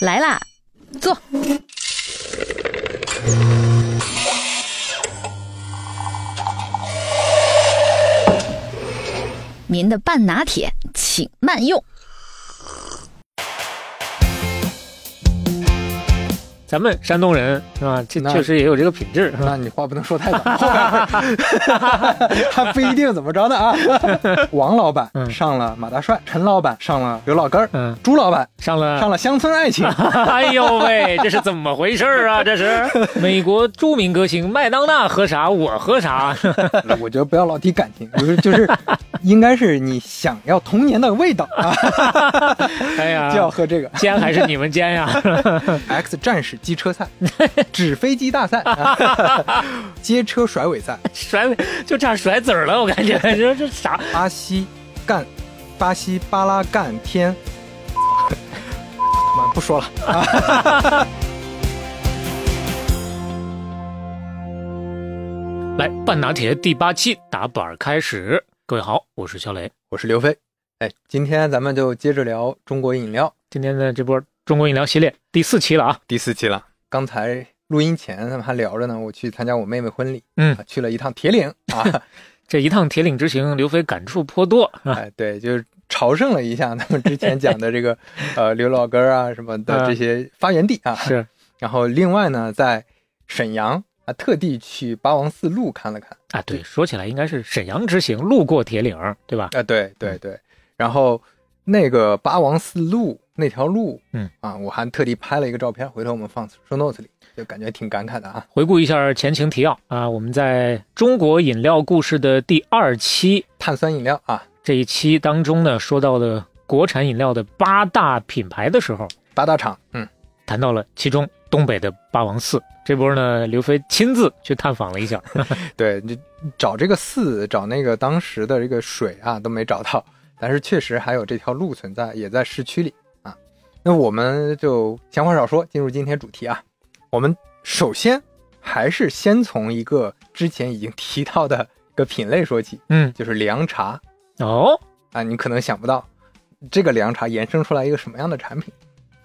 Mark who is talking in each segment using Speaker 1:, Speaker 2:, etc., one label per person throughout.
Speaker 1: 来啦，坐。您的半拿铁，请慢用。
Speaker 2: 咱们山东人是吧？这
Speaker 3: 那
Speaker 2: 确实也有这个品质是吧？
Speaker 3: 那你话不能说太早，后边还不一定怎么着呢啊！王老板
Speaker 2: 嗯
Speaker 3: 上了马大帅，陈老板上了刘老根儿，
Speaker 2: 嗯，
Speaker 3: 朱老板
Speaker 2: 上了
Speaker 3: 上了乡村爱情，
Speaker 2: 哎呦喂，这是怎么回事儿啊？这是美国著名歌星麦当娜喝啥，我喝啥。嗯
Speaker 3: 我觉得不要老提感情，就是就是，应该是你想要童年的味道
Speaker 2: 嗯
Speaker 3: 啊，
Speaker 2: 哎呀，
Speaker 3: 就要喝这个
Speaker 2: 煎还是你们煎呀？
Speaker 3: X 战士机车赛、纸飞机 大赛、街车甩尾赛、
Speaker 2: 甩就差甩籽儿了，我感觉这这啥？
Speaker 3: 巴西干、巴西巴拉干天， 妈不说了。
Speaker 2: 来，半拿铁第八期打板儿开始。各位好，我是肖雷。
Speaker 3: 我是刘飞，哎，今天咱们就接着聊中国饮料
Speaker 2: 今天的这波中国饮料系列第四期了啊。
Speaker 3: 第四期了。刚才录音前咱们还聊着呢，我去参加我妹妹婚礼，
Speaker 2: 嗯
Speaker 3: 啊，去了一趟铁岭 啊，
Speaker 2: 这一趟铁岭之行，刘飞感触颇多。
Speaker 3: 哎，对，就是朝圣了一下咱们之前讲的这个呃刘老根儿啊什么的这些发源地啊。
Speaker 2: 是
Speaker 3: 然后另外呢，在沈阳啊，特地去八王寺路看了看。
Speaker 2: 啊，对，说起来应该是沈阳之行，路过铁岭，对吧？
Speaker 3: 啊，对对对，然后那个八王寺路那条路，
Speaker 2: 嗯
Speaker 3: 啊，我还特地拍了一个照片，回头我们放 show notes 里，就感觉挺感慨的啊。
Speaker 2: 回顾一下前情提要啊，我们在中国饮料故事的第二期
Speaker 3: 碳酸饮料啊，
Speaker 2: 这一期当中呢，说到的国产饮料的八大品牌的时候，
Speaker 3: 八大厂，嗯，
Speaker 2: 谈到了其中东北的八王寺。这波呢，刘飞亲自去探访了一下，
Speaker 3: 对，你找这个寺，找那个当时的这个水啊，都没找到， 但是确实还有这条路存在，也在市区里啊。那我们就闲话少说，进入今天主题啊。我们首先还是先从一个之前已经提到的一个品类说起，
Speaker 2: 嗯，
Speaker 3: 就是凉茶。
Speaker 2: 哦，
Speaker 3: 啊，你可能想不到，这个凉茶衍生出来一个什么样的产品？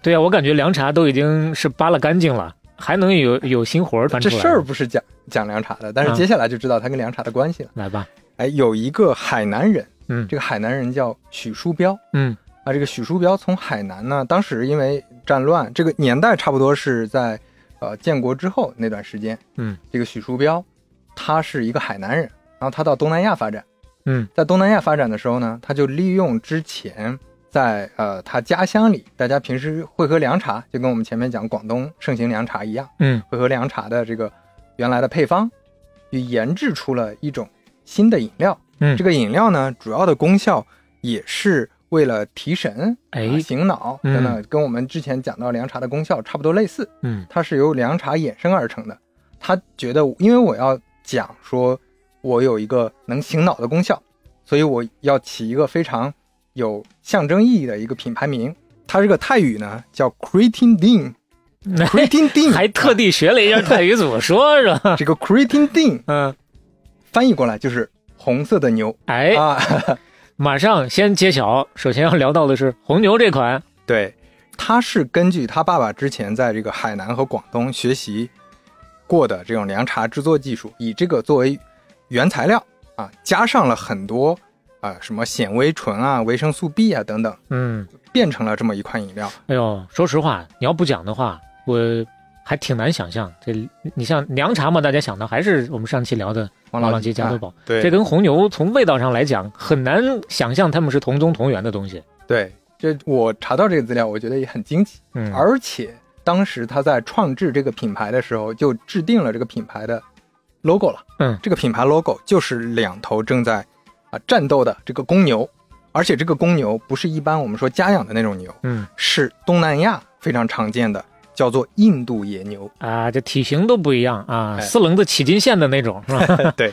Speaker 2: 对啊，我感觉凉茶都已经是扒拉干净了，还能有有新活儿翻出
Speaker 3: 这
Speaker 2: 来？
Speaker 3: 事儿不是讲讲凉茶的，但是
Speaker 2: 啊
Speaker 3: 接下来就知道它跟凉茶的关系了。
Speaker 2: 来吧，
Speaker 3: 哎，有一个海南人，
Speaker 2: 嗯
Speaker 3: 这个海南人叫许书标
Speaker 2: 嗯
Speaker 3: 啊，这个许书标从海南呢，当时因为战乱，这个年代差不多是在呃建国之后那段时间，
Speaker 2: 嗯，
Speaker 3: 这个许书标他是一个海南人，然后他到东南亚发展。
Speaker 2: 嗯，
Speaker 3: 在东南亚发展的时候呢，他就利用之前在呃他家乡里，大家平时会喝凉茶，就跟我们前面讲广东盛行凉茶一样，
Speaker 2: 嗯，
Speaker 3: 会喝凉茶的这个原来的配方，就研制出了一种新的饮料。
Speaker 2: 嗯
Speaker 3: 这个饮料呢，主要的功效也是为了提神、
Speaker 2: 哎
Speaker 3: 啊醒脑
Speaker 2: 嗯
Speaker 3: 等等，跟我们之前讲到凉茶的功效差不多类似。
Speaker 2: 嗯
Speaker 3: 它是由凉茶衍生而成的。他觉得，因为我要讲说，我有一个能醒脑的功效，所以我要起一个非常有象征意义的一个品牌名。它这个泰语呢叫 creatine din，creatine
Speaker 2: 嗯，
Speaker 3: din，
Speaker 2: 还特地学了一下泰语怎么说，是吧？
Speaker 3: 这个 creatine din
Speaker 2: 嗯，
Speaker 3: 翻译过来就是红色的牛
Speaker 2: 哎，
Speaker 3: 啊。
Speaker 2: 马上先揭晓，首先要聊到的是红牛这款，
Speaker 3: 对，他是根据他爸爸之前在这个海南和广东学习过的这种凉茶制作技术，以这个作为原材料啊，加上了很多啊什么显微醇啊、维生素 B 啊等等，
Speaker 2: 嗯，
Speaker 3: 变成了这么一款饮料。
Speaker 2: 哎呦，说实话，你要不讲的话，我还挺难想象。这你像凉茶嘛，大家想到还是我们上期聊的
Speaker 3: 王
Speaker 2: 王
Speaker 3: 老
Speaker 2: 老吉加多
Speaker 3: 啊
Speaker 2: 宝，
Speaker 3: 对
Speaker 2: 这跟红牛从味道上来讲，很难想象他们是同宗同源的东西。
Speaker 3: 对，这我查到这个资料，我觉得也很惊奇，
Speaker 2: 嗯，
Speaker 3: 而且当时他在创制这个品牌的时候，就制定了这个品牌的 logo 了。
Speaker 2: 嗯
Speaker 3: 这个品牌 logo 就是两头正在啊战斗的这个公牛，而且这个公牛不是一般我们说家养的那种牛，
Speaker 2: 嗯
Speaker 3: 是东南亚非常常见的，叫做印度 野牛。
Speaker 2: 啊，这体型都不一样啊，
Speaker 3: 哎
Speaker 2: 四棱子起筋线的那种，是吧？
Speaker 3: 对，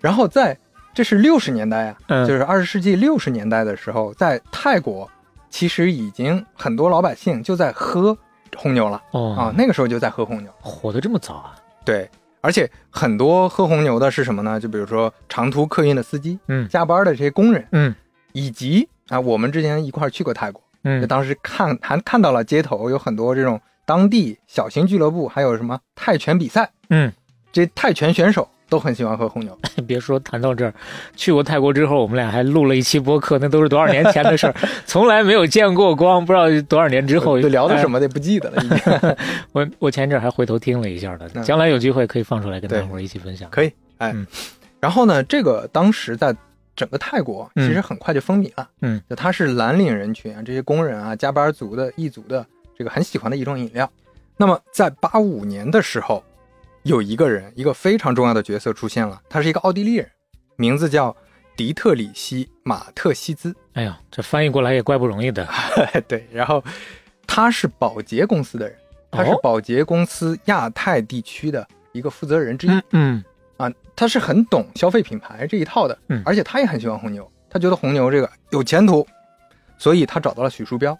Speaker 3: 然后在这是六十年代啊，
Speaker 2: 嗯
Speaker 3: 就是二十世纪六十年代的时候，在泰国其实已经很多老百姓就在喝红牛了啊
Speaker 2: 哦，，
Speaker 3: 那个时候就在喝红牛。
Speaker 2: 火的这么早啊？
Speaker 3: 对，而且很多喝红牛的是什么呢？就比如说长途客运的司机、
Speaker 2: 嗯
Speaker 3: 加班的这些工人，
Speaker 2: 嗯
Speaker 3: 以及啊，我们之前一块儿去过泰国，就
Speaker 2: 嗯
Speaker 3: 当时看还看到了街头有很多这种当地小型俱乐部，还有什么泰拳比赛，
Speaker 2: 嗯，
Speaker 3: 这泰拳选手都很喜欢喝红牛。
Speaker 2: 别说谈到这儿，去过泰国之后，我们俩还录了一期播客，那都是多少年前 的事儿，从来没有见过光，不知道多少年之后哎
Speaker 3: 对聊的什
Speaker 2: 么。
Speaker 3: 么的也不记得了，已经
Speaker 2: 我我前一阵儿还回头听了一下呢，
Speaker 3: 嗯
Speaker 2: 将来有机会可以放出来跟
Speaker 3: 对
Speaker 2: 大伙儿一起分享。
Speaker 3: 可以哎
Speaker 2: 嗯。
Speaker 3: 然后呢，这个当时在整个泰国其
Speaker 2: 嗯
Speaker 3: 实很快就风靡了，
Speaker 2: 嗯，
Speaker 3: 就它是蓝领人群啊，这些工人啊、加班族的一族的这个很喜欢的一种饮料。那么在八五年的时候，有一个人，一个非常重要的角色出现了，他是一个奥地利人，名字叫迪特里希·马特希兹。
Speaker 2: 哎呀，这翻译过来也怪不容易的。
Speaker 3: 对，然后他是保洁公司的人，他是
Speaker 2: 哦
Speaker 3: 保洁公司亚太地区的一个负责人之一、
Speaker 2: 嗯嗯
Speaker 3: 啊，他是很懂消费品牌这一套的，
Speaker 2: 嗯
Speaker 3: 而且他也很喜欢红牛，他觉得红牛这个有前途，所以他找到了许树标，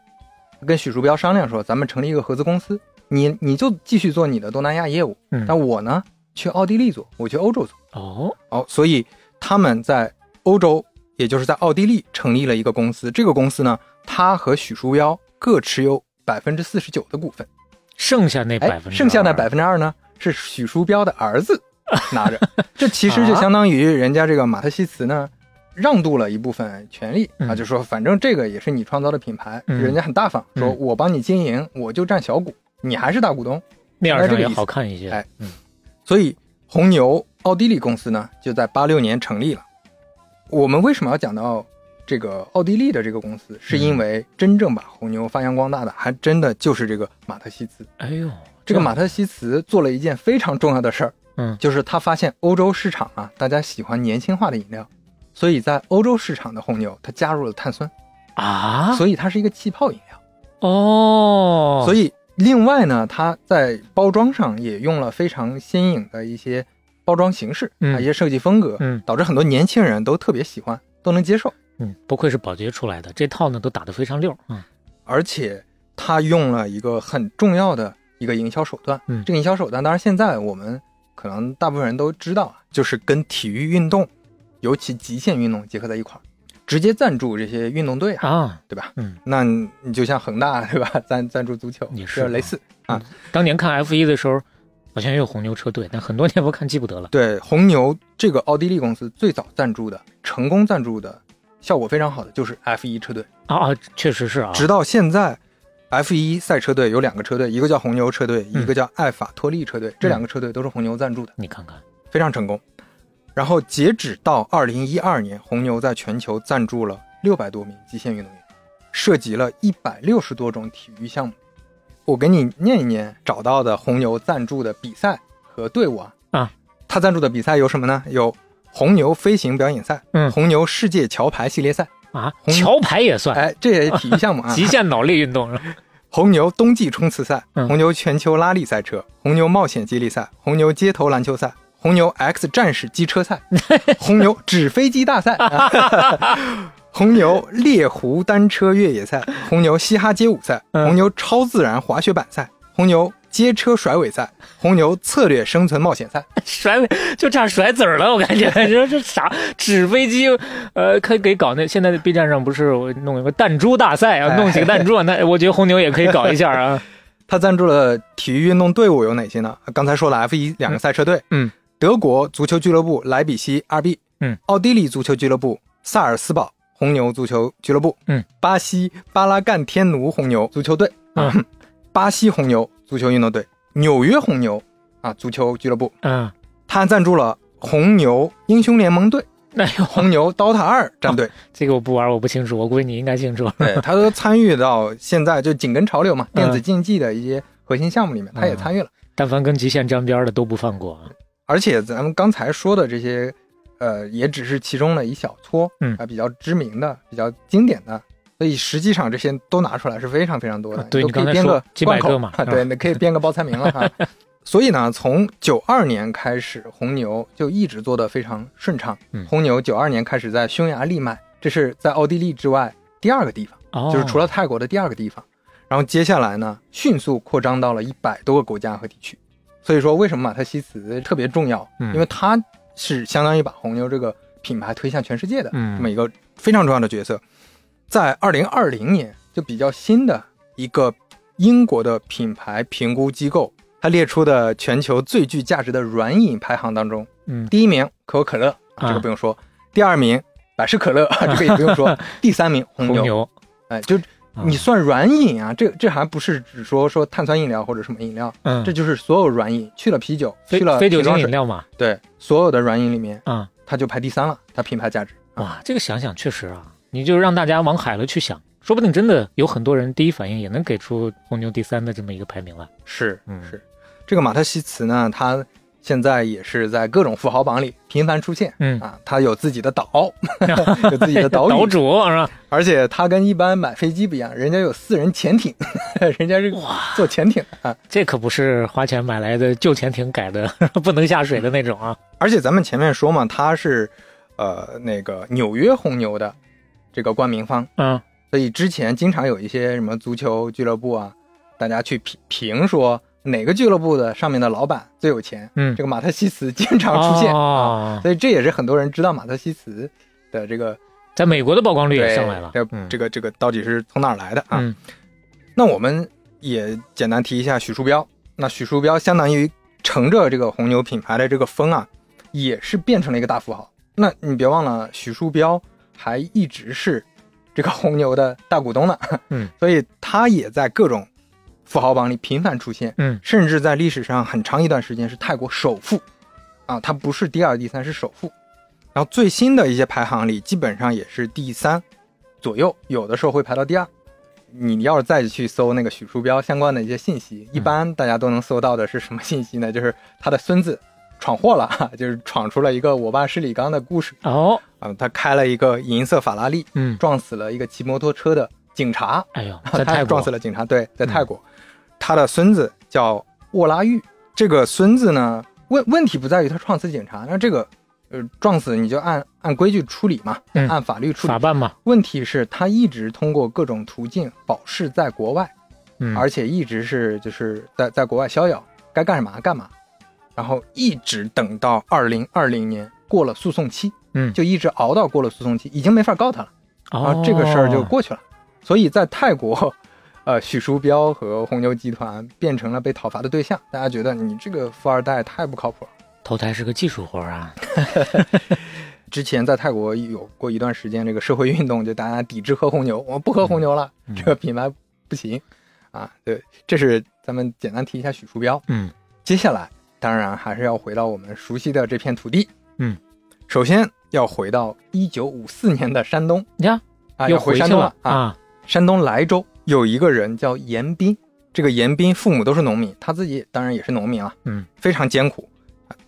Speaker 3: 跟许树标商量说，咱们成立一个合资公司，你你就继续做你的东南亚业务，
Speaker 2: 嗯
Speaker 3: 但我呢去奥地利做，我去欧洲做。
Speaker 2: 哦，
Speaker 3: 哦，所以他们在欧洲，也就是在奥地利成立了一个公司。这个公司呢，他和许书标各持有百分之四十九的股份。
Speaker 2: 剩下那百
Speaker 3: 哎
Speaker 2: 分，之
Speaker 3: 剩下的
Speaker 2: 二
Speaker 3: 百分之二呢，是许书标的 儿子拿着。这其实就
Speaker 2: 啊
Speaker 3: 相当于人家这个马特西茨呢。让渡了一部分权利啊，
Speaker 2: 嗯
Speaker 3: 就说反正这个也是你创造的品牌，
Speaker 2: 嗯
Speaker 3: 人家很大方，说
Speaker 2: 嗯
Speaker 3: 我帮你经营，我就占小股，你还是大股东。
Speaker 2: 那样
Speaker 3: 那这
Speaker 2: 上
Speaker 3: 个
Speaker 2: 也
Speaker 3: 意思
Speaker 2: 好看一些。
Speaker 3: 哎
Speaker 2: 嗯
Speaker 3: 所以红牛奥地利公司呢，就在八六年成立了。我们为什么要讲到这个奥地利的这个公司？是
Speaker 2: 嗯
Speaker 3: 因为真正把红牛发扬光大的，还真的就是这个马特西茨。
Speaker 2: 哎呦，
Speaker 3: 这个马特西茨做了一件非常重要的事儿，
Speaker 2: 嗯
Speaker 3: 就是他发现欧洲市场啊，大家喜欢年轻化的饮料，所以在欧洲市场的红牛，它加入了碳酸，
Speaker 2: 啊
Speaker 3: 所以它是一个气泡饮料。
Speaker 2: 哦，
Speaker 3: 所
Speaker 2: 以
Speaker 3: 以另外呢，它在包装上也用了非常新颖的一些包装形式，
Speaker 2: 嗯
Speaker 3: 啊，一些设计风格，
Speaker 2: 嗯
Speaker 3: 导致很多年轻人都特别喜欢，都能接受。
Speaker 2: 嗯，不愧是保洁出来的，这套呢都打得非常溜。嗯
Speaker 3: 而且它用了一个很重要的一个营销手段，
Speaker 2: 嗯
Speaker 3: 这个营销手段当然现在我们可能大部分人都知道啊，就是跟体育运动，尤其极限运动结合在一块儿，直接赞助这些运动队啊，
Speaker 2: 啊，
Speaker 3: 对吧？
Speaker 2: 嗯，
Speaker 3: 那你你就像恒大对吧， 赞赞助足球
Speaker 2: 也是啊
Speaker 3: 类似。
Speaker 2: 当年看 F 一的时候，好像也有红牛车队，但很多年不看记不得了。
Speaker 3: 对，红牛这个奥地利公司最早赞助的、成功赞助的、效果非常好的就是 F 1车队，
Speaker 2: 啊啊，确实是啊，
Speaker 3: 直到现在。F 1赛车队有两个车队，一个叫红牛车队，
Speaker 2: 嗯
Speaker 3: 一个叫艾法托利车队。这两个车队都是红牛赞助的，
Speaker 2: 你看看，
Speaker 3: 非常成功。然后截止到二零一二年，红牛在全球赞助了六百多名极限运动员，涉及了一百六十多种体育项目。我给你念一念找到的红牛赞助的比赛和队伍啊。
Speaker 2: 啊，
Speaker 3: 他赞助的比赛有什么呢？有红牛飞行表演赛，
Speaker 2: 嗯
Speaker 3: 红牛世界桥牌系列赛，
Speaker 2: 啊，
Speaker 3: 红
Speaker 2: 桥牌也算
Speaker 3: 哎，这也是体育项目 啊。
Speaker 2: 极限脑力运动是吧？
Speaker 3: 红牛冬季冲刺赛、
Speaker 2: 嗯
Speaker 3: 红牛全球拉力赛车、红牛冒险接力赛、红牛街头篮球赛、红牛 X 战士机车 赛、红牛纸飞机大赛、啊红牛猎狐单车越野赛、红牛嘻哈街舞赛、
Speaker 2: 嗯
Speaker 3: 红牛超自然滑雪板赛、红牛街车甩尾赛、红牛策略生存冒险赛。
Speaker 2: 甩尾就差甩子儿了，我感觉 这这啥纸飞机，呃，可以给搞那现在的 B 站上不是我弄一个弹珠大赛啊，
Speaker 3: 哎
Speaker 2: 弄几个弹珠啊，那我觉得红牛也可以搞一下 啊。
Speaker 3: 他赞助了体育运动队伍有哪些呢？刚才说了 F 一两个赛车队，
Speaker 2: 嗯，
Speaker 3: 德国足球俱乐部莱比锡 RB，
Speaker 2: 嗯，
Speaker 3: 奥地利足球俱乐部萨尔斯堡红牛足球俱乐部，
Speaker 2: 嗯，
Speaker 3: 巴西巴拉干天奴红牛足球队，
Speaker 2: 啊，
Speaker 3: 巴西红牛足球运动队，纽约红牛啊足球俱乐部，
Speaker 2: 嗯，
Speaker 3: 他还赞助了红牛英雄联盟队、
Speaker 2: 那呦，
Speaker 3: 红牛 DOTA 二战队，
Speaker 2: 这个我不玩，我不清楚，我估计你应该清楚。
Speaker 3: 对 他都参与到现在就紧跟潮流嘛，电子竞技的一些核心项目里面，他也
Speaker 2: 嗯
Speaker 3: 参与了。
Speaker 2: 但凡跟极限沾边的都不放过啊。
Speaker 3: 而且咱们刚才说的这些，呃，也只是其中的一小撮，
Speaker 2: 嗯
Speaker 3: 啊，比较知名的、比较经典的，所以实际上这些都拿出来是非常非常多的，
Speaker 2: 啊对
Speaker 3: 你都可以
Speaker 2: 你刚才
Speaker 3: 编
Speaker 2: 说
Speaker 3: 个
Speaker 2: 几百
Speaker 3: 贯口啊
Speaker 2: 个嘛
Speaker 3: 对，你可以编个包菜名了 哈。所以呢，从九二年开始，红牛就一直做得非常顺畅。
Speaker 2: 嗯
Speaker 3: 红牛九二年开始在匈牙利卖，这是在奥地利之外第二个地方，
Speaker 2: 哦，
Speaker 3: 就是除了泰国的第二个地方。然后接下来呢，迅速扩张到了一百多个国家和地区。所以说，为什么马特西茨特别重要？
Speaker 2: 嗯
Speaker 3: 因为它是相当于把红牛这个品牌推向全世界的
Speaker 2: 嗯
Speaker 3: 这么一个非常重要的角色。在二零二零年，就比较新的一个英国的品牌评估机构，它列出的全球最具价值的软饮排行当中，
Speaker 2: 嗯
Speaker 3: 第一名可口可乐，
Speaker 2: 啊
Speaker 3: 这个不用说；第二名百事可乐，啊这个也不用 说；第三名红
Speaker 2: 红
Speaker 3: 牛，
Speaker 2: 牛，
Speaker 3: 哎，就
Speaker 2: 啊
Speaker 3: 你算软饮啊，这这还不是只说说碳酸饮料或者什么饮料，
Speaker 2: 嗯，
Speaker 3: 这就是所有软饮，去了啤酒，
Speaker 2: 非
Speaker 3: 去了
Speaker 2: 非酒
Speaker 3: 瓶
Speaker 2: 精
Speaker 3: 装
Speaker 2: 饮
Speaker 3: 水，
Speaker 2: 料嘛，
Speaker 3: 对，所有的软饮里面，
Speaker 2: 啊、
Speaker 3: 它就排第三了，它品牌价值。啊，
Speaker 2: 哇，这个想想确实啊，你就让大家往海了去想，说不定真的有很多人第一反应也能给出红牛第三的这么一个排名来。
Speaker 3: 是
Speaker 2: 嗯
Speaker 3: 是，这个马特西茨呢，它现在也是在各种富豪榜里频繁出现
Speaker 2: 嗯，
Speaker 3: 啊，它有自己 的岛，有自己的岛屿，
Speaker 2: 岛主是吧？
Speaker 3: 而且它跟一般买飞机不一样，人家有私人潜艇， 人家是做潜艇的啊。
Speaker 2: 这可不是花钱买来的旧潜艇改的， 不能下水的那种啊。
Speaker 3: 而且咱们前面说嘛，它是呃那个纽约红牛的这个冠名方，
Speaker 2: 嗯
Speaker 3: 所以之前经常有一些什么足球俱乐部啊，大家去评评说哪个俱乐部的上面的老板最有钱，
Speaker 2: 嗯
Speaker 3: 这，个马特西茨经常出现、啊，
Speaker 2: 哦，
Speaker 3: 所以这也是很多人知道马特西茨的这个
Speaker 2: 在美国的曝光率也
Speaker 3: 对
Speaker 2: 上来了
Speaker 3: 这。
Speaker 2: 嗯，
Speaker 3: 这个这个到底是从哪儿来的啊？
Speaker 2: 嗯
Speaker 3: 那我们也简单提一下许树标。那许树标相当于乘着这个红牛品牌的这个风啊，也是变成了一个大富豪。那你别忘了，许树标还一直是这个红牛的大股东呢。
Speaker 2: 嗯，
Speaker 3: 所以他也在各种富豪榜里频繁出现，
Speaker 2: 嗯
Speaker 3: 甚至在历史上很长一段时间是泰国首富啊，他不是第二、第三，是首富。然后最新的一些排行里，基本上也是第三左右，有的时候会排到第二。你要是再去搜那个许树标相关的一些信息，一般大家都能搜到的是什么信息呢？ 就是他的孙子闯祸了， 就是闯出了一个我爸是李刚的故事
Speaker 2: 哦
Speaker 3: 啊、他开了一个银色法拉利，
Speaker 2: 嗯，
Speaker 3: 撞死了一个骑摩托车的警察，
Speaker 2: 哎呦， 在
Speaker 3: 他
Speaker 2: 泰
Speaker 3: 啊
Speaker 2: 国
Speaker 3: 撞
Speaker 2: 嗯
Speaker 3: 死了警察，对，在泰国，他的孙子叫沃拉玉，这个孙子呢，问问题不在于他撞死警察，那这个呃撞死你就按按规矩处理嘛，
Speaker 2: 嗯
Speaker 3: 按法律处理
Speaker 2: 法。办嘛，
Speaker 3: 问题是，他一直通过各种途径保释在国外，
Speaker 2: 嗯，
Speaker 3: 而且一直是就是在在国外逍遥，该干嘛干嘛，然后一直等到二零二零年过了诉讼期，
Speaker 2: 嗯
Speaker 3: 就一直熬到过了诉讼期，已经没法告他了。然
Speaker 2: 哦
Speaker 3: 后这个事儿就过去了。所以在泰国，呃，许树标和红牛集团变成了被讨伐的对象。大家觉得你这个富二代太不靠谱了。
Speaker 2: 投胎是个技术活儿啊。
Speaker 3: 之前在泰国有过一段时间，这个社会运动就大家抵制喝红牛，我们不喝红牛了，
Speaker 2: 嗯
Speaker 3: 这个品牌不行啊。对，这是咱们简单提一下许树标。
Speaker 2: 嗯
Speaker 3: 接下来当然还是要回到我们熟悉的这片土地。
Speaker 2: 嗯，
Speaker 3: 首先要回到一九五四年的山东。
Speaker 2: 你看
Speaker 3: 啊，
Speaker 2: 又
Speaker 3: 要回
Speaker 2: 去
Speaker 3: 山东
Speaker 2: 了
Speaker 3: 啊！
Speaker 2: 啊，
Speaker 3: 山东莱州有一个人叫严彬，这个严彬父母都是农民，他自己当然也是农民啊，
Speaker 2: 嗯，
Speaker 3: 非常艰苦。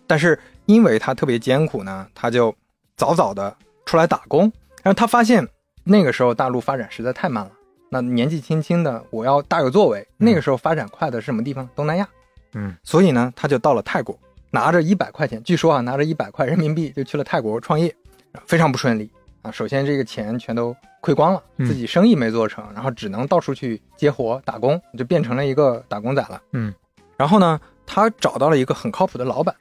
Speaker 3: 但是因为他特别艰苦呢，他就早早的出来打工。然后他发现那个时候大陆发展实在太慢了，那年纪轻轻的我要大有作为。
Speaker 2: 嗯
Speaker 3: 那个时候发展快的是什么地方？东南亚。
Speaker 2: 嗯，
Speaker 3: 所以呢，他就到了泰国，拿着一百块钱，据说啊，拿着一百块人民币就去了泰国创业，非常不顺利啊。首先这个钱全都亏光了，
Speaker 2: 嗯
Speaker 3: 自己生意没做成，然后只能到处去接活打工，就变成了一个打工仔了。
Speaker 2: 嗯，
Speaker 3: 然后呢，他找到了一个很靠谱的老板，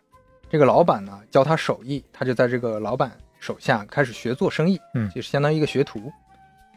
Speaker 3: 这个老板呢教他手艺，他就在这个老板手下开始学做生意，
Speaker 2: 嗯
Speaker 3: 就是相当于一个学徒。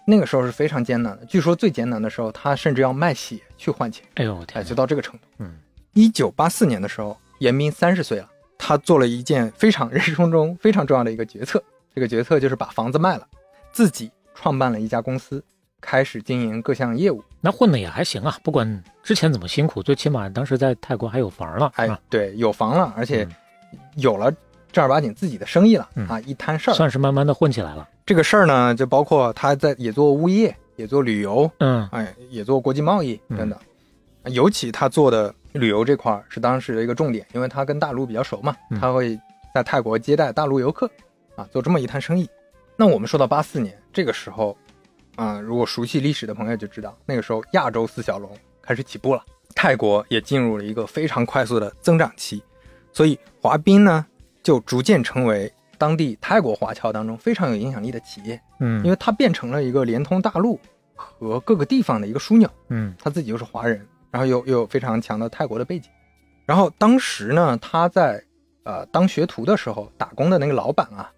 Speaker 3: 那个时候是非常艰难的，据说最艰难的时候，他甚至要卖血去换钱。
Speaker 2: 哎呦我
Speaker 3: 哎，
Speaker 2: 天
Speaker 3: 就，到这个程度。
Speaker 2: 嗯，
Speaker 3: 一九八四年的时候，严彬三十岁了，他做了一件非常人生中 非常重要的一个决策，这个决策就是把房子卖了，自己创办了一家公司，开始经营各项业务。
Speaker 2: 那混的也还行啊，不管之前怎么辛苦，最起码当时在泰国还有房了，
Speaker 3: 哎
Speaker 2: 啊，
Speaker 3: 对，有房了，而且
Speaker 2: 嗯
Speaker 3: 有了正儿八经自己的生意了、
Speaker 2: 嗯
Speaker 3: 啊，一摊事儿。
Speaker 2: 算是慢慢的混起来了。
Speaker 3: 这个事儿呢，就包括他在也做物业，也做旅游，
Speaker 2: 嗯
Speaker 3: 哎，也做国际贸易等等。尤其他做的旅游这块儿是当时的一个重点，因为他跟大陆比较熟嘛
Speaker 2: 嗯，
Speaker 3: 他会在泰国接待大陆游客，啊，做这么一摊生意。那我们说到八四年这个时候，啊，如果熟悉历史的朋友就知道，那个时候亚洲四小龙开始起步了，泰国也进入了一个非常快速的增长期，所以华彬呢就逐渐成为当地泰国华侨当中非常有影响力的企业。
Speaker 2: 嗯，
Speaker 3: 因为它变成了一个连通大陆和各个地方的一个枢纽。
Speaker 2: 嗯
Speaker 3: 他自己又是华人，然后又又有非常强的泰国的背景。然后当时呢，他在呃当学徒的时候打工的那个老板啊，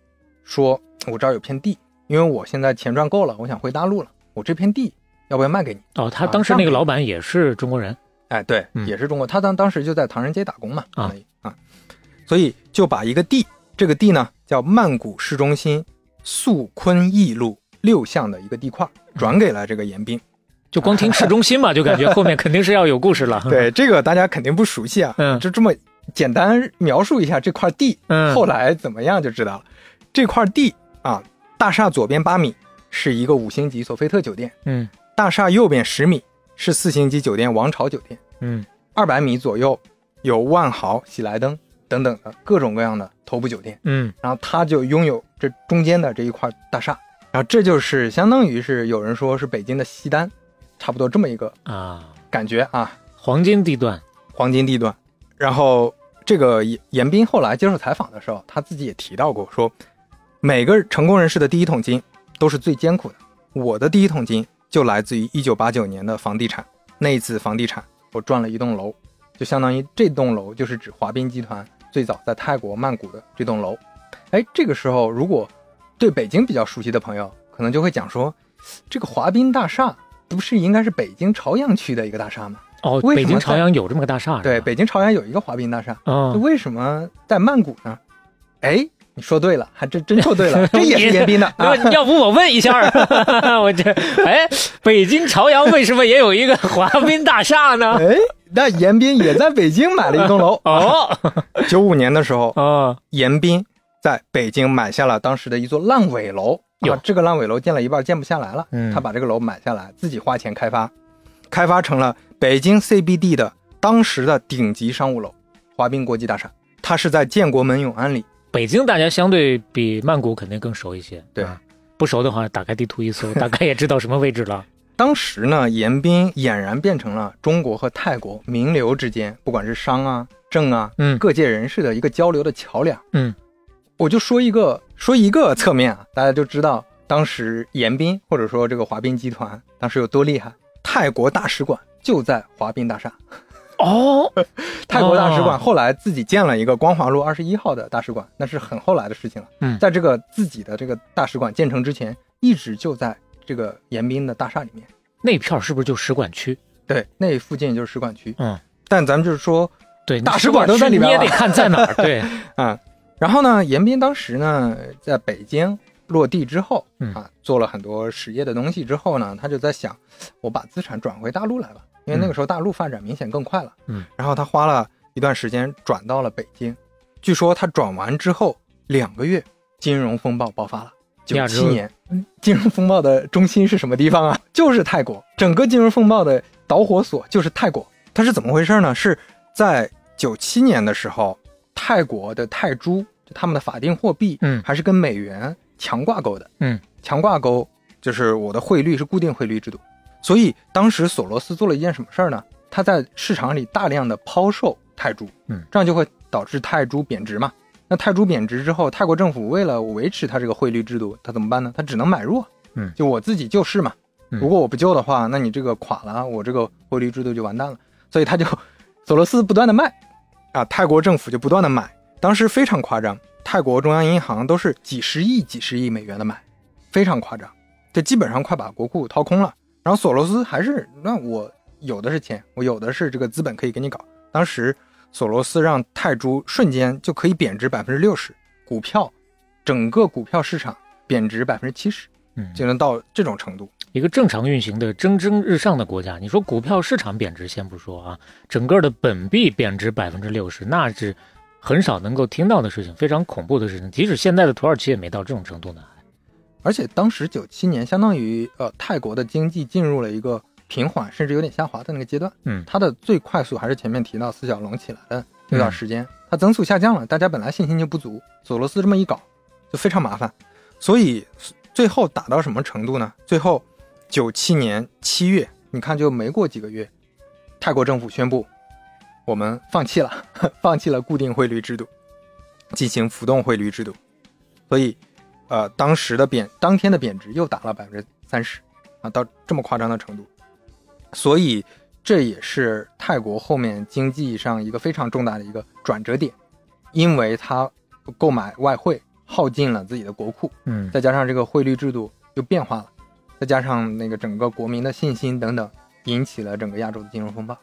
Speaker 3: 说我这儿有片地，因为我现在钱赚够了，我想回大陆了，我这片地要不要卖给你？
Speaker 2: 哦，他当时那个老板也是中国人，
Speaker 3: 哎，对，
Speaker 2: 嗯
Speaker 3: 也是中国，他当当时就在唐人街打工嘛，
Speaker 2: 啊
Speaker 3: 啊，所以就把一个地，这个地呢叫曼谷市中心素坤驿路六巷的一个地块儿，转给了这个严彬。
Speaker 2: 就光听市中心 嘛，就感觉后面肯定是要有故事了。，
Speaker 3: 对，这个大家肯定不熟悉啊，
Speaker 2: 嗯
Speaker 3: 就这么简单描述一下这块地，
Speaker 2: 嗯
Speaker 3: 后来怎么样就知道了。这块地啊，大厦左边八米是一个五星级索菲特酒店，
Speaker 2: 嗯
Speaker 3: 大厦右边十米是四星级酒店王朝酒店。
Speaker 2: 嗯
Speaker 3: 二百米左右有万豪、喜来登等等的各种各样的头部酒店，
Speaker 2: 嗯
Speaker 3: 然后它就拥有这中间的这一块大厦，然后这就是相当于是有人说是北京的西单，差不多这么一个
Speaker 2: 啊，
Speaker 3: 感觉啊，
Speaker 2: 黄金地段，
Speaker 3: 黄金地段。然后这个严严彬后来接受采访的时候，他自己也提到过说，每个成功人士的第一桶金都是最艰苦的，我的第一桶金就来自于1989年的房地产，那一次房地产我赚了一栋楼，就相当于这栋楼就是指华彬集团最早在泰国曼谷的这栋楼。哎，这个时候如果对北京比较熟悉的朋友，可能就会讲说，这个华彬大厦不是应该是北京朝阳区的一个大厦吗？
Speaker 2: 哦，
Speaker 3: 为什
Speaker 2: 北
Speaker 3: 么
Speaker 2: 京朝阳有这么个大厦，
Speaker 3: 对，
Speaker 2: 是吧，
Speaker 3: 北京朝阳有一个华彬大厦，
Speaker 2: 嗯
Speaker 3: 就，为什么在曼谷呢？哎，你说对了，还真真说对了，这也是 严彬的啊。
Speaker 2: 要要不我问一下儿， 我这哎，北京朝阳为什么也有一个华彬大厦呢？。
Speaker 3: 哎，那严彬也在北京买了一栋楼啊
Speaker 2: 哦
Speaker 3: 九五年的时候，
Speaker 2: 哦，
Speaker 3: 严彬在北京买下了当时的一座烂尾楼。
Speaker 2: 哟
Speaker 3: 啊，这个烂尾楼建了一半，建不下来了，
Speaker 2: 嗯
Speaker 3: 他把这个楼买下来，自己花钱开发，开发成了北京 CBD 的当时的顶级商务楼——华彬国际大厦。它是在建国门永安里，
Speaker 2: 北京大家相对比曼谷肯定更熟一些，
Speaker 3: 对
Speaker 2: 啊不熟的话，打开地图一 搜，大概也知道什么位置了。
Speaker 3: 当时呢，严彬俨然变成了中国和泰国名流之间，不管是商啊、政啊，
Speaker 2: 嗯
Speaker 3: 各界人士的一个交流的桥梁。
Speaker 2: 嗯，
Speaker 3: 我就说一个说一个侧面啊，大家就知道当时严彬或者说这个华彬集团当时有多厉害。泰国大使馆就在华彬大厦，
Speaker 2: 哦，
Speaker 3: 泰国大使
Speaker 2: 哦
Speaker 3: 馆后来自己建了一个光华路二十一号的大使馆，那是很后来的事情了。
Speaker 2: 嗯
Speaker 3: 在这个自己的这个大使馆建成之前，一直就在这个严彬的大厦里面。
Speaker 2: 那片儿是不是就使馆区？
Speaker 3: 对，那附近就是使馆区。
Speaker 2: 嗯，
Speaker 3: 但咱们就是说
Speaker 2: 对，
Speaker 3: 大
Speaker 2: 你
Speaker 3: 使馆都在里面
Speaker 2: 你也
Speaker 3: 了
Speaker 2: 得看在哪 儿。对，
Speaker 3: 啊、然后呢，严彬当时呢在北京落地之后
Speaker 2: 嗯
Speaker 3: 啊，做了很多实业的东西之后呢，他就在想，我把资产转回大陆来吧，因为那个时候大陆发展明显更快了。
Speaker 2: 嗯，
Speaker 3: 然后他花了一段时间转到了北京，据说他转完之后两个月，金融风暴爆发了。
Speaker 2: 第
Speaker 3: 九
Speaker 2: 二
Speaker 3: 七
Speaker 2: 周
Speaker 3: 年，嗯金融风暴的中心是什么地方啊？ 就是泰国。整个金融风暴的导火索就是泰国。它是怎么回事呢？是在九七年的时候，泰国的泰铢，就他们的法定货币，
Speaker 2: 嗯
Speaker 3: 还是跟美元强挂钩的，
Speaker 2: 嗯，
Speaker 3: 强挂钩就是我的汇率是固定汇率制度，所以当时索罗斯做了一件什么事儿呢？他在市场里大量的抛售泰铢，
Speaker 2: 嗯，
Speaker 3: 这样就会导致泰铢贬值嘛。那泰铢贬值之后，泰国政府为了维持它这个汇率制度，它怎么办呢？它只能买入啊，
Speaker 2: 嗯
Speaker 3: 就我自己救市嘛。
Speaker 2: 嗯
Speaker 3: 如果我不救的话，那你这个垮了，啊我这个汇率制度就完蛋了。所以他就索罗斯不断的卖，啊，泰国政府就不断的买，当时非常夸张，泰国中央银行都是几十亿、几十亿美元的买，非常夸张，这基本上快把国库掏空了。然后索罗斯还是那我有的是钱，我有的是这个资本可以给你搞。当时索罗斯让泰铢瞬间就可以贬值百分之六十，股票整个股票市场贬值百分之七十，
Speaker 2: 嗯，
Speaker 3: 就能到这种程度。
Speaker 2: 一个正常运行的蒸蒸日上的国家，你说股票市场贬值先不说啊，整个的本币贬值百分之六十，那是很少能够听到的事情，非常恐怖的事情。即使现在的土耳其也没到这种程度呢。
Speaker 3: 而且当时九七年，相当于呃泰国的经济进入了一个平缓，甚至有点下滑的那个阶段。
Speaker 2: 嗯
Speaker 3: 它的最快速还是前面提到四小龙起来的那段时间，它增速下降了，大家本来信心就不足，索罗斯这么一搞就非常麻烦，所以最后打到什么程度呢？最后九七年七月，你看就没过几个月，泰国政府宣布我们放弃了， 放弃了固定汇率制度，进行浮动汇率制度，所以呃当时的贬当天的贬值又达了百分之三十啊，到这么夸张的程度，所以。这也是泰国后面经济上一个非常重大的一个转折点，因为它购买外汇耗尽了自己的国库，
Speaker 2: 嗯
Speaker 3: 再加上这个汇率制度又变化了，再加上那个整个国民的信心等等，引起了整个亚洲的金融风暴。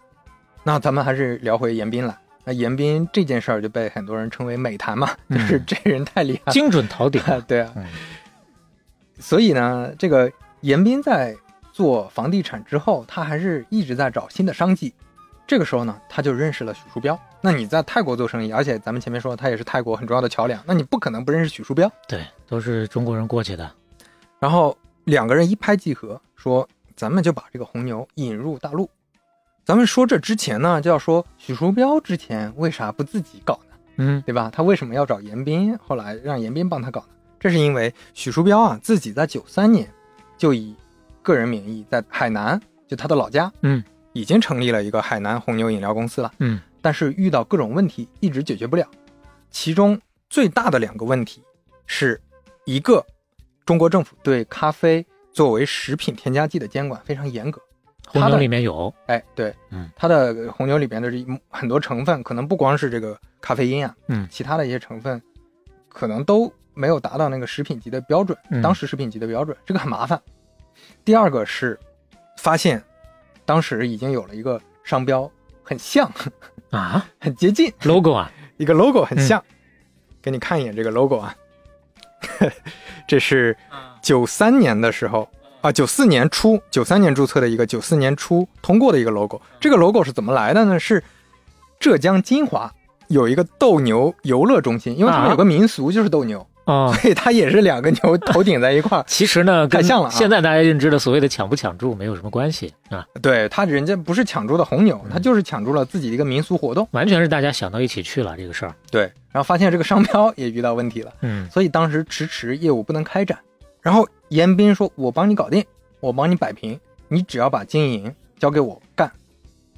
Speaker 3: 那咱们还是聊回严彬来。那严彬这件事儿就被很多人称为美谈嘛，
Speaker 2: 嗯
Speaker 3: 就是这人太厉害了。
Speaker 2: 精准逃顶 啊。
Speaker 3: 对啊，
Speaker 2: 嗯
Speaker 3: 所以呢，这个严彬在做房地产之后，他还是一直在找新的商机。这个时候呢，他就认识了许树标。那你在泰国做生意，而且咱们前面说他也是泰国很重要的桥梁，那你不可能不认识许树标。
Speaker 2: 对，都是中国人过去的。
Speaker 3: 然后两个人一拍即合，说咱们就把这个红牛引入大陆。咱们说这之前呢，就要说许树标之前为啥不自己搞呢？
Speaker 2: 嗯
Speaker 3: 对吧？他为什么要找严彬？后来让严彬帮他搞呢？这是因为许树标啊自己在九三年就以个人名义在海南，就他的老家，
Speaker 2: 嗯，
Speaker 3: 已经成立了一个海南红牛饮料公司了。
Speaker 2: 嗯
Speaker 3: 但是遇到各种问题一直解决不了。其中最大的两个问题是，一个中国政府对咖啡作为食品添加剂的监管非常严格，
Speaker 2: 红
Speaker 3: 它
Speaker 2: 牛
Speaker 3: 的
Speaker 2: 里面有，
Speaker 3: 哎，对，
Speaker 2: 嗯，
Speaker 3: 它的红牛里边的这很多成分可能不光是这个咖啡因啊，
Speaker 2: 嗯
Speaker 3: 其他的一些成分可能都没有达到那个食品级的标准，
Speaker 2: 嗯
Speaker 3: 当时食品级的标准，这个很麻烦。第二个是发现当时已经有了一个商标很像、
Speaker 2: 啊
Speaker 3: 很接近，
Speaker 2: ，logo 啊，
Speaker 3: 一个 logo 很像。给你看一眼这个 logo 啊， 这是九三年的时候啊，九四年初，九三年注册的一个，九四年初通过的一个 logo。这个 logo 是怎么来的呢？是浙江金华有一个斗牛游乐中心，因为他们
Speaker 2: 啊
Speaker 3: 有个民俗就是斗牛，
Speaker 2: 哦，
Speaker 3: 所以它也是两个牛头顶在 一块儿。
Speaker 2: 其实呢，跟
Speaker 3: 太像了啊
Speaker 2: 现在大家认知的所谓的抢不抢注没有什么关系啊，
Speaker 3: 对，它人家不是抢注的红牛，它就是抢注了自己的一个民俗活动。
Speaker 2: 完全是大家想到一起去了这个事儿。
Speaker 3: 对，然后发现这个商标也遇到问题了。
Speaker 2: 嗯
Speaker 3: 所以当时迟迟业务不能开展。然后严彬说：“我帮你搞定，我帮你摆平，你只要把经营交给我干，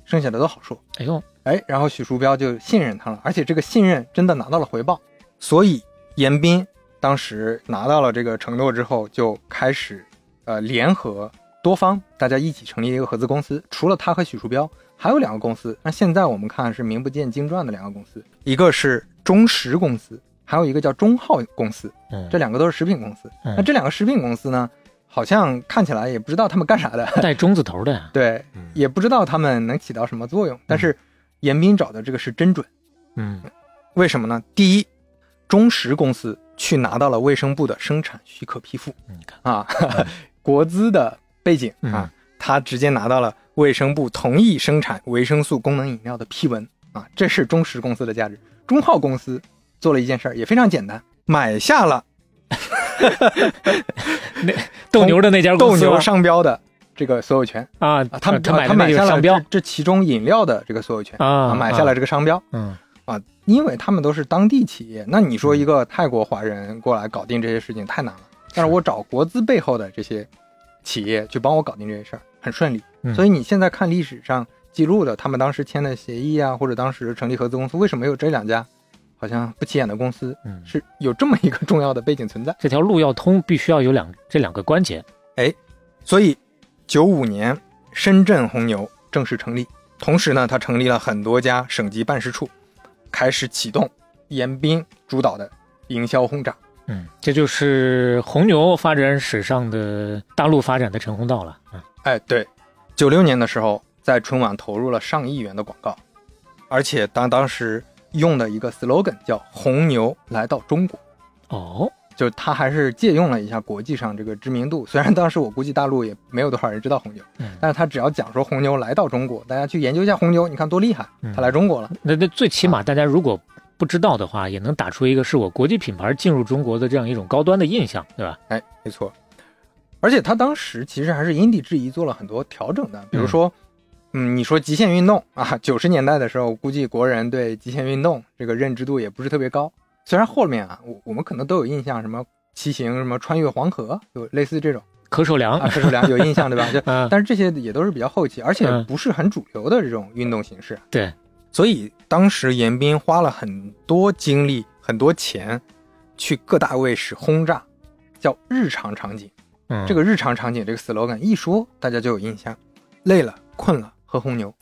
Speaker 3: 剩下的都好说。
Speaker 2: 哎呦，”
Speaker 3: 哎，然后许树标就信任他了，而且这个信任真的拿到了回报。所以严彬当时拿到了这个承诺之后，就开始呃联合多方，大家一起成立一个合资公司。除了他和许树标，还有两个公司。那现在我们看是名不见经传的两个公司，一个是中石公司，还有一个叫中浩公司。
Speaker 2: 嗯
Speaker 3: 这，两个都是食品公司。
Speaker 2: 嗯
Speaker 3: 那这两个食品公司呢，好像看起来也不知道他们干啥的，
Speaker 2: 带中字头的呀，
Speaker 3: 对
Speaker 2: 嗯，
Speaker 3: 也不知道他们能起到什么作用。但是严彬找的这个是真准，
Speaker 2: 嗯
Speaker 3: 为什么呢？第一，中石公司去拿到了卫生部的生产许可批复
Speaker 2: 嗯你看，嗯
Speaker 3: 啊， 国资的背景啊，他直接拿到了卫生部同意生产维生素功能饮料的批文啊，这是中石公司的价值。中浩公司做了一件事儿，也非常简单，买下了
Speaker 2: 斗牛的那家
Speaker 3: 斗
Speaker 2: 公司
Speaker 3: 牛
Speaker 2: 吧
Speaker 3: 商标的这个所有权。
Speaker 2: 啊，
Speaker 3: 啊，他们
Speaker 2: 他买的
Speaker 3: 他买
Speaker 2: 那
Speaker 3: 下
Speaker 2: 个
Speaker 3: 了
Speaker 2: 商标
Speaker 3: 这这其中饮料的这个所有权
Speaker 2: 啊，
Speaker 3: 买下
Speaker 2: 啊
Speaker 3: 了，这个商标
Speaker 2: 嗯
Speaker 3: 啊，因为他们都是当地企业，那你说一个泰国华人过来搞定这些事情太难了，但是我找国资背后的这些企业去帮我搞定这些事儿，很顺利。
Speaker 2: 嗯
Speaker 3: 所以你现在看历史上记录的，他们当时签的协议啊，或者当时成立合资公司，为什么有这两家好像不起眼的公司，
Speaker 2: 嗯，
Speaker 3: 是有这么一个重要的背景存在。
Speaker 2: 这条路要通，必须要有两这两个关节。
Speaker 3: 所以，九五年深圳红牛正式成立，同时呢，它成立了很多家省级办事处，开始启动严彬主导的营销轰炸。
Speaker 2: 嗯，这就是红牛发展史上的大陆发展的成功道了。啊，
Speaker 3: 哎，对，九六年的时候，在春晚投入了上亿元的广告，而且当当时用的一个 slogan 叫“红牛来到中国
Speaker 2: 哦，”，
Speaker 3: 就是它还是借用了一下国际上这个知名度。虽然当时我估计大陆也没有多少人知道红牛，
Speaker 2: 嗯
Speaker 3: 但是他只要讲说红牛来到中国，大家去研究一下红牛，你看多厉害，
Speaker 2: 嗯
Speaker 3: 它来中国了。
Speaker 2: 那那最起
Speaker 3: 啊
Speaker 2: 码大家如果不知道的话，也能打出一个是我国际品牌进入中国的这样一种高端的印象，对吧？
Speaker 3: 哎，没错。而且他当时其实还是因地制宜做了很多调整的，比如说，嗯，你说极限运动啊，九十年代的时候，估计国人对极限运动这个认知度也不是特别高。虽然后面啊，我我们可能都有印象，什么骑行，什么穿越黄河，有类似这种
Speaker 2: 可手
Speaker 3: 啊，
Speaker 2: 粮，
Speaker 3: 这是两有印象对吧？就
Speaker 2: 嗯、
Speaker 3: 但是这些也都是比较后期，而且
Speaker 2: 嗯
Speaker 3: 不是很主流的这种运动形式。
Speaker 2: 对，
Speaker 3: 所以当时严彬花了很多精力、很多钱，去各大卫视轰炸，叫日常场景。
Speaker 2: 嗯，
Speaker 3: 这
Speaker 2: 个
Speaker 3: 个日常场景这个 slogan 一说，大家就有印象。累了、困了，喝红牛。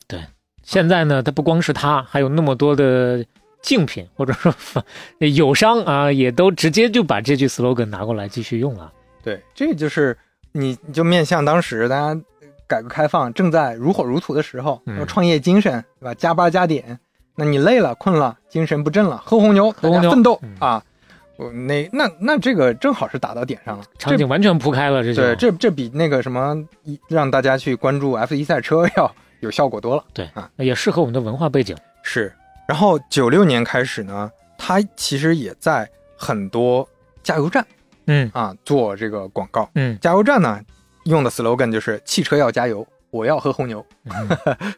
Speaker 2: 现在呢，它不光是它，还有那么多的竞品或者说 友商啊，也都直接就把这句 slogan 拿过来继续用了。
Speaker 3: 对，这就是你你就面向当时大家改革开放正在如火如荼的时候，
Speaker 2: 嗯
Speaker 3: 有创业精神，对吧？加班加点，那你累了、困了、精神不振了，喝红牛，
Speaker 2: 喝红牛
Speaker 3: 大家奋斗、
Speaker 2: 嗯
Speaker 3: 啊！我那那那这个正好是打到点上了，
Speaker 2: 场景完全铺开了，这
Speaker 3: 这
Speaker 2: 就
Speaker 3: 对这这比那个什么一让大家去关注 F 一赛车 要有效果多了。
Speaker 2: 也适合我们的文化背景。
Speaker 3: 是，然后九六年开始呢，它其实也在很多加油站
Speaker 2: 嗯
Speaker 3: 啊做这个广告。
Speaker 2: 嗯，
Speaker 3: 加油站呢用的 slogan 就是“汽车要加油，我要喝红牛”，
Speaker 2: 嗯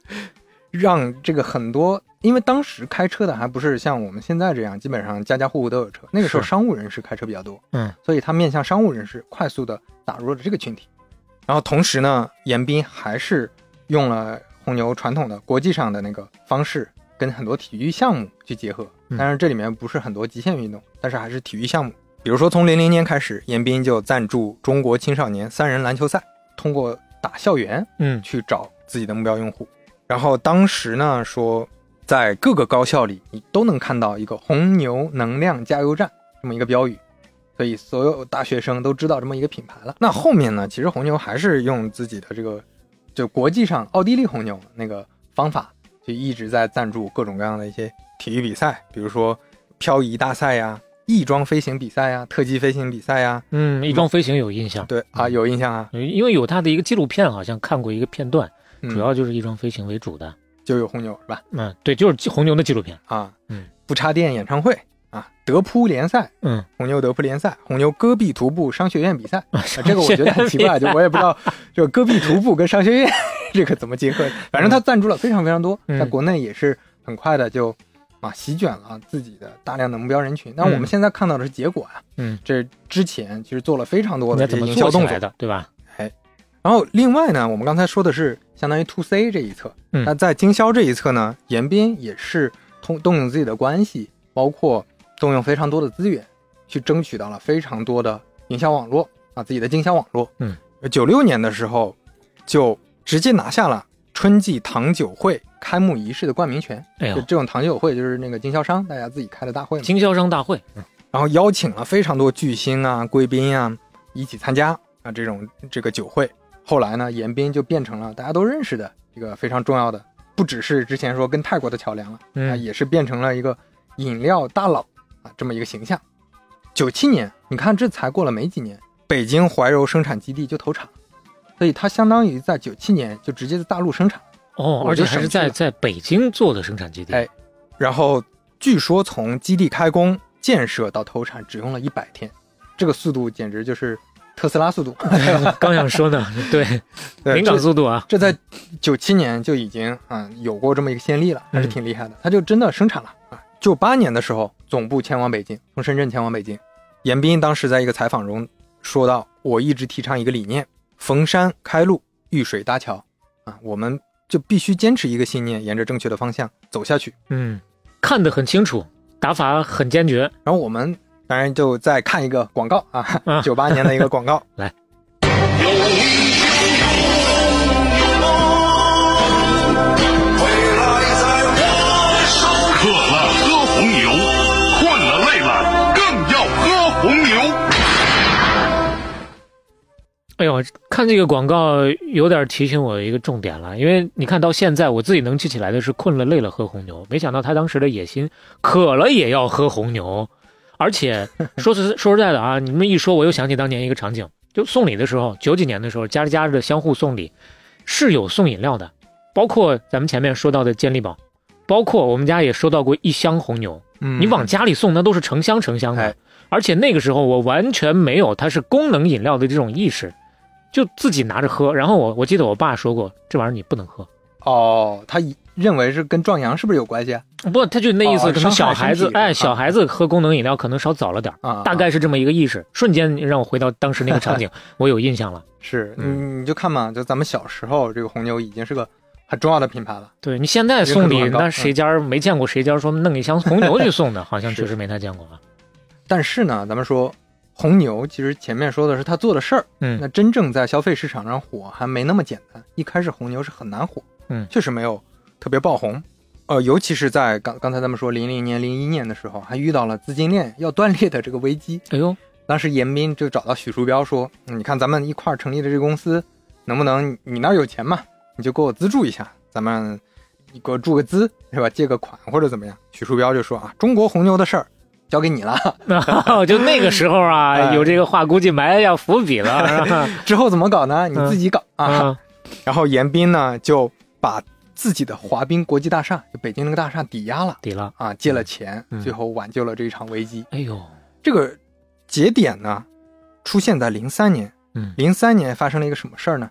Speaker 3: 让这个很多。因为当时开车的还不是像我们现在这样，基本上家家户户都有车。那个时候
Speaker 2: 是
Speaker 3: 商务人士开车比较多，
Speaker 2: 嗯，
Speaker 3: 所以它面向商务人士，快速的打入了这个群体。然后同时呢，严彬还是用了红牛传统的国际上的那个方式，跟很多体育项目去结合。
Speaker 2: 嗯
Speaker 3: 但是这里面不是很多极限运动，但是还是体育项目。比如说，从零零年开始，严彬就赞助中国青少年三人篮球赛，通过打校园
Speaker 2: 嗯
Speaker 3: 去找自己的目标用户。然后当时呢，说在各个高校里，你都能看到一个“红牛能量加油站”这么一个标语，所以所有大学生都知道这么一个品牌了。那后面呢，其实红牛还是用自己的这个，就国际上奥地利红牛那个方法，就一直在赞助各种各样的一些体育比赛，比如说漂移大赛呀、翼装飞行比赛呀、特技飞行比赛呀。
Speaker 2: 嗯，翼装飞行有印象，
Speaker 3: 对啊，有印象啊，
Speaker 2: 因为有他的一个纪录片，好像看过一个片段，
Speaker 3: 嗯
Speaker 2: 主要就是翼装飞行为主的。
Speaker 3: 就有红牛是吧？
Speaker 2: 嗯，对，就是红牛的纪录片。
Speaker 3: 啊，
Speaker 2: 嗯，
Speaker 3: 不插电演唱会啊，德扑联赛，
Speaker 2: 嗯，
Speaker 3: 红牛德扑联赛，红牛戈壁徒步商学院比赛，啊、这个我觉得很奇
Speaker 2: 商学
Speaker 3: 怪，
Speaker 2: 院
Speaker 3: 就我也不知道这个戈壁徒步跟商学院 这个怎么结合，反正他赞助了非常非常多，
Speaker 2: 嗯
Speaker 3: 在国内也是很快的就啊席卷了自己的大量的目标人群。但我们现在看到的是结果啊，
Speaker 2: 嗯，
Speaker 3: 这之前其实做了非常多
Speaker 2: 应
Speaker 3: 的
Speaker 2: 该
Speaker 3: 这
Speaker 2: 怎么
Speaker 3: 些营销
Speaker 2: 做起
Speaker 3: 动
Speaker 2: 来
Speaker 3: 作，
Speaker 2: 的，对吧？
Speaker 3: 然后另外呢，我们刚才说的是相当于 to C 这一侧，
Speaker 2: 嗯
Speaker 3: 那在经销这一侧呢，严彬也是通动用自己的关系，包括动用非常多的资源，去争取到了非常多的营销网络啊，自己的经销网络。
Speaker 2: 嗯，
Speaker 3: 九六年的时候就直接拿下了春季糖酒会开幕仪式的冠名权，
Speaker 2: 哎
Speaker 3: 就
Speaker 2: 呦，
Speaker 3: 这种糖酒会就是那个经销商大家自己开的大会嘛。
Speaker 2: 经销商大会，
Speaker 3: 然后邀请了非常多巨星啊、贵宾啊一起参加啊这种这个酒会。后来呢，严彬就变成了大家都认识的一个非常重要的，不只是之前说跟泰国的桥梁了，啊，
Speaker 2: 嗯
Speaker 3: 也是变成了一个饮料大佬啊这么一个形象。九七年，你看这才过了没几年，北京怀柔生产基地就投产了，所以它相当于在九七年就直接在大陆生产。
Speaker 2: 哦，而且还是在
Speaker 3: 我就省去了
Speaker 2: 在北京做的生产基地。
Speaker 3: 哎然后据说从基地开工、建设到投产只用了一百天，这个速度简直就是特斯拉速 度。
Speaker 2: 刚想说呢，对，
Speaker 3: 对
Speaker 2: 临港
Speaker 3: 这
Speaker 2: 速度啊，
Speaker 3: 这在九七年就已经啊、有过这么一个先例了，还
Speaker 2: 嗯
Speaker 3: 是挺厉害的。它就真的生产了啊。九八年的时候，总部迁往北京，从深圳迁往北京。严彬当时在一个采访中说到：“我一直提倡一个理念，逢山开路，遇水搭桥啊，我们就必须坚持一个信念，沿着正确的方向走下去。”
Speaker 2: 嗯，看得很清楚，打法很坚决。
Speaker 3: 然后我们当然就再看一个广告
Speaker 2: 啊，
Speaker 3: 啊，九八年的一个广告
Speaker 2: 来。
Speaker 4: 渴了喝红牛，困了累了更要喝红牛。
Speaker 2: 哎呦，看这个广告有点提醒我一个重点了，因为你看到现在我自己能记起来的是困了累了喝红牛，没想到他当时的野心，渴了也要喝红牛，而 且说实 说实在的啊，你们一说我又想起当年一个场景，就送礼的时候，九几年的时候，家里家里的相互送礼是有送饮料的，包括咱们前面说到的健力宝，包括我们家也收到过一箱红牛，
Speaker 3: 嗯
Speaker 2: 你往家里送那都是成箱成箱的
Speaker 3: 哎，
Speaker 2: 而且那个时候我完全没有它是功能饮料的这种意识，就自己拿着喝。然后我我记得我爸说过，这玩意儿你不能喝，
Speaker 3: 哦，他以认为是跟壮阳是不是有关系啊？
Speaker 2: 不，他就那意思，
Speaker 3: 哦
Speaker 2: 可能
Speaker 3: 伤
Speaker 2: 小
Speaker 3: 害
Speaker 2: 孩
Speaker 3: 身
Speaker 2: 子
Speaker 3: 体
Speaker 2: 哎，
Speaker 3: 啊
Speaker 2: 小孩子喝功能饮料可能稍早了点儿，
Speaker 3: 啊
Speaker 2: 大概是这么一个意 识。瞬间让我回到当时那个场景，我有印象了。
Speaker 3: 是，你
Speaker 2: 嗯
Speaker 3: 你就看嘛，就咱们小时候这个红牛已经是个很重要的品牌了。
Speaker 2: 对你现在
Speaker 3: 也
Speaker 2: 送
Speaker 3: 很
Speaker 2: 礼，
Speaker 3: 广告
Speaker 2: 那谁家儿没见过谁家儿说弄一箱红牛去送的，好像确
Speaker 3: 是
Speaker 2: 实没太见过啊。
Speaker 3: 但是呢，咱们说红牛，其实前面说的是他做的事儿，
Speaker 2: 嗯
Speaker 3: 那真正在消费市场上火还没那么简单。一开始红牛是很难火，
Speaker 2: 嗯
Speaker 3: 确实没有特别爆红。呃，尤其是在刚刚才咱们说零零年、零一年的时候，还遇到了资金链要断裂的这个危机，
Speaker 2: 哎呦，
Speaker 3: 当时严彬就找到许树标说：“嗯你看咱们一块儿成立的这个公司，能不能你那儿有钱嘛，你就给我资助一下，咱们你给我注个资是吧？借个款或者怎么样？”许树标就说：“啊，中国红牛的事儿交给你了，
Speaker 2: 就那个时候啊，
Speaker 3: 哎
Speaker 2: 有这个话，估计埋下伏笔 了，啊是吧
Speaker 3: 之后怎么搞
Speaker 2: 嗯
Speaker 3: 呢？你自己搞、啊。
Speaker 2: 啊，
Speaker 3: 然后严彬呢就把自己的华彬国际大厦，就北京那个大厦抵押了
Speaker 2: 抵了。
Speaker 3: 啊，借了钱，
Speaker 2: 嗯
Speaker 3: 最后挽救了这一场危机。
Speaker 2: 哎呦，
Speaker 3: 这个节点呢，出现在零三年。
Speaker 2: 嗯，
Speaker 3: 零三年发生了一个什么事儿呢？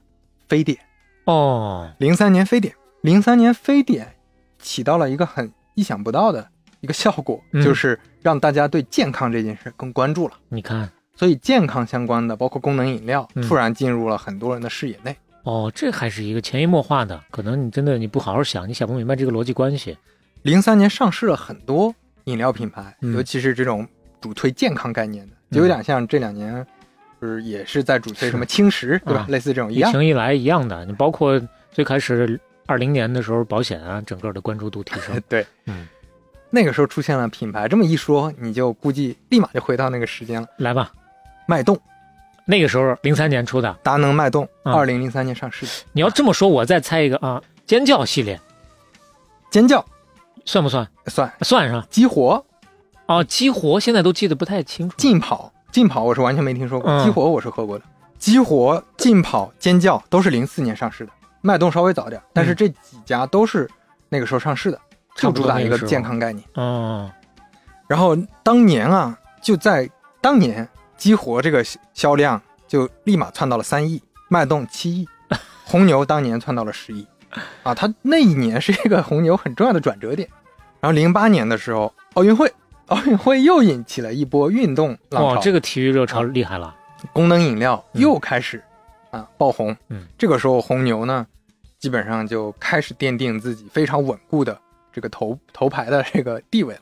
Speaker 3: 非典。
Speaker 2: 哦，
Speaker 3: 零三年非典，零三年非典起到了一个很意想不到的一个效果，
Speaker 2: 嗯
Speaker 3: 就是让大家对健康这件事更关注了。
Speaker 2: 你看，
Speaker 3: 所以健康相关的，包括功能饮料
Speaker 2: 嗯，
Speaker 3: 突然进入了很多人的视野内。
Speaker 2: 哦，这还是一个潜移默化的，可能你真的你不好好想，你想不明白这个逻辑关系。
Speaker 3: 零三年上市了很多饮料品牌，
Speaker 2: 嗯
Speaker 3: 尤其是这种主推健康概念的，就有点像这两年，就是也是在主推什么轻食，对吧
Speaker 2: 啊？
Speaker 3: 类似这种一
Speaker 2: 疫
Speaker 3: 样。。
Speaker 2: 情一来一样的，你包括最开始二零年的时候，保险啊，整个的关注度提升
Speaker 3: 对，
Speaker 2: 嗯，
Speaker 3: 那个时候出现了品牌，这么一说，你就估计立马就回到那个时间了。
Speaker 2: 来吧，
Speaker 3: 脉动，
Speaker 2: 那个时候零三年出的，
Speaker 3: 达能脉动，
Speaker 2: 嗯
Speaker 3: 二零零三年上市的，
Speaker 2: 你要这么说，我再猜一个啊，尖叫系列
Speaker 3: 尖叫
Speaker 2: 算不算？
Speaker 3: 算
Speaker 2: 算上
Speaker 3: 激活、
Speaker 2: 哦，激活现在都记得不太清楚。
Speaker 3: 劲跑、劲跑，我是完全没听说过，
Speaker 2: 嗯
Speaker 3: 激活我是喝过的。激活、劲跑、尖叫都是零四年上市的，脉动稍微早点，但是这几家都是那个时候上市的，
Speaker 2: 嗯差
Speaker 3: 就
Speaker 2: 不多
Speaker 3: 主打一
Speaker 2: 那个
Speaker 3: 个
Speaker 2: 时候
Speaker 3: 健康概念。
Speaker 2: 哦，
Speaker 3: 然后当年啊，就在当年激活这个销销量就立马窜到了三亿，脉动七亿，红牛当年窜到了十亿，啊，它那一年是一个红牛很重要的转折点。然后零八年的时候，奥运会，奥运会又引起了一波运动浪潮，啊
Speaker 2: 哇，这个体育热潮厉害了。
Speaker 3: 功能饮料又开始、啊爆红。
Speaker 2: 嗯，
Speaker 3: 这个时候红牛呢，基本上就开始奠定自己非常稳固的这个头头牌的这个地位了。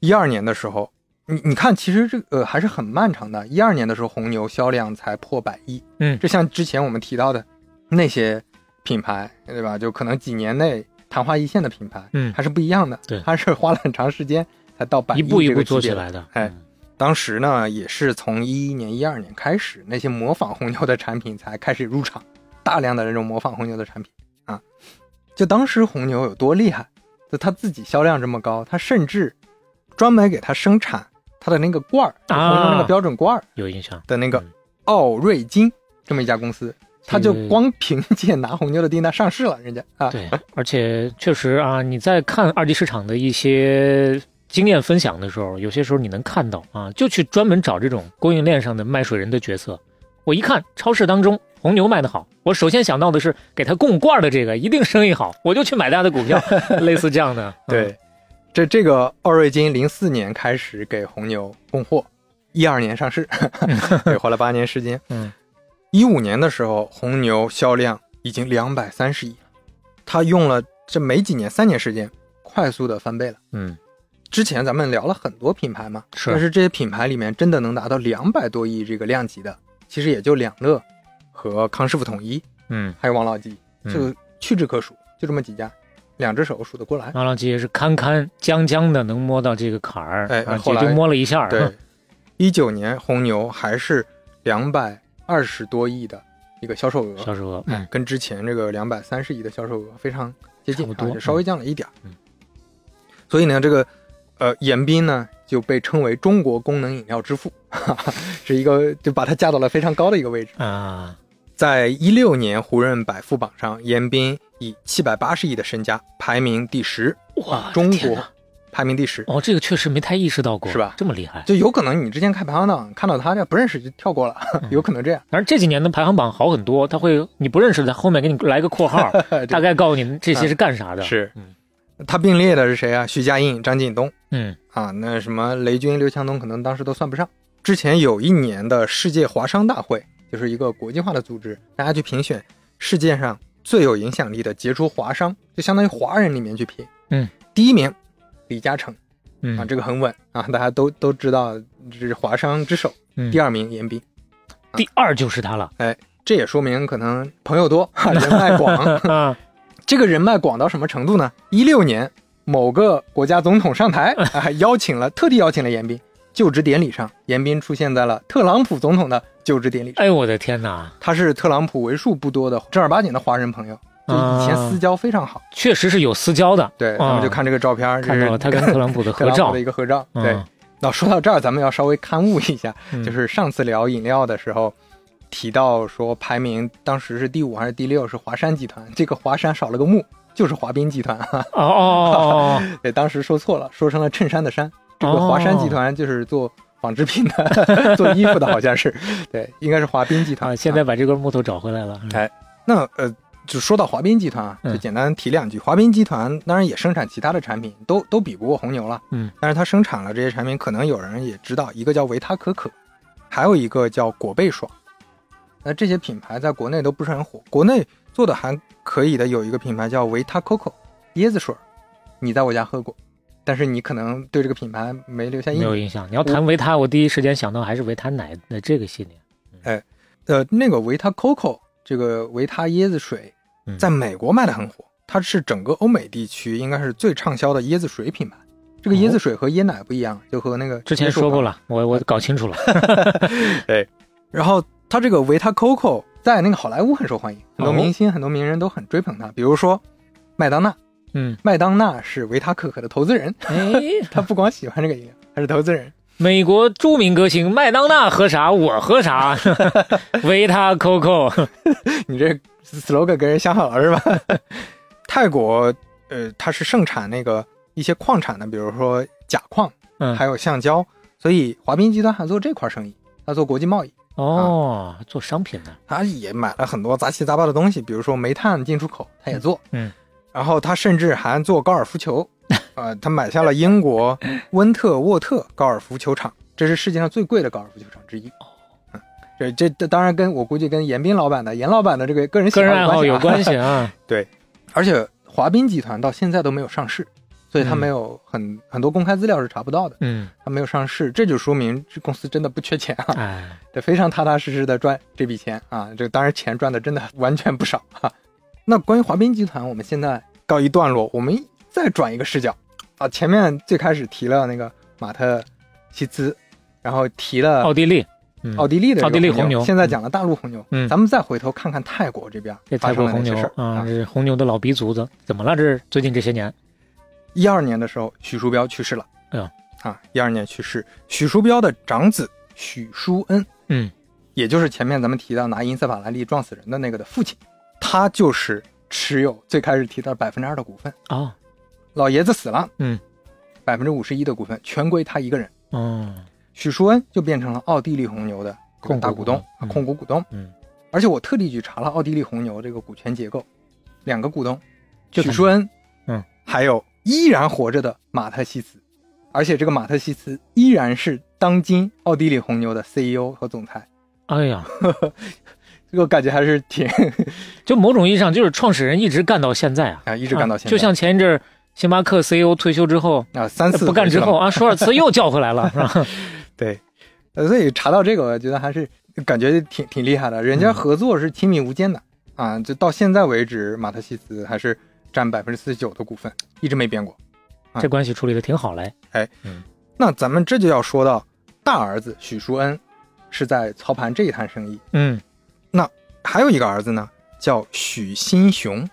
Speaker 3: 一二年的时候，你你看，其实这个、呃还是很漫长的。一二年的时候，红牛销量才破百亿。
Speaker 2: 嗯
Speaker 3: 这像之前我们提到的那些品牌，对吧？就可能几年内昙花一现的品牌，
Speaker 2: 嗯
Speaker 3: 还是不一样的。
Speaker 2: 对
Speaker 3: 它是花了很长时间才到百亿
Speaker 2: 一步一
Speaker 3: 这
Speaker 2: 步
Speaker 3: 个
Speaker 2: 做
Speaker 3: 级
Speaker 2: 起
Speaker 3: 别的
Speaker 2: 来的，
Speaker 3: 哎
Speaker 2: 嗯，
Speaker 3: 当时呢，也是从一一年、一二年开始，那些模仿红牛的产品才开始入场，大量的那种模仿红牛的产品啊。就当时红牛有多厉害，就它自己销量这么高，它甚至专门给它生产它的那个罐儿，就
Speaker 2: 啊
Speaker 3: 红牛那个标准罐儿
Speaker 2: 有印象。
Speaker 3: 的那个
Speaker 2: 嗯
Speaker 3: 奥瑞金这么一家公司，它就
Speaker 2: 这个
Speaker 3: 光凭借拿红牛的订单上市了，人家啊，
Speaker 2: 嗯对，而且确实啊，你在看二级市场的一些经验分享的时候，有些时候你能看到啊，就去专门找这种供应链上的卖水人的角色。我一看超市当中红牛卖的好，我首先想到的是给他供罐儿的这个一定生意好，我就去买他的股 票，类似这样的。嗯
Speaker 3: 对，，这这个奥瑞金零四年开始给红牛供货，一二年 上市，对，花了八年时间。
Speaker 2: 嗯，
Speaker 3: 一五年的时候，红牛销量已经两百三十亿了，它用了这没几年，三年时间，快速的翻倍了。
Speaker 2: 嗯，
Speaker 3: 之前咱们聊了很多品牌嘛，
Speaker 2: 是
Speaker 3: 但是这些品牌里面真的能达到两百多亿这个量级的，其实也就两乐和康师傅统一，
Speaker 2: 嗯，
Speaker 3: 还有王老吉，
Speaker 2: 嗯
Speaker 3: 就屈指可数，就这么几家，两只手数得过来。
Speaker 2: 阿浪吉也是堪堪将将的能摸到这个坎儿，
Speaker 3: 哎
Speaker 2: 啊
Speaker 3: 后
Speaker 2: 也
Speaker 3: 来
Speaker 2: 就摸了一下儿。
Speaker 3: 对，一九年红牛还是两百二十多亿的一个销售额，哎
Speaker 2: 销售额，嗯，
Speaker 3: 跟之前这个两百三十亿的销售额非常接近，
Speaker 2: 差不多
Speaker 3: 啊就稍微降了一点儿。
Speaker 2: 嗯
Speaker 3: 所以呢，这个呃，严彬呢就被称为中国功能饮料之父，哈哈，是一个就把他架到了非常高的一个位置。
Speaker 2: 啊，
Speaker 3: 在一六年胡润百富榜上，严彬以七百八十亿的身家排名第十，啊
Speaker 2: 哇，
Speaker 3: 中
Speaker 2: 天
Speaker 3: 国
Speaker 2: 哪
Speaker 3: 排名第十。
Speaker 2: 哦，这个确实没太意识到过，
Speaker 3: 是吧
Speaker 2: 这么厉害。
Speaker 3: 就有可能你之前看排行榜看到他这不认识就跳过了，
Speaker 2: 嗯
Speaker 3: 有可能这样。
Speaker 2: 反正这几年的排行榜好很多，它会你不认识的后面给你来个括 号，大概告诉你这些是干啥的。，
Speaker 3: 是
Speaker 2: 嗯，
Speaker 3: 他并列的是谁啊？徐家印、张近东
Speaker 2: 嗯，
Speaker 3: 啊，那什么雷军、刘强东可能当时都算不上。之前有一年的世界华商大会，就是一个国际化的组织，大家去评选世界上最有影响力的杰出华商，就相当于华人里面去评。
Speaker 2: 嗯，
Speaker 3: 第一名李嘉诚
Speaker 2: 嗯
Speaker 3: 啊，这个很稳啊，大家都都知道这是华商之首。
Speaker 2: 嗯
Speaker 3: 第二名严彬，
Speaker 2: 第二就是它 了
Speaker 3: 这也说明可能朋友多，哈人脉 广。
Speaker 2: 啊！
Speaker 3: 这个人脉广到什么程 度呢？一六年，某个国家总统上台啊，邀请了，特地邀请了严彬就职典礼上，严彬出现在了特朗普总统的就职典礼上。
Speaker 2: 哎，我的天哪，
Speaker 3: 他是特朗普为数不多的正儿八经的华人朋友，就以前
Speaker 2: 啊
Speaker 3: 私交非常好。
Speaker 2: 确实是有私交的。
Speaker 3: 对，
Speaker 2: 啊
Speaker 3: 咱们就看这个照片，这
Speaker 2: 看
Speaker 3: 是
Speaker 2: 到了他跟特朗普的
Speaker 3: 特
Speaker 2: 合
Speaker 3: 朗普
Speaker 2: 照
Speaker 3: 的一，个合照。对
Speaker 2: 嗯，
Speaker 3: 那说到这儿，咱们要稍微刊物一下，
Speaker 2: 嗯
Speaker 3: 就是上次聊饮料的时候。提到说排名当时是第五还是第六是华山集团，这个华山少了个木，就是华彬集团。
Speaker 2: 哦哦哦
Speaker 3: 对，当时说错了，说成了衬衫的衫。这个华山集团就是做纺织品的， 做衣服的，好像是，对，应该是华彬集
Speaker 2: 哦，
Speaker 3: 团。
Speaker 2: 啊，现在把这根木头找回来了。
Speaker 3: 哎那呃，就说到华彬集团啊，
Speaker 2: 嗯
Speaker 3: 就简单提两句。华彬集团当然也生产其他的产品，都都比不过红牛了。
Speaker 2: 嗯，
Speaker 3: 但是它生产了这些产品，可能有人也知道，一个叫维他可可，还有一个叫果贝爽。那这些品牌在国内都不是很火，国内做的还可以的有一个品牌叫维他 Coco 椰子水儿，你在我家喝过，但是你可能对这个品牌没留下印
Speaker 2: 没
Speaker 3: 象
Speaker 2: 有。印象。你要谈维他，我第一时间想到还是维他奶的这个系列。
Speaker 3: 呃，那个维他 Coco 这个维他椰子水
Speaker 2: 嗯，
Speaker 3: 在美国卖的很火，它是整个欧美地区应该是最畅销的椰子水品牌。这个椰子水和椰奶不一样，就和那个
Speaker 2: 哦之前说过
Speaker 3: 了。
Speaker 2: 了，我我搞清楚了。
Speaker 3: 然后它这个维他 Coco 在那个好莱坞很受欢迎，很
Speaker 2: 哦
Speaker 3: 多明星、很多名人都很追捧它。比如说麦当娜，
Speaker 2: 嗯，
Speaker 3: 麦当娜是维他可可的投资人，
Speaker 2: 哎，
Speaker 3: 他不光喜欢这个饮料，他是投资人。
Speaker 2: 美国著名歌星麦当娜喝啥我喝啥， 维他 Coco
Speaker 3: 你这 slogan 跟人想好了是吧？ 泰国呃，它是盛产那个一些矿产的，比如说钾矿，
Speaker 2: 嗯
Speaker 3: 还有橡胶，所以华彬集团还做这块生意，它做国际贸易，
Speaker 2: 哦，做商品 的，
Speaker 3: 它也买了很多杂七杂八的东西，比如说煤炭进出口，它也做，
Speaker 2: 嗯，
Speaker 3: 然后它甚至还做高尔 夫球，呃，它买下了英国温特沃特高尔夫球场，这是世界上最贵的高尔夫球场之一。
Speaker 2: 哦
Speaker 3: 嗯这这这当然跟我估计跟严彬老板的严老板的这个个人喜
Speaker 2: 个
Speaker 3: 好
Speaker 2: 人爱好有
Speaker 3: 啊
Speaker 2: 关系 啊。
Speaker 3: 而且华彬集团到现在都没有上市，所以它
Speaker 2: 嗯
Speaker 3: 没有很、很多公开资料是查不到的，
Speaker 2: 嗯，
Speaker 3: 它没有上市，这就说明这公司真的不缺钱啊，
Speaker 2: 哎，
Speaker 3: 这非常踏踏实实的赚这笔钱啊，这当然钱赚的真的完全不少哈、那关于华彬集团，我们现在告一段落，我们再转一个视角啊，前面最开始提了那个马特希兹，然后提了
Speaker 2: 奥地利，嗯
Speaker 3: 奥地利的这个
Speaker 2: 奥地利红牛
Speaker 3: 现在讲了大陆红牛，
Speaker 2: 嗯
Speaker 3: 咱们再回头看看泰国这边
Speaker 2: 这
Speaker 3: 发
Speaker 2: 泰
Speaker 3: 生
Speaker 2: 国
Speaker 3: 的那
Speaker 2: 红
Speaker 3: 些
Speaker 2: 牛
Speaker 3: 事儿
Speaker 2: 啊，这是红牛的老鼻祖子，怎么了？这是最近这些年，
Speaker 3: 一二年的时候，许叔彪去世了。
Speaker 2: 哎呦
Speaker 3: 啊，一二年去世。许叔彪的长子许叔恩，
Speaker 2: 嗯，
Speaker 3: 也就是前面咱们提到拿银色法拉利撞死人的那个的父亲，他就是持有最开始提到百分之二的股份。
Speaker 2: 哦，
Speaker 3: 老爷子死了，
Speaker 2: 嗯，
Speaker 3: 百分之五十一的股份全归他一个人。
Speaker 2: 嗯
Speaker 3: 许叔恩就变成了奥地利红牛的这个大股东，啊
Speaker 2: 控股股东嗯
Speaker 3: 控股股东。
Speaker 2: 嗯，
Speaker 3: 而且我特地去查了奥地利红牛这个股权结构，两个股东，
Speaker 2: 就
Speaker 3: 许叔恩，
Speaker 2: 嗯，
Speaker 3: 还有依然活着的马特西茨，而且这个马特西茨依然是当今奥地利红牛的 CEO 和总裁，
Speaker 2: 哎呀，
Speaker 3: 这个感觉还是挺，
Speaker 2: 就某种意义上就是创始人一直干到现在啊
Speaker 3: 啊，一直干到现在，
Speaker 2: 就像前一阵儿星巴克 CEO 退休之后。
Speaker 3: 啊三次
Speaker 2: 不干
Speaker 3: 回去
Speaker 2: 之
Speaker 3: 了
Speaker 2: 后
Speaker 3: 嘛，
Speaker 2: 啊，舒尔茨又叫回来 了，是吧？
Speaker 3: 对，呃所以查到这个，我觉得还是感觉挺挺厉害的，
Speaker 2: 嗯
Speaker 3: 人家合作是亲密无间的、啊，就到现在为止，马特西茨还是占百分之四十九的股份，一直没变过。
Speaker 2: 这关系处理的挺好嘞。
Speaker 3: 那咱们这就要说到大儿子许叔恩是在操盘这一摊生意，
Speaker 2: 嗯，
Speaker 3: 还有一个儿子呢叫许新雄，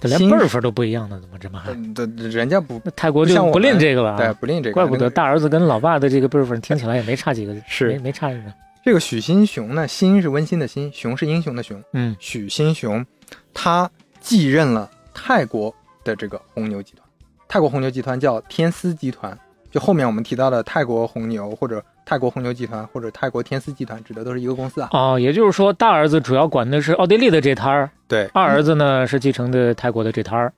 Speaker 2: 这连
Speaker 3: 新
Speaker 2: 辈儿分都不一样呢，怎么这么还？
Speaker 3: 嗯，对，人家不
Speaker 2: 那泰国
Speaker 3: 不像
Speaker 2: 就
Speaker 3: 我
Speaker 2: 不吝
Speaker 3: 们
Speaker 2: 这个了
Speaker 3: 对
Speaker 2: 啊，
Speaker 3: 不吝这个，
Speaker 2: 怪不
Speaker 3: 那
Speaker 2: 得
Speaker 3: 个
Speaker 2: 大儿子跟老爸的这个辈儿分听起来也没差几个，
Speaker 3: 是
Speaker 2: 没没差什么。
Speaker 3: 这个许新雄呢，新是温馨的新，雄是英雄的雄，
Speaker 2: 嗯，
Speaker 3: 许新雄他继任了泰国的这个红牛集团，泰国红牛集团叫天丝集团，就后面我们提到的泰国红牛或者泰国红牛集团或者泰国天丝集团指的都是一个公司啊，
Speaker 2: 哦，也就是说，大儿子主要管的是奥地利的这摊儿，
Speaker 3: 对，
Speaker 2: 二儿子呢是继承的泰国的这摊儿。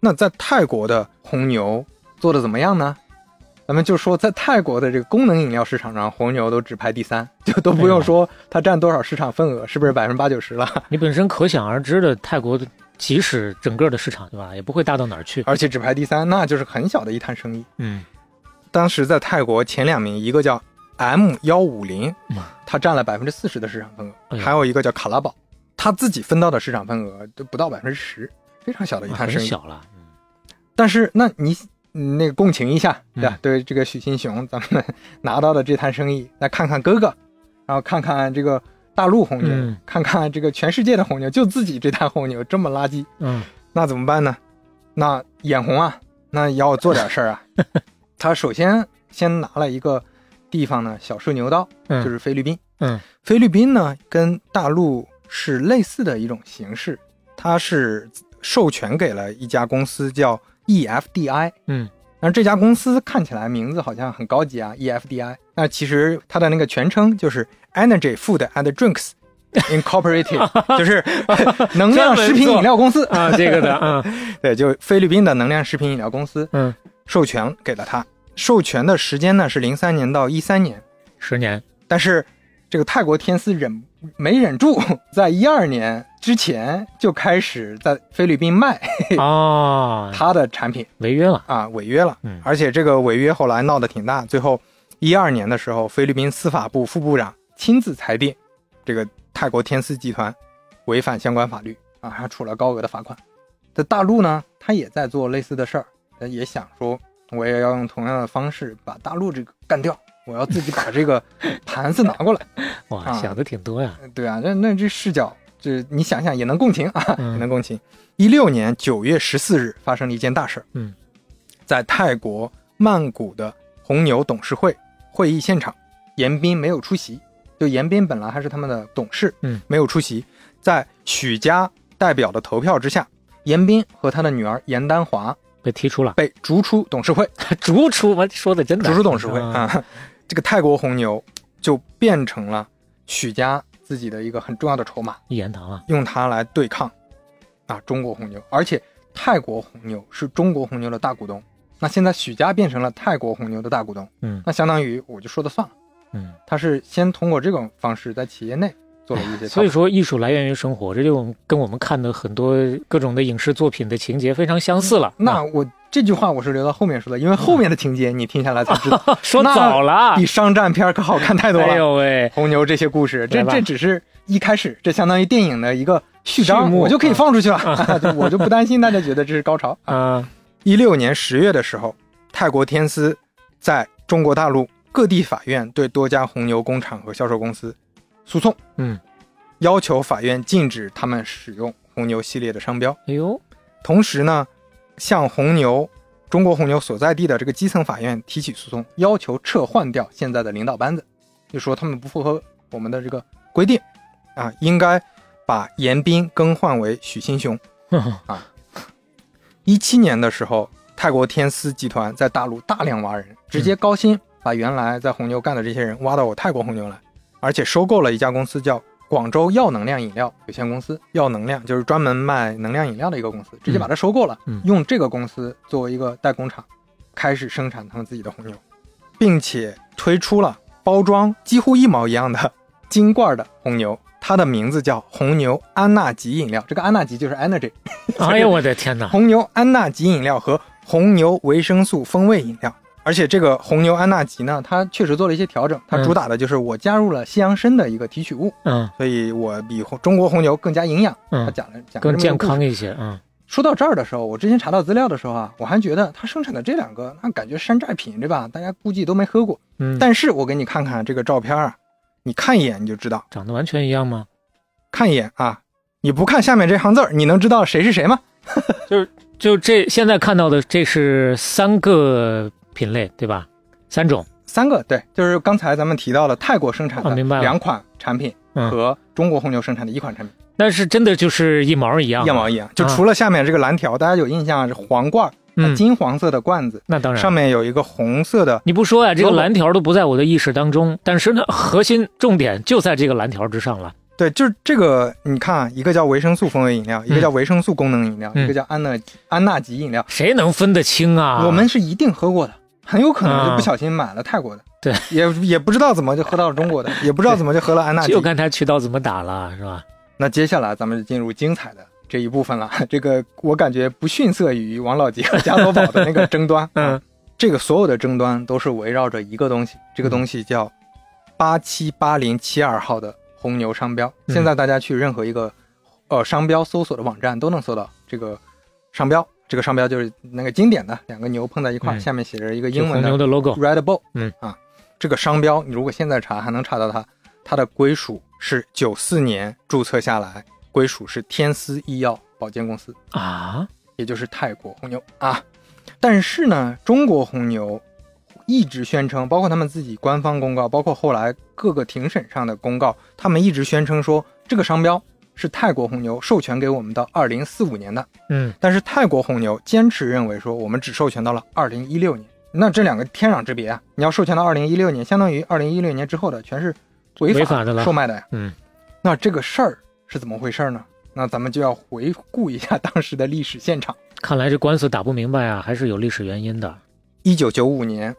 Speaker 3: 那在泰国的红牛做的怎么样呢？咱们就说，在泰国的这个功能饮料市场上，红牛都只排第三，就都不用说它占多少市场份额，是不是百分之八九十了？
Speaker 2: 你本身可想而知的，泰国的即使整个的市场对吧，也不会大到哪儿去。
Speaker 3: 而且只排第三，那就是很小的一摊生意。
Speaker 2: 嗯，
Speaker 3: 当时在泰国前两名，一个叫 M 幺五零
Speaker 2: 嗯，
Speaker 3: 它占了百分之四十的市场份
Speaker 2: 哎
Speaker 3: 额，
Speaker 2: 呦
Speaker 3: 还有一个叫卡拉宝，它自己分到的市场份额都不到百分之十，非常小的一
Speaker 2: 啊
Speaker 3: 摊
Speaker 2: 很
Speaker 3: 生意。
Speaker 2: 小了。嗯
Speaker 3: 但是，那你嗯那个共情一下，对吧？
Speaker 2: 嗯
Speaker 3: 对这个许新雄，咱们拿到的这摊生意，再看看哥哥，然后看看这个大陆红牛，
Speaker 2: 嗯
Speaker 3: 看看这个全世界的红牛，就自己这摊红牛这么垃圾，
Speaker 2: 嗯
Speaker 3: 那怎么办呢？那眼红啊，那要做点事儿 啊。他首先先拿了一个地方呢，小试牛刀，
Speaker 2: 嗯
Speaker 3: 就是菲律宾。
Speaker 2: 嗯，
Speaker 3: 菲律宾呢跟大陆是类似的一种形式，它是授权给了一家公司叫 E EFDI。
Speaker 2: 嗯，
Speaker 3: 但是这家公司看起来名字好像很高级啊，EFDI。那其实它的那个全称就是 Energy Food and Drinks Incorporated，就是 能量食品饮料公司。
Speaker 2: 啊，这个的啊，
Speaker 3: 对，就是菲律宾的能量食品饮料公司
Speaker 2: 嗯，
Speaker 3: 授权给了他，授权的时间呢是零三年到一三年，
Speaker 2: 十 年，
Speaker 3: 但是这个泰国天丝忍没忍住，在一二年之前就开始在菲律宾卖
Speaker 2: 哦，
Speaker 3: 他的产品
Speaker 2: 违约了，
Speaker 3: 啊，违约了
Speaker 2: 嗯，
Speaker 3: 而且这个违约后来闹得挺大，最后一二年的时候，菲律宾司法部副部长亲自裁定，这个泰国天丝集团违反相关法律啊，还处了高额的罚款。在大陆呢，他也在做类似的事儿，他也想说，我也要用同样的方式把大陆这个干掉，我要自己把这个盘子拿过来。
Speaker 2: 哇，
Speaker 3: 啊
Speaker 2: 想的挺多呀，
Speaker 3: 对啊，那那这视角，这你想想也能共情啊，
Speaker 2: 嗯
Speaker 3: 也能共情。一六年九月十四日发生了一件大事，
Speaker 2: 嗯，
Speaker 3: 在泰国曼谷的红牛董事会会议现场，严彬没有出席。就严彬本来还是他们的董事，
Speaker 2: 嗯，
Speaker 3: 没有出席。在许家代表的投票之下，严彬和他的女儿严丹华
Speaker 2: 被踢出了，
Speaker 3: 被逐出董事会。
Speaker 2: 逐出我说的真的，
Speaker 3: 竹书董事会
Speaker 2: 啊，
Speaker 3: 啊，这个泰国红牛就变成了许家自己的一个很重要的筹码，
Speaker 2: 一言堂啊，
Speaker 3: 用它来对抗啊中国红牛，而且泰国红牛是中国红牛的大股东。那现在许家变成了泰国红牛的大股东，
Speaker 2: 嗯
Speaker 3: 那相当于我就说的算了。
Speaker 2: 嗯，
Speaker 3: 他是先通过这种方式在企业内做了一些操作，
Speaker 2: 哎所以说艺术来源于生活，这就跟我们看的很多各种的影视作品的情节非常相似了。
Speaker 3: 嗯
Speaker 2: 啊
Speaker 3: 那我这句话我是留到后面说的，因为后面的情节你听下来才知道，
Speaker 2: 啊 说早了，
Speaker 3: 比商战片可好看太多了。
Speaker 2: 哎呦喂，
Speaker 3: 红牛这些故事，这
Speaker 2: 来吧
Speaker 3: 这只是一开始，这相当于电影的一个序章，
Speaker 2: 序幕嗯
Speaker 3: 我就可以放出去 了，就我就不担心大家觉得这是高潮。
Speaker 2: 啊，
Speaker 3: 一六年十月的时候，泰国天丝在中国大陆各地法院对多家红牛工厂和销售公司诉讼，
Speaker 2: 嗯，
Speaker 3: 要求法院禁止他们使用红牛系列的商标，
Speaker 2: 哎呦，
Speaker 3: 同时呢，向红牛。中国红牛所在地的这个基层法院提起诉讼，要求撤换掉现在的领导班子，就说他们不符合我们的这个规定，啊，应该把严彬更换为许新雄。啊
Speaker 2: 呵呵
Speaker 3: 一七年的时候，泰国天丝集团在大陆大量挖人，直接高薪把原来在红牛干的这些人挖到我泰国红牛来，而且收购了一家公司叫广州药能量饮料有限公司。药能量就是专门卖能量饮料的一个公司，直接把它收购了，
Speaker 2: 嗯
Speaker 3: 用这个公司作为一个代工厂，开始生产他们自己的红牛，并且推出了包装几乎一毛一样的金罐的红牛。它的名字叫红牛安纳吉饮料，这个安纳吉就是 energy，
Speaker 2: 哎呦我的天 哪，
Speaker 3: 红牛安纳吉饮料和红牛维生素风味饮料。而且这个红牛安纳吉呢，它确实做了一些调整，它
Speaker 2: 嗯
Speaker 3: 主打的就是我加入了西洋参的一个提取物，
Speaker 2: 嗯
Speaker 3: 所以我比红中国红牛更加营养。它
Speaker 2: 嗯，
Speaker 3: 讲了讲了这么一
Speaker 2: 更
Speaker 3: 个
Speaker 2: 健
Speaker 3: 故事
Speaker 2: 康一些，嗯，
Speaker 3: 说到这儿的时候，我之前查到资料的时候啊，我还觉得它生产的这两个，那感觉山寨品对吧？大家估计都没喝过。
Speaker 2: 嗯，
Speaker 3: 但是我给你看看这个照片啊，你看一眼你就知道，
Speaker 2: 长得完全一样吗？
Speaker 3: 看一眼啊，你不看下面这行字儿，你能知道谁是谁吗？
Speaker 2: 就这现在看到的，这是三个品类对吧？三种，
Speaker 3: 三个对，就是刚才咱们提到了泰国生产
Speaker 2: 啊
Speaker 3: 的
Speaker 2: 明白了
Speaker 3: 两款产品
Speaker 2: 嗯
Speaker 3: 和中国红牛生产的一款产品、
Speaker 2: 但是真的就是一毛一样，
Speaker 3: 一毛一样，就除了下面这个蓝条，大家有印象啊是黄罐儿，
Speaker 2: 嗯，
Speaker 3: 金黄色的罐子，
Speaker 2: 那当然
Speaker 3: 啊上。面有一个红色的，
Speaker 2: 你不说呀、这个
Speaker 3: logo
Speaker 2: 蓝条都不在我的意识当中，但是呢，核心重点就在这个蓝条之上了。
Speaker 3: 对，就是这个，你看啊，一个叫维生素风味饮料，一个叫维生素功能饮料，
Speaker 2: 嗯
Speaker 3: 一个叫安纳安纳吉饮料，
Speaker 2: 谁能分得清啊？
Speaker 3: 我们是一定喝过的。很有可能就
Speaker 2: 啊
Speaker 3: 不小心买了泰国的，
Speaker 2: 对，
Speaker 3: 也也不知道怎么就喝到了中国的，也不知道怎么就喝了安纳吉
Speaker 2: 就。看他渠道怎么打了，是吧？
Speaker 3: 那接下来咱们就进入精彩的这一部分了。这个我感觉不逊色于王老吉和加多宝的那个争端。
Speaker 2: 嗯，
Speaker 3: 这个所有的争端都是围绕着一个东西，这个东西叫八七八零七二号的红牛商标。
Speaker 2: 嗯
Speaker 3: 现在大家去任何一个呃商标搜索的网站都能搜到这个商标，这个商标就是那个经典的两个牛碰在一块儿，
Speaker 2: 嗯
Speaker 3: 下面写着一个
Speaker 2: 就
Speaker 3: 英文
Speaker 2: 红牛的 logo，
Speaker 3: Red Bull，
Speaker 2: 嗯
Speaker 3: 啊，这个商标你如果现在查还能查到它，它的归属是九四年注册下来，归属是天丝医药保健公司，
Speaker 2: 啊，
Speaker 3: 也就是泰国红牛啊。但是呢，中国红牛一直宣称，包括他们自己官方公告，包括后来各个庭审上的公告，他们一直宣称说这个商标是泰国红牛授权给我们到二零四五年的。
Speaker 2: 嗯，
Speaker 3: 但是泰国红牛坚持认为说，我们只授权到了二零一六年，那这两个天壤之别啊！你要授权到二零一六年，相当于二零一六年之后的全是违
Speaker 2: 违法的了
Speaker 3: 售卖的呀。
Speaker 2: 嗯，
Speaker 3: 那这个事儿是怎么回事呢？那咱们就要回顾一下当时的历史现场。
Speaker 2: 看来这官司打不明白啊，还是有历史原因的。
Speaker 3: 一九九五年，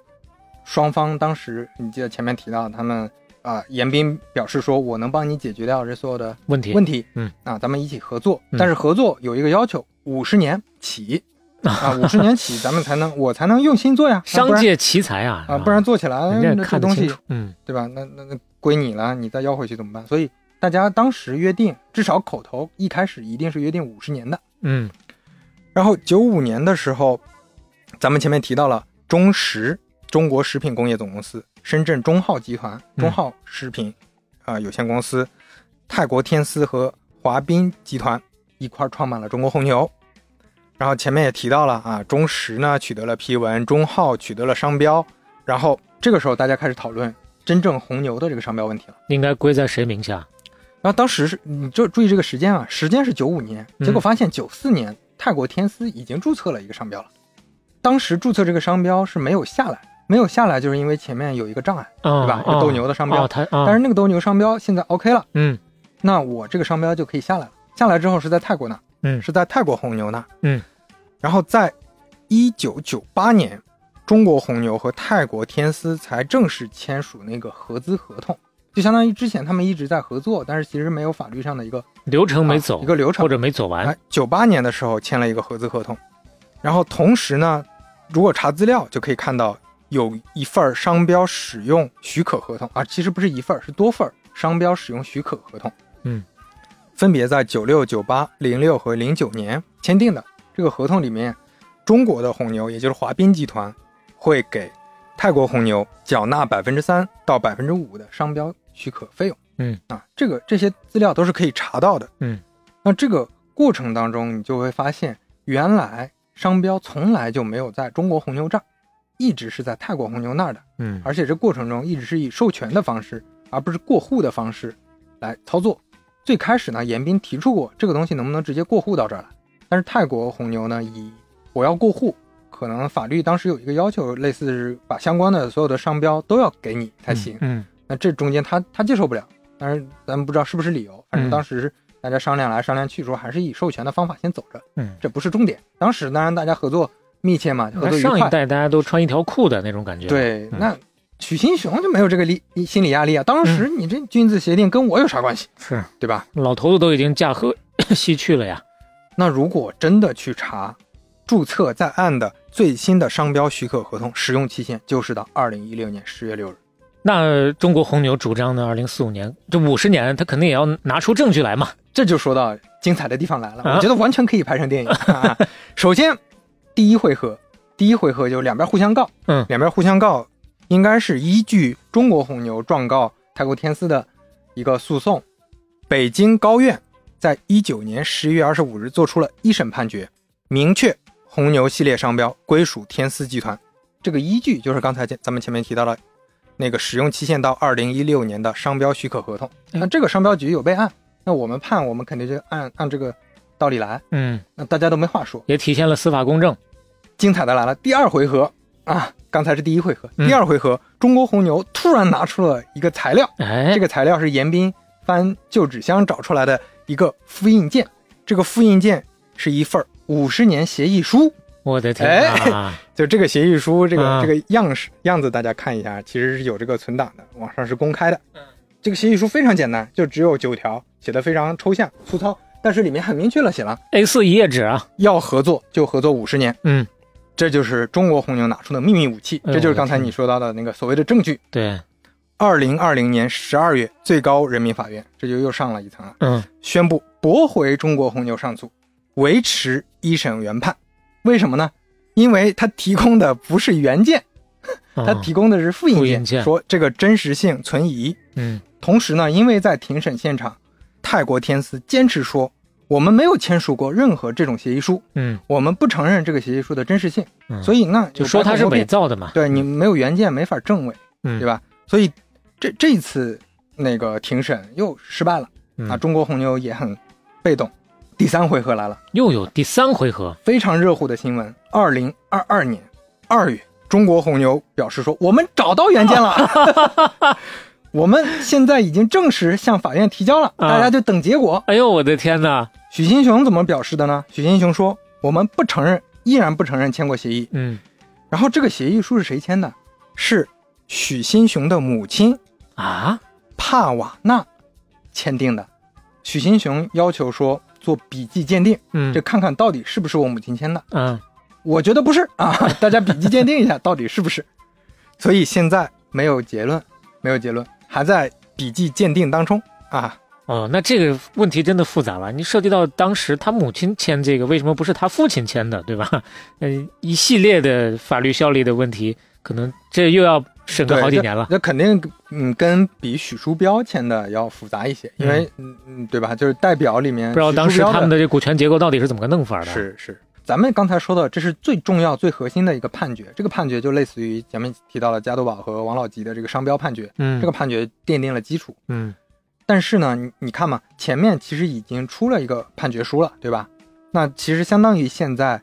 Speaker 3: 双方当时你记得前面提到他们啊、严彬表示说，我能帮你解决掉这所有的
Speaker 2: 问题
Speaker 3: 问题，
Speaker 2: 嗯
Speaker 3: 啊，咱们一起合作
Speaker 2: 嗯，
Speaker 3: 但是合作有一个要求，五十年 起。啊，五十年起，咱们才能，我才能用心做呀，啊不
Speaker 2: 商
Speaker 3: 然
Speaker 2: 界奇才啊，
Speaker 3: 啊，不然做起来
Speaker 2: 人
Speaker 3: 那
Speaker 2: 家
Speaker 3: 这
Speaker 2: 看得
Speaker 3: 东
Speaker 2: 清
Speaker 3: 西
Speaker 2: 楚。嗯
Speaker 3: 对吧？那那那归你了，你再要回去怎么办？所以大家当时约定，至少口头一开始一定是约定五十年的。
Speaker 2: 嗯
Speaker 3: 然后九五年的时候，咱们前面提到了中石中国食品工业总公司、深圳中浩集团、
Speaker 2: 嗯
Speaker 3: 中浩食品啊、呃有限公司、泰国天丝和华彬集团一块儿创办了中国红牛。然后前面也提到了啊，中石呢取得了批文，中浩取得了商标。然后这个时候大家开始讨论真正红牛的这个商标问题了。
Speaker 2: 应该归在谁名下？
Speaker 3: 然后当时是你就注意这个时间啊，时间是九五年，
Speaker 2: 嗯
Speaker 3: 结果发现九四年泰国天丝已经注册了一个商标了。当时注册这个商标是没有下来，没有下来就是因为前面有一个障碍，
Speaker 2: 啊，
Speaker 3: 对吧？
Speaker 2: 啊
Speaker 3: 有斗牛的商标，
Speaker 2: 啊，他啊，
Speaker 3: 但是那个斗牛商标现在 OK 了，
Speaker 2: 嗯
Speaker 3: 那我这个商标就可以下来了。下来之后是在泰国那，
Speaker 2: 嗯
Speaker 3: 是在泰国红牛那，
Speaker 2: 嗯。
Speaker 3: 然后在一九九八年，中国红牛和泰国天丝才正式签署那个合资合同，就相当于之前他们一直在合作，但是其实没有法律上的一个
Speaker 2: 流程没走
Speaker 3: 啊一，个流程
Speaker 2: 或者没走完
Speaker 3: 哎，九八年的时候签了一个合资合同，然后同时呢，如果查资料就可以看到有一份儿商标使用许可合同啊，其实不是一份儿，是多份儿商标使用许可合同。
Speaker 2: 嗯，
Speaker 3: 分别在九六、九八、零六和零九年签订的。这个合同里面，中国的红牛，也就是华彬集团，会给泰国红牛缴纳百分之三到百分之五的商标许可费用。
Speaker 2: 嗯，
Speaker 3: 啊，这个这些资料都是可以查到的。
Speaker 2: 嗯，
Speaker 3: 那这个过程当中，你就会发现，原来商标从来就没有在中国红牛这儿，一直是在泰国红牛那儿的，
Speaker 2: 嗯
Speaker 3: 而且这过程中一直是以授权的方式，而不是过户的方式来操作。最开始呢，严彬提出过这个东西能不能直接过户到这儿来，但是泰国红牛呢，以我要过户，可能法律当时有一个要求，类似是把相关的所有的商标都要给你才行。
Speaker 2: 嗯，
Speaker 3: 那这中间他他接受不了，当然咱们不知道是不是理由，反正
Speaker 2: 嗯
Speaker 3: 当时是大家商量来商量去说，还是以授权的方法先走着，
Speaker 2: 嗯
Speaker 3: 这不是重点。当时当然大家合作密切嘛，
Speaker 2: 那
Speaker 3: 合作愉
Speaker 2: 上一
Speaker 3: 快。
Speaker 2: 代大家都穿一条裤的那种感觉，
Speaker 3: 对，
Speaker 2: 嗯
Speaker 3: 那许新雄就没有这个力心理压力啊。当时
Speaker 2: 嗯
Speaker 3: 你这君子协定跟我有啥关系，
Speaker 2: 是
Speaker 3: 对吧？
Speaker 2: 老头子都已经驾鹤 西去了呀，
Speaker 3: 那如果真的去查注册在案的最新的商标许可合同，使用期限就是到二零一六年十月六日。
Speaker 2: 那中国红牛主张的二零四五年，这五十年，他肯定也要拿出证据来嘛。
Speaker 3: 这就说到精彩的地方来了，
Speaker 2: 啊
Speaker 3: 我觉得完全可以拍成电影。 啊、首先，第一回合，第一回合就两边互相告，
Speaker 2: 嗯
Speaker 3: 两边互相告，应该是依据中国红牛状告泰国天丝的一个诉讼，北京高院在一九年十一月二十五日做出了一审判决，明确红牛系列商标归属天丝集团。这个依据就是刚才咱们前面提到了那个使用期限到二零一六年的商标许可合同。
Speaker 2: 嗯
Speaker 3: 那这个商标局有备案，那我们判，我们肯定就按按这个道理来。
Speaker 2: 嗯，
Speaker 3: 那大家都没话说。
Speaker 2: 也体现了司法公正。
Speaker 3: 精彩的来了，第二回合啊，刚才是第一回合，
Speaker 2: 嗯
Speaker 3: 第二回合，中国红牛突然拿出了一个材料，
Speaker 2: 哎，
Speaker 3: 这个材料是严彬翻旧纸箱找出来的一个复印件，这个复印件是一份五十年协议书。
Speaker 2: 我的天啊！
Speaker 3: 就这个协议书，这个、
Speaker 2: 啊
Speaker 3: 这个样式样子，大家看一下，其实是有这个存档的，网上是公开的。嗯，这个协议书非常简单，就只有九条，写的非常抽象粗糙，但是里面很明确了写了
Speaker 2: A 4一页纸啊，
Speaker 3: 要合作就合作五十年，
Speaker 2: 嗯，
Speaker 3: 这就是中国红牛拿出的秘密武器，
Speaker 2: 哎呦
Speaker 3: 这就是刚才你说到的那个所谓的证据。
Speaker 2: 对，
Speaker 3: 二零二零年十二月，最高人民法院这就又上了一层了，
Speaker 2: 嗯
Speaker 3: 宣布驳回中国红牛上诉，维持一审原判。为什么呢？因为它提供的不是原件，
Speaker 2: 嗯
Speaker 3: 它提供的是复
Speaker 2: 啊复
Speaker 3: 印
Speaker 2: 印
Speaker 3: 件，
Speaker 2: 件
Speaker 3: 说这个真实性存疑。
Speaker 2: 嗯
Speaker 3: 同时呢，因为在庭审现场，泰国天司坚持说，我们没有签署过任何这种协议书，
Speaker 2: 嗯
Speaker 3: 我们不承认这个协议书的真实性，
Speaker 2: 嗯，
Speaker 3: 所
Speaker 2: 以
Speaker 3: 以那
Speaker 2: 就说它是伪
Speaker 3: 伪，
Speaker 2: 造的嘛，
Speaker 3: 对你没有原件没法证伪，
Speaker 2: 嗯
Speaker 3: 对吧？所以这这次那个庭审又失败了
Speaker 2: 嗯
Speaker 3: 啊，中国红牛也很被动。第三回合来了，
Speaker 2: 又有第三回合，
Speaker 3: 非常热乎的新闻：二零二二年二月，中国红牛表示说，我们找到原件了， 我们现在已经正式向法院提交了，
Speaker 2: 啊
Speaker 3: 大家就等结果。
Speaker 2: 哎呦我的天哪，
Speaker 3: 许新雄怎么表示的呢？许新雄说，我们不承认，依然不承认签过协议。
Speaker 2: 嗯
Speaker 3: 然后这个协议书是谁签的？是许新雄的母亲
Speaker 2: 啊，
Speaker 3: 帕瓦纳签订的。许新雄要求说做笔迹鉴定，
Speaker 2: 嗯
Speaker 3: 这看看到底是不是我母亲签的。
Speaker 2: 嗯
Speaker 3: 我觉得不是啊， 大家笔迹鉴定一下到底是不是。所以现在没有结论，没有结论，还在笔迹鉴定当中啊。
Speaker 2: 哦，那这个问题真的复杂了，你涉及到当时他母亲签这个，为什么不是他父亲签的，对吧？ 嗯，一系列的法律效力的问题，可能这又要审个
Speaker 3: 对
Speaker 2: 好几
Speaker 3: 这
Speaker 2: 年了。
Speaker 3: 那肯定嗯，跟比许书标签的要复杂一些，因为嗯嗯，对吧？就是代表里面
Speaker 2: 不知道当
Speaker 3: 许
Speaker 2: 时
Speaker 3: 书标
Speaker 2: 他们的这股权结构到底是怎么个弄法的？
Speaker 3: 是是，咱们刚才说的，这是最重要、最核心的一个判决。这个判决就类似于前面提到了加多宝和王老吉的这个商标判决，
Speaker 2: 嗯，
Speaker 3: 这个判决奠定了基础。
Speaker 2: 嗯
Speaker 3: 但是呢，你你看嘛，前面其实已经出了一个判决书了，对吧？那其实相当于现在，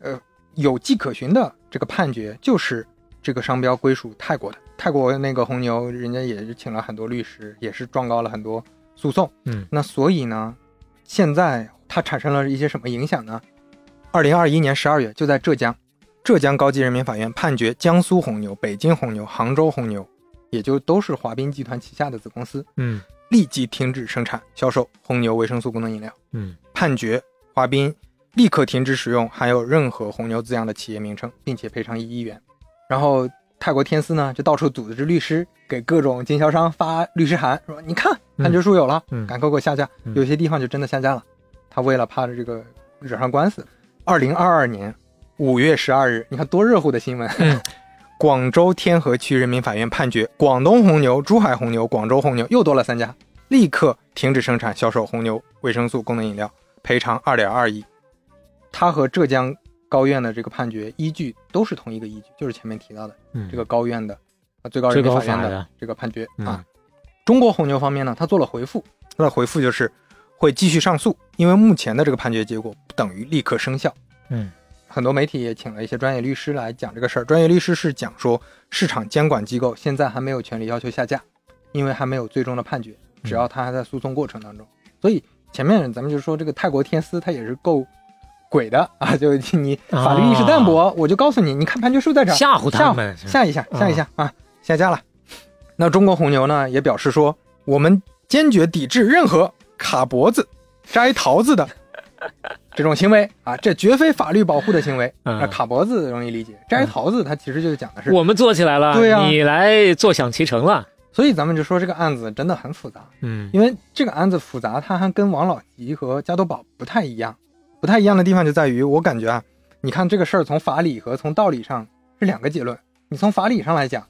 Speaker 3: 呃，有迹可循的这个判决就是这个商标归属泰国的。泰国那个红牛，人家也是请了很多律师，也是状告了很多诉讼。
Speaker 2: 嗯，
Speaker 3: 那所以呢，现在它产生了一些什么影响呢？二零二一年十二月，就在浙江，浙江高级人民法院判决江苏红牛、北京红牛、杭州红牛，也就都是华彬集团旗下的子公司，
Speaker 2: 嗯
Speaker 3: 立即停止生产、销售红牛维生素功能饮料。
Speaker 2: 嗯
Speaker 3: 判决华彬立刻停止使用含有任何红牛字样的企业名称，并且赔偿一亿元。然后泰国天丝呢，就到处组织律师给各种经销商发律师函，说你看
Speaker 2: 嗯
Speaker 3: 判决书有了，
Speaker 2: 嗯
Speaker 3: 赶快给我下架。
Speaker 2: 嗯
Speaker 3: 有些地方就真的下架了。他为了怕这个惹上官司，二零二二年五月十二日，你看多热乎的新闻。
Speaker 2: 嗯
Speaker 3: 广州天河区人民法院判决，广东红牛、珠海红牛、广州红牛又多了三家，立刻停止生产销售红牛维生素功能饮料，赔偿二点二亿。他和浙江高院的这个判决依据都是同一个依据，就是前面提到的
Speaker 2: 嗯，
Speaker 3: 这个高院的啊最高人民法院的这个判决
Speaker 2: 嗯
Speaker 3: 啊。中国红牛方面呢，他做了回复，他的回复就是会继续上诉，因为目前的这个判决结果不等于立刻生效。
Speaker 2: 嗯，
Speaker 3: 很多媒体也请了一些专业律师来讲这个事儿，专业律师是讲说市场监管机构现在还没有权利要求下架，因为还没有最终的判决，只要他还在诉讼过程当中，所以前面咱们就说这个泰国天丝他也是够。鬼的啊！就你法律意识淡薄，我就告诉你，你看判决书在这儿，
Speaker 2: 吓唬他们是吧
Speaker 3: 下一下，下一下啊，下架了。那中国红牛呢也表示说，我们坚决抵制任何卡脖子、摘桃 子的这种行为啊，这绝非法律保护的行为。
Speaker 2: 嗯
Speaker 3: 那卡脖子容易理解，摘桃子它其实就是讲的是，
Speaker 2: 我们做起来了，
Speaker 3: 对啊
Speaker 2: 你来坐享其成了。
Speaker 3: 所以咱们就说这个案子真的很复杂，
Speaker 2: 嗯
Speaker 3: 因为这个案子复杂，它还跟王老吉和加多宝不太一样。不太一样的地方就在于，我感觉啊，你看这个事儿从法理和从道理上是两个结论。你从法理上来讲，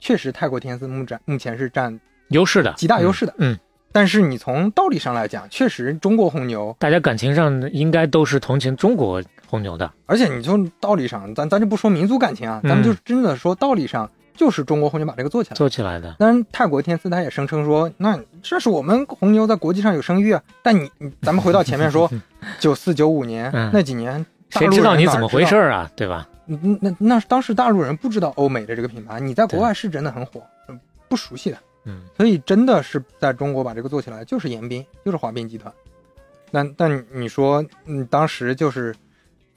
Speaker 3: 确实泰国天丝目前目前是占
Speaker 2: 优势的，
Speaker 3: 极大优势的
Speaker 2: 嗯。嗯，
Speaker 3: 但是你从道理上来讲，确实中国红牛，
Speaker 2: 大家感情上应该都是同情中国红牛的。
Speaker 3: 而且你从道理上，咱咱就不说民族感情啊，
Speaker 2: 嗯
Speaker 3: 咱们就真的说道理上，就是中国红牛把这个做起来。
Speaker 2: 做起来的，
Speaker 3: 当然，泰国天丝他也声称说，那这是我们红牛在国际上有声誉啊。但你你咱们回到前面 说，九四九五年
Speaker 2: 嗯
Speaker 3: 那几年，大
Speaker 2: 谁
Speaker 3: 陆
Speaker 2: 知道
Speaker 3: 人
Speaker 2: 你
Speaker 3: 哪
Speaker 2: 怎么回事儿啊？对吧？
Speaker 3: 嗯那那当时大陆人不知道欧美的这个品牌，你在国外是真的很火，嗯不熟悉的，
Speaker 2: 嗯，
Speaker 3: 所以真的是在中国把这个做起来，就是延彬，就是华彬集团。那但你说，嗯，当时就是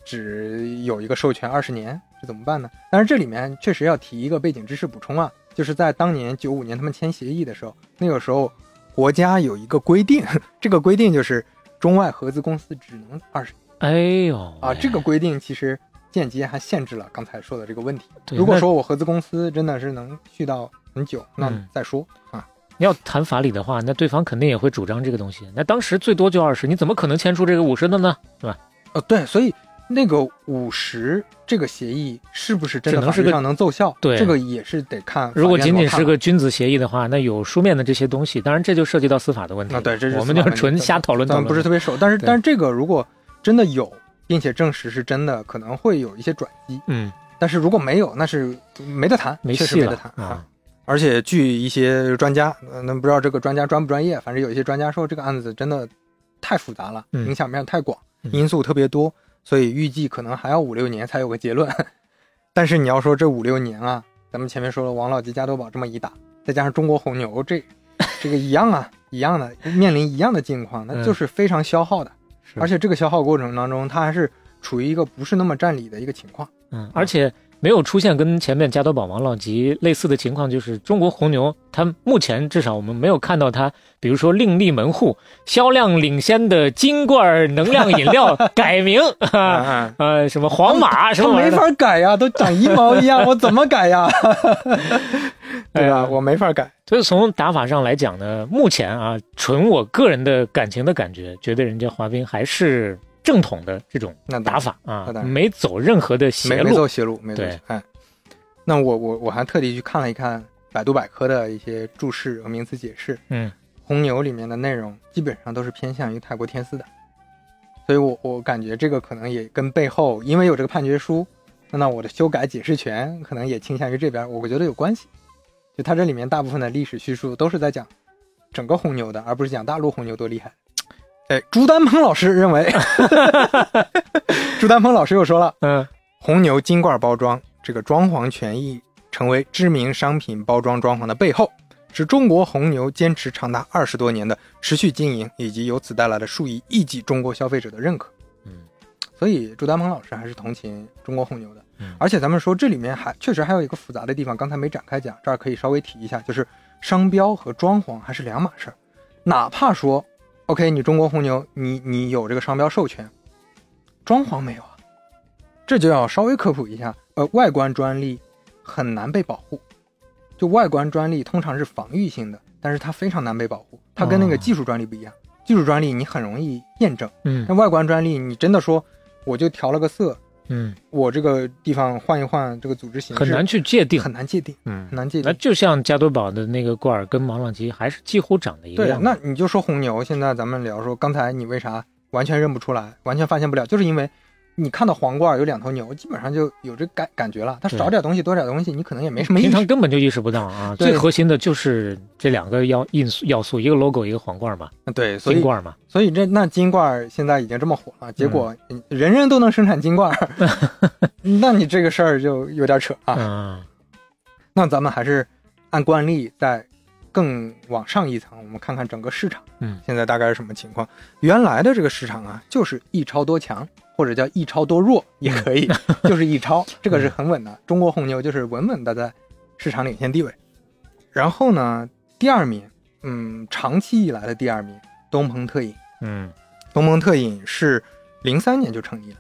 Speaker 3: 只有一个授权二十年，这怎么办呢？但是这里面确实要提一个背景知识补充啊，就是在当年九五年他们签协议的时候，那个时候国家有一个规定， 这个规定就是中外合资公司只能二十
Speaker 2: 哎呦
Speaker 3: 啊，
Speaker 2: 喂
Speaker 3: 这个规定其实间接还限制了刚才说的这个问题。
Speaker 2: 对
Speaker 3: 如果
Speaker 2: 那
Speaker 3: 说我合资公司真的是能续到很久，那
Speaker 2: 嗯
Speaker 3: 再说啊。
Speaker 2: 要谈法理的话，那对方肯定也会主张这个东西。那当时最多就二十，你怎么可能签出这个五十的呢？
Speaker 3: 呃，对，所以那个五十这个协议是不是真的
Speaker 2: 只能
Speaker 3: 法
Speaker 2: 是个
Speaker 3: 律上能奏效？
Speaker 2: 对
Speaker 3: 这个也是得看法院怎么看。
Speaker 2: 如果仅仅是个君子协议的话，那有书面的这些东西，当然这就涉及到司法的问题了。
Speaker 3: 啊对这是
Speaker 2: 我们
Speaker 3: 司
Speaker 2: 就
Speaker 3: 法问题
Speaker 2: 纯瞎讨论讨
Speaker 3: 咱
Speaker 2: 论。
Speaker 3: 们不是特别熟，但是
Speaker 2: 对
Speaker 3: 但是这个如果真的有，并且证实是真的，可能会有一些转机。
Speaker 2: 嗯，
Speaker 3: 但是如果没有，那是没得谈，
Speaker 2: 没
Speaker 3: 确实
Speaker 2: 戏
Speaker 3: 没
Speaker 2: 了
Speaker 3: 得谈
Speaker 2: 啊。。
Speaker 3: 而且据一些专家，呃那、不知道这个专家专不专业，反正有一些专家说这个案子真的太复杂了，
Speaker 2: 嗯
Speaker 3: 影响面太广，
Speaker 2: 嗯
Speaker 3: 因素特别多，所以预计可能还要五六年才有个结论。 但是你要说这五六年啊，咱们前面说了，王老吉、加多宝这么一打，再加上中国红牛 这这个一样啊，一样的面临一样的境况，那
Speaker 2: 嗯
Speaker 3: 就是非常消耗的，
Speaker 2: 是
Speaker 3: 而且这个消耗过程当中，它还是处于一个不是那么占理的一个情况。
Speaker 2: 嗯，而且没有出现跟前面加多宝、王老吉类似的情况，就是中国红牛，它目前至少我们没有看到它，比如说另立门户，销量领先的金罐能量饮 料改名 啊，
Speaker 3: 嗯
Speaker 2: 呃，什么皇马什
Speaker 3: 他
Speaker 2: 么玩意
Speaker 3: 没
Speaker 2: 儿的
Speaker 3: 法改呀，都长一毛一样，我怎么 改呀？对
Speaker 2: 哎
Speaker 3: 吧？
Speaker 2: 呀
Speaker 3: 我没法改。
Speaker 2: 所以从打法上来讲呢，目前啊，纯我个人的感情的感觉，觉得人家滑冰还是正统的这种
Speaker 3: 那当然
Speaker 2: 打法啊
Speaker 3: 那当，然
Speaker 2: 没走任何的邪
Speaker 3: 没嗯没
Speaker 2: 路。
Speaker 3: 走邪路，没走
Speaker 2: 对
Speaker 3: 邪。哎，那我我我还特地去看了一看百度百科的一些注释和名词解释，
Speaker 2: 嗯，
Speaker 3: 红牛里面的内容基本上都是偏向于泰国天丝的，所以我我感觉这个可能也跟背后因为有这个判决书，那我的修改解释权可能也倾向于这边，我觉得有关系。就它这里面大部分的历史叙述都是在讲整个红牛的，而不是讲大陆红牛多厉害。哎，朱丹鹏老师认为， 朱丹鹏老师又说了。
Speaker 2: 嗯，
Speaker 3: 红牛金罐包装这个装潢权益成为知名商品包装装潢的背后，是中国红牛坚持长达二十多年的持续经营，以及由此带来的数以亿计中国消费者的认可。
Speaker 2: 嗯，
Speaker 3: 所以朱丹鹏老师还是同情中国红牛的。
Speaker 2: 嗯
Speaker 3: 而且咱们说这里面还确实还有一个复杂的地方，刚才没展开讲，这儿可以稍微提一下，就是商标和装潢还是两码事儿。哪怕说，OK，你中国红牛，你你有这个商标授权，装潢没有啊？这就要稍微科普一下，呃，外观专利很难被保护，就外观专利通常是防御性的，但是它非常难被保护，它跟那个
Speaker 2: 哦
Speaker 3: 技术专利不一样，技术专利你很容易验证，
Speaker 2: 嗯
Speaker 3: 但外观专利你真的说我就调了个色，
Speaker 2: 嗯，
Speaker 3: 我这个地方换一换这个组织形式，
Speaker 2: 很难去界定。
Speaker 3: 很难界定，
Speaker 2: 嗯
Speaker 3: 很，难界
Speaker 2: 那
Speaker 3: 定。
Speaker 2: 就像加多宝的那个罐儿跟王浪吉还是几乎长得一个
Speaker 3: 对啊
Speaker 2: 样，。
Speaker 3: 那你就说红牛，现在咱们聊说，刚才你为啥完全认不出来，完全发现不了，就是因为你看到皇冠有两头牛，基本上就有这感感觉了，它
Speaker 2: 对
Speaker 3: 少点东西多点东西，你可能也没什么意
Speaker 2: 平常
Speaker 3: 识。
Speaker 2: 根本就意识不到啊，
Speaker 3: 对
Speaker 2: 最核心的就是这两个要因素要素，一个 logo，一个皇冠嘛，嗯
Speaker 3: 对，所
Speaker 2: 金
Speaker 3: 以
Speaker 2: 罐嘛，
Speaker 3: 所以这那金罐儿现在已经这么火了，结果人人都能生产金罐 儿，那你这个事儿就有点扯啊。
Speaker 2: 嗯，
Speaker 3: 那咱们还是按惯例再更往上一层，我们看看整个市场，
Speaker 2: 嗯，
Speaker 3: 现在大概是什么情况？原来的这个市场啊，就是一超多强，或者叫一超多弱也可以，就是一超，这个是很稳的。中国红牛就是稳稳的在市场领先地位。然后呢，第二名，嗯，长期以来的第二名，东鹏特饮。
Speaker 2: 嗯
Speaker 3: 东盟特饮是零三年就成立了，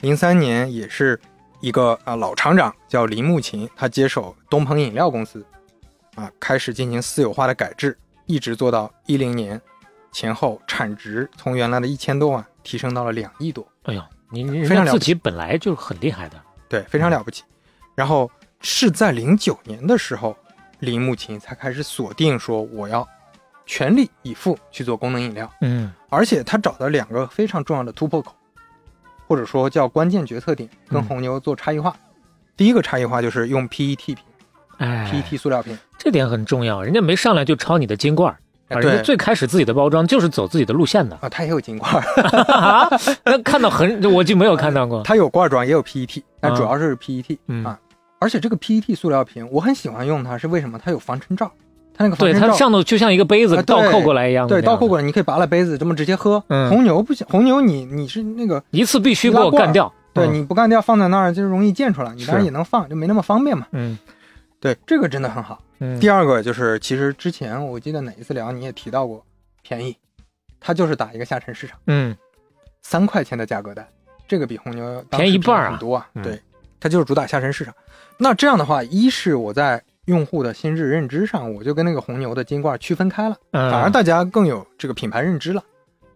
Speaker 3: 零三年也是一个啊老厂长叫林木琴，他接手东鹏饮料公司，啊开始进行私有化的改制，一直做到一零年前后，产值从原来的一千多万提升到了两亿多，
Speaker 2: 哎呦，你你
Speaker 3: 非常
Speaker 2: 人
Speaker 3: 了
Speaker 2: 家
Speaker 3: 不
Speaker 2: 自
Speaker 3: 起
Speaker 2: 己本来就是很厉害的，
Speaker 3: 对，非常了不起。然后是在零九年的时候，林木琴才开始锁定说我要全力以赴去做功能饮料。
Speaker 2: 嗯
Speaker 3: 而且他找到两个非常重要的突破口，或者说叫关键决策点，跟
Speaker 2: 嗯
Speaker 3: 红牛做差异化。第一个差异化就是用 E PET 瓶、
Speaker 2: 哎，
Speaker 3: PET E 塑料瓶，
Speaker 2: 这点很重要，人家没上来就抄你的金罐儿，
Speaker 3: 哎
Speaker 2: 啊人
Speaker 3: 对，
Speaker 2: 家最开始自己的包装就是走自己的路线的
Speaker 3: 啊，它也有金罐儿，
Speaker 2: 啊那看到很我就没有看到过，
Speaker 3: 它有罐装也有 PET，但主要是 PET
Speaker 2: 嗯
Speaker 3: 啊。而且这个 PET 塑料瓶我很喜欢用它，是为什么？它有防尘罩，它那个防
Speaker 2: 对，它
Speaker 3: 尘罩。
Speaker 2: 上头就像一个杯
Speaker 3: 哎
Speaker 2: 子
Speaker 3: 对
Speaker 2: 倒扣过来一样的那样
Speaker 3: 对，
Speaker 2: 的，
Speaker 3: 倒扣过来，你可以拔了杯子这么直接喝。
Speaker 2: 嗯
Speaker 3: 红牛不行，红牛你你是那个，
Speaker 2: 一次必须给我干掉，
Speaker 3: 对，
Speaker 2: 嗯
Speaker 3: 你不干掉放在那儿就容易溅出来，你当然
Speaker 2: 是
Speaker 3: 也能放，就没那么方便嘛。
Speaker 2: 嗯
Speaker 3: 对，这个真的很好。
Speaker 2: 嗯，
Speaker 3: 第二个就是，其实之前我记得哪一次聊你也提到过，便宜，它就是打一个下沉市场，
Speaker 2: 嗯
Speaker 3: 三块钱的价格带，这个比红牛当时
Speaker 2: 便宜一半啊
Speaker 3: 很多啊。
Speaker 2: 嗯
Speaker 3: 对，它就是主打下沉市场。那这样的话，一是我在用户的心智认知上，我就跟那个红牛的金罐区分开了，
Speaker 2: 嗯，
Speaker 3: 反而大家更有这个品牌认知了。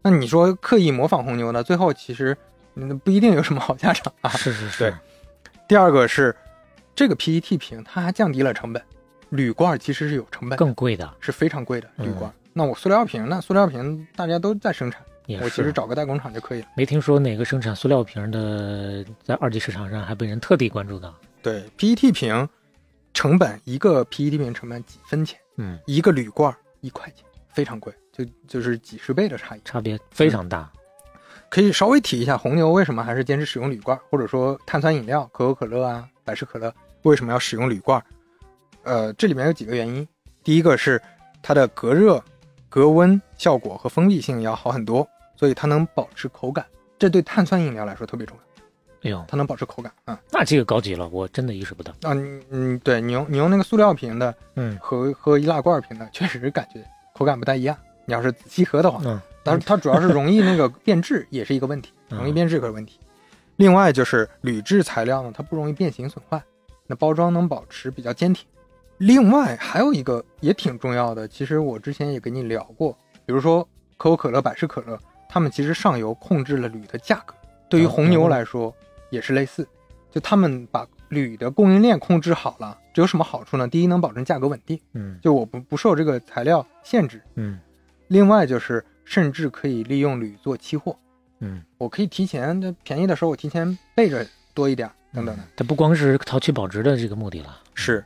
Speaker 3: 那你说刻意模仿红牛呢？最后其实那不一定有什么好下场啊。
Speaker 2: 是是是
Speaker 3: 对， 第二个是这个 PET 瓶，它还降低了成本，铝罐其实是有成本的，
Speaker 2: 更贵的
Speaker 3: 是非常贵的
Speaker 2: 嗯
Speaker 3: 铝罐。那我塑料瓶呢？塑料瓶大家都在生产，
Speaker 2: 也
Speaker 3: 我其实
Speaker 2: 是。
Speaker 3: 找个代工厂就可以了。
Speaker 2: 没听说哪个生产塑料瓶的在二级市场上还被人特地关注到。
Speaker 3: 对，PET E 瓶成本一个 PET 瓶成本几分钱，
Speaker 2: 嗯，
Speaker 3: 一个铝罐一块钱，非常贵，就就是几十倍的差异。
Speaker 2: 差别非常大。
Speaker 3: 可以稍微提一下红牛为什么还是坚持使用铝罐，或者说碳酸饮料可口可乐啊、百事可乐为什么要使用铝罐？呃，这里面有几个原因，第一个是它的隔热、隔温效果和封闭性要好很多，所以它能保持口感，这对碳酸饮料来说特别重要，
Speaker 2: 哎呦，
Speaker 3: 它能保持口感啊
Speaker 2: 那这个高级了，我真的意识不到。
Speaker 3: 啊，你嗯，对你用你用那个塑料瓶的
Speaker 2: 嗯
Speaker 3: 和和易拉罐瓶的，确实感觉口感不太一样。你要是仔细喝的话，
Speaker 2: 嗯，
Speaker 3: 但是它主要是容易那个变质，也是一个问题，
Speaker 2: 嗯
Speaker 3: 容易变质可是问题。另外就是铝制材料呢，它不容易变形损坏，那包装能保持比较坚挺。另外还有一个也挺重要的，其实我之前也跟你聊过，比如说可口可乐、百事可乐，他们其实上游控制了铝的价格，对于
Speaker 2: 嗯
Speaker 3: 红牛来说也是类似，就他们把铝的供应链控制好了，这有什么好处呢？第一，能保证价格稳定，
Speaker 2: 嗯
Speaker 3: 就我不不受这个材料限制，
Speaker 2: 嗯
Speaker 3: 另外就是，甚至可以利用铝做期货，
Speaker 2: 嗯，
Speaker 3: 我可以提前，这便宜的时候我提前备着多一点儿，等等的。
Speaker 2: 它不光是淘气保值的这个目的了。
Speaker 3: 是，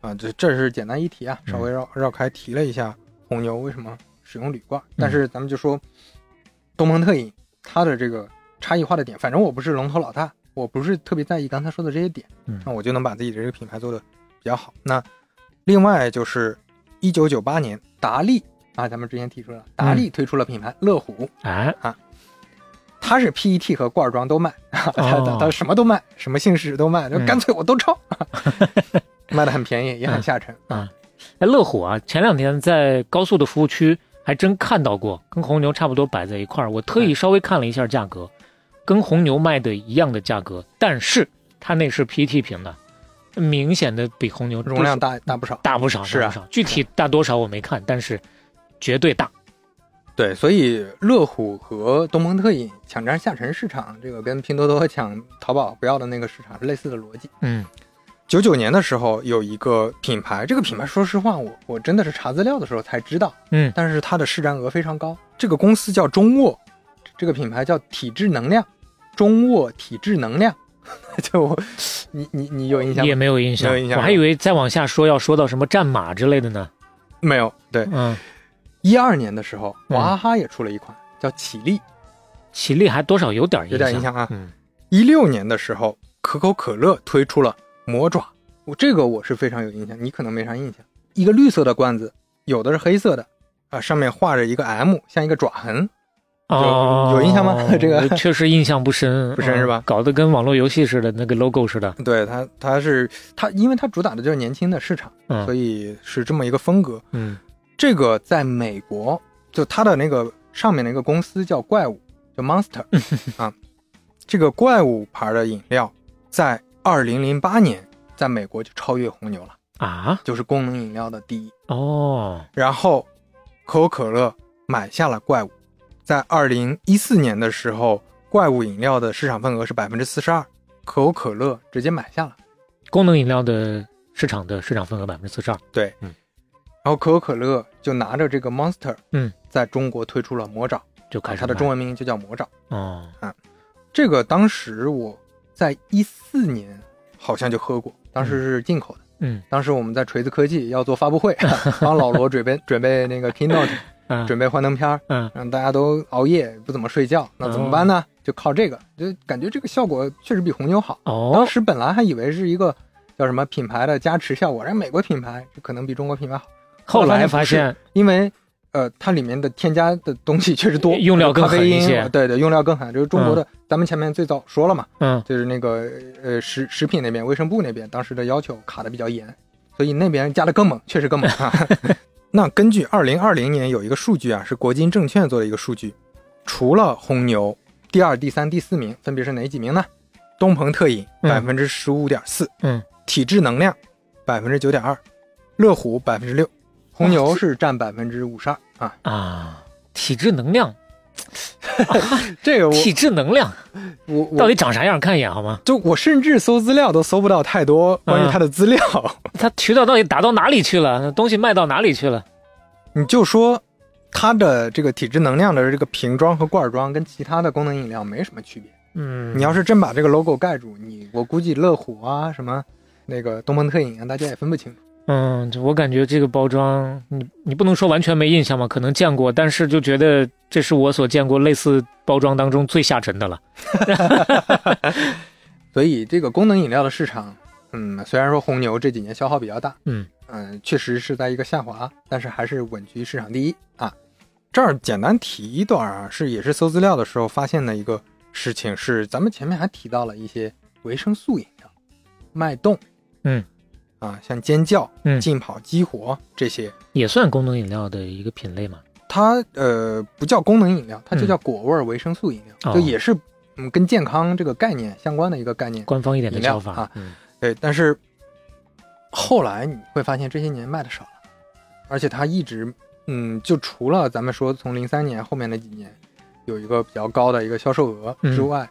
Speaker 3: 啊，这这是简单一提啊，
Speaker 2: 嗯
Speaker 3: 稍微绕绕开提了一下红牛为什么使用铝罐，
Speaker 2: 嗯
Speaker 3: 但是咱们就说东鹏特饮它的这个差异化的点，反正我不是龙头老大，我不是特别在意刚才说的这些点，
Speaker 2: 嗯
Speaker 3: 那我就能把自己的这个品牌做得比较好。那另外就是一九九八年达利啊，咱们之前提出了达
Speaker 2: 嗯
Speaker 3: 利推出了品牌乐虎。
Speaker 2: 哎，
Speaker 3: 他是 PET 和罐装都卖， 他他他什么都卖，什么姓氏都卖，就
Speaker 2: 嗯
Speaker 3: 干脆我都抽，卖的很便宜，也很下沉。
Speaker 2: 啊哎，乐虎啊，前两天在高速的服务区还真看到过，跟红牛差不多摆在一块儿。我特意稍微看了一下价格，跟红牛卖的一样的价格，但是它那是 PET 瓶的，明显的比红牛
Speaker 3: 容量大大不少。
Speaker 2: 大不少，
Speaker 3: 是
Speaker 2: 大
Speaker 3: 啊
Speaker 2: 不少具体大多少我没看，但是绝对大。
Speaker 3: 对，所以乐虎和东鹏特饮抢占下沉市场，这个跟拼多多抢淘宝不要的那个市场是类似的逻辑。
Speaker 2: 嗯
Speaker 3: 九九年的时候有一个品牌，这个品牌说实话，我我真的是查资料的时候才知道，
Speaker 2: 嗯
Speaker 3: 但是它的市占额非常高。这个公司叫中沃，这个品牌叫体质能量，中沃体质能量， 就我你你你有印象
Speaker 2: 也
Speaker 3: 吗？
Speaker 2: 没有印象，
Speaker 3: 没有印象
Speaker 2: 我还以为再往下说要说到什么战马之类的呢。
Speaker 3: 没有。对，
Speaker 2: 嗯，
Speaker 3: 一二年的时候，
Speaker 2: 嗯
Speaker 3: 娃哈哈也出了一款叫起立。
Speaker 2: 起立还多少有点印象，
Speaker 3: 有点印象啊
Speaker 2: 嗯，
Speaker 3: 一六年的时候，可口可乐推出了魔爪，我这个我是非常有印象，你可能没啥印象。一个绿色的罐子，有的是黑色的，啊，上面画着一个 M，像一个爪痕。有
Speaker 2: 哦，
Speaker 3: 有印象吗 这个
Speaker 2: 确实印象不深，
Speaker 3: 不深
Speaker 2: 嗯
Speaker 3: 是吧
Speaker 2: 搞得跟网络游戏似的，那个 logo 似的。
Speaker 3: 对它，它是它，因为它主打的就是年轻的市场，所
Speaker 2: 嗯
Speaker 3: 以是这么一个风格。
Speaker 2: 嗯
Speaker 3: 这个在美国，就它的那个上面那个公司叫怪物，叫 Monster 啊。这个怪物牌的饮料，在二零零八年在美国就超越红牛了，
Speaker 2: 啊
Speaker 3: 就是功能饮料的第一。
Speaker 2: 哦，
Speaker 3: 然后，可口可乐买下了怪物，在二零一四年的时候，怪物饮料的市场份额是百分之四十二，可口可乐直接买下了。
Speaker 2: 功能饮料的市场的市场份额百分之四十二。
Speaker 3: 对，
Speaker 2: 嗯
Speaker 3: 然后可口可乐就拿着这个 Monster，
Speaker 2: 嗯，
Speaker 3: 在中国推出了魔爪，
Speaker 2: 就开始
Speaker 3: 啊它的
Speaker 2: 卖
Speaker 3: 中文名就叫魔爪。
Speaker 2: 哦，
Speaker 3: 这个当时我在一四年好像就喝过，当时是进口的。
Speaker 2: 嗯
Speaker 3: 当时我们在锤子科技要做发 布会，帮老罗准备准备那个 keynote，
Speaker 2: 啊
Speaker 3: 准备幻灯片儿，
Speaker 2: 嗯
Speaker 3: 让大家都熬夜不怎么睡觉，
Speaker 2: 哦
Speaker 3: 那怎么办呢？就靠这个，就感觉这个效果确实比红牛好。当
Speaker 2: 哦
Speaker 3: 时本来还以为是一个叫什么品牌的加持效果，人家美国品牌这可能比中国品牌好，
Speaker 2: 后来发
Speaker 3: 发现
Speaker 2: 现
Speaker 3: 因为呃它里面的添加的东西确实多，
Speaker 2: 用料更狠一些
Speaker 3: 咖啡因对对，用料更狠，就是中国的，咱们前面最早说了嘛，
Speaker 2: 嗯
Speaker 3: 就是那个呃食食品那边卫生部那边当时的要求卡的比较严，所以那边加的更猛，确实更猛 啊。那根据二零二零年有一个数据啊，是国金证券做的一个数据，除了红牛，第二、第三、第四名分别是哪几名呢？东鹏特饮
Speaker 2: 嗯
Speaker 3: 百分之十五点四，
Speaker 2: 嗯，
Speaker 3: 体质能量百分之九点二，乐虎百分之六，红牛是占百分之五十二啊。
Speaker 2: 啊，体质能量
Speaker 3: 这个我
Speaker 2: 体制能量
Speaker 3: 我
Speaker 2: 到
Speaker 3: 我
Speaker 2: 底长啥样？看一眼好吗？
Speaker 3: 就我甚至搜资料都搜不到太多关于他的资料，
Speaker 2: 它渠道到底打到哪里去了？东西卖到哪里去了？
Speaker 3: 你就说它的这个体质能量的这个瓶装和罐装跟其他的功能饮料没什么区别。
Speaker 2: 嗯，
Speaker 3: 你要是真把这个 logo 盖住，你我估计乐虎啊什么那个东鹏特饮啊，大家也分不清楚。
Speaker 2: 嗯，就我感觉这个包装，你你不能说完全没印象吧？可能见过，但是就觉得这是我所见过类似包装当中最下沉的了。
Speaker 3: 所以这个功能饮料的市场，嗯，虽然说红牛这几年消耗比较大，
Speaker 2: 嗯
Speaker 3: 嗯，确实是在一个下滑，但是还是稳居市场第一啊。这儿简单提一段啊，是也是搜资料的时候发现的一个事情是，咱们前面还提到了一些维生素饮料，脉动，
Speaker 2: 嗯，
Speaker 3: 啊，像尖叫、
Speaker 2: 嗯
Speaker 3: 浸泡激活这些，
Speaker 2: 也算功能饮料的一个品类嘛。
Speaker 3: 它呃不叫功能饮料，它
Speaker 2: 嗯
Speaker 3: 就叫果味儿维生素饮料，
Speaker 2: 哦
Speaker 3: 就也是嗯跟健康这个概念相关的一个概念。
Speaker 2: 官方一点的叫法，
Speaker 3: 饮料啊
Speaker 2: 嗯，
Speaker 3: 对，但是后来你会发现这些年卖的少了，而且它一直，嗯，就除了咱们说从零三年后面那几年有一个比较高的一个销售额之
Speaker 2: 嗯
Speaker 3: 外，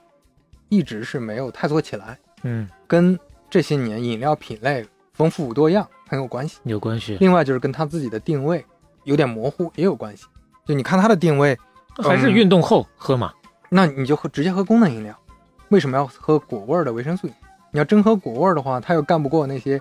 Speaker 3: 一直是没有太做起来，
Speaker 2: 嗯，
Speaker 3: 跟这些年饮料品类丰富多样很有关系。
Speaker 2: 有关系，
Speaker 3: 另外就是跟它自己的定位有点模糊也有关系。就你看它的定位，
Speaker 2: 还是运动后喝嘛？
Speaker 3: 那你就喝直接喝功能饮料，为什么要喝果味儿的维生素饮料？你要真喝果味儿的话，它又干不过那些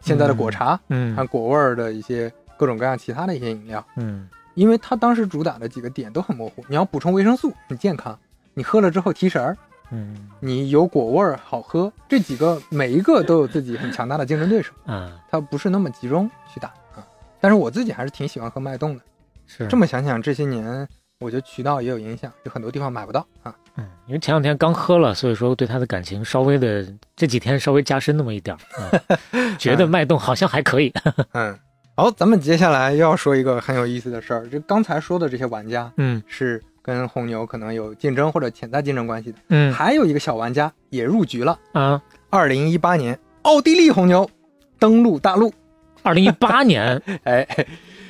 Speaker 3: 现在的果茶。
Speaker 2: 嗯
Speaker 3: 还有果味儿的一些各种各样其他的一些饮料，
Speaker 2: 嗯，
Speaker 3: 因为它当时主打的几个点都很模糊。你要补充维生素，很健康；你喝了之后提神儿，
Speaker 2: 嗯
Speaker 3: 你有果味儿好喝。这几个每一个都有自己很强大的竞争对手，
Speaker 2: 啊，
Speaker 3: 它不是那么集中去打啊。但是我自己还是挺喜欢喝脉动的。
Speaker 2: 是
Speaker 3: 这么想想，这些年我觉得渠道也有影响，有很多地方买不到啊。
Speaker 2: 嗯，因为前两天刚喝了，所以说对他的感情稍微的这几天稍微加深那么一点儿， 嗯觉得脉动好像还可以。
Speaker 3: 嗯，好，咱们接下来又要说一个很有意思的事儿，就刚才说的这些玩家
Speaker 2: 嗯
Speaker 3: 是跟红牛可能有竞争或者潜在竞争关系的。
Speaker 2: 嗯
Speaker 3: 还有一个小玩家也入局了。
Speaker 2: 啊，
Speaker 3: 二零一八年，奥地利红牛登陆大陆，
Speaker 2: 二零一八年
Speaker 3: 哎，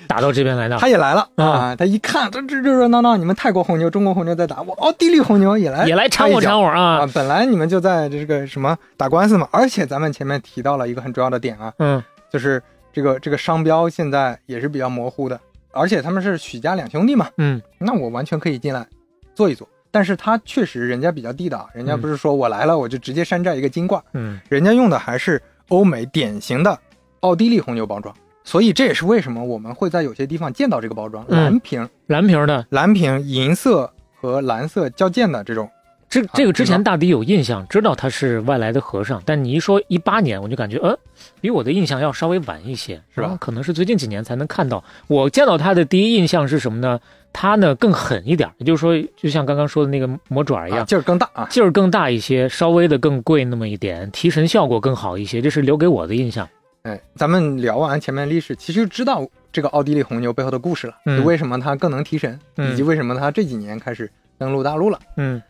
Speaker 2: 打到这边来的，
Speaker 3: 他也来了
Speaker 2: 啊
Speaker 3: 啊！他一看，这这热热闹闹，你们泰国红牛、中国红牛在打，我奥地利红牛也来
Speaker 2: 也来掺和
Speaker 3: 哎插一脚
Speaker 2: 掺和啊
Speaker 3: 啊！，本来你们就在这个什么打官司嘛，而且咱们前面提到了一个很重要的点啊，
Speaker 2: 嗯
Speaker 3: 就是这个这个商标现在也是比较模糊的，而且他们是许家两兄弟嘛，
Speaker 2: 嗯
Speaker 3: 那我完全可以进来坐一坐。但是他确实人家比较地道，人家不是说我来了我就直接山寨一个金挂，
Speaker 2: 嗯
Speaker 3: 人家用的还是欧美典型的奥地利红牛包装，所以这也是为什么我们会在有些地方见到这个包装，
Speaker 2: 嗯
Speaker 3: 蓝瓶、
Speaker 2: 蓝瓶的，
Speaker 3: 蓝瓶银色和蓝色交界的这种，啊
Speaker 2: 这这个之
Speaker 3: 知
Speaker 2: 前
Speaker 3: 道
Speaker 2: 大抵有印象，知道他是外来的和尚，但你一说一八年，我就感觉呃，比我的印象要稍微晚一些，
Speaker 3: 是吧
Speaker 2: 嗯可能是最近几年才能看到。我见到他的第一印象是什么呢？他呢更狠一点，也就是说，就像刚刚说的那个魔爪一
Speaker 3: 啊
Speaker 2: 样，
Speaker 3: 劲儿更大啊。
Speaker 2: 劲儿更大一些，稍微的更贵那么一点，提神效果更好一些，这是留给我的印象。
Speaker 3: 哎，咱们聊完前面的历史，其实就知道这个奥地利红牛背后的故事了，
Speaker 2: 嗯
Speaker 3: 就为什么它更能提神，
Speaker 2: 嗯
Speaker 3: 以及为什么它这几年开始登陆大陆了。
Speaker 2: 嗯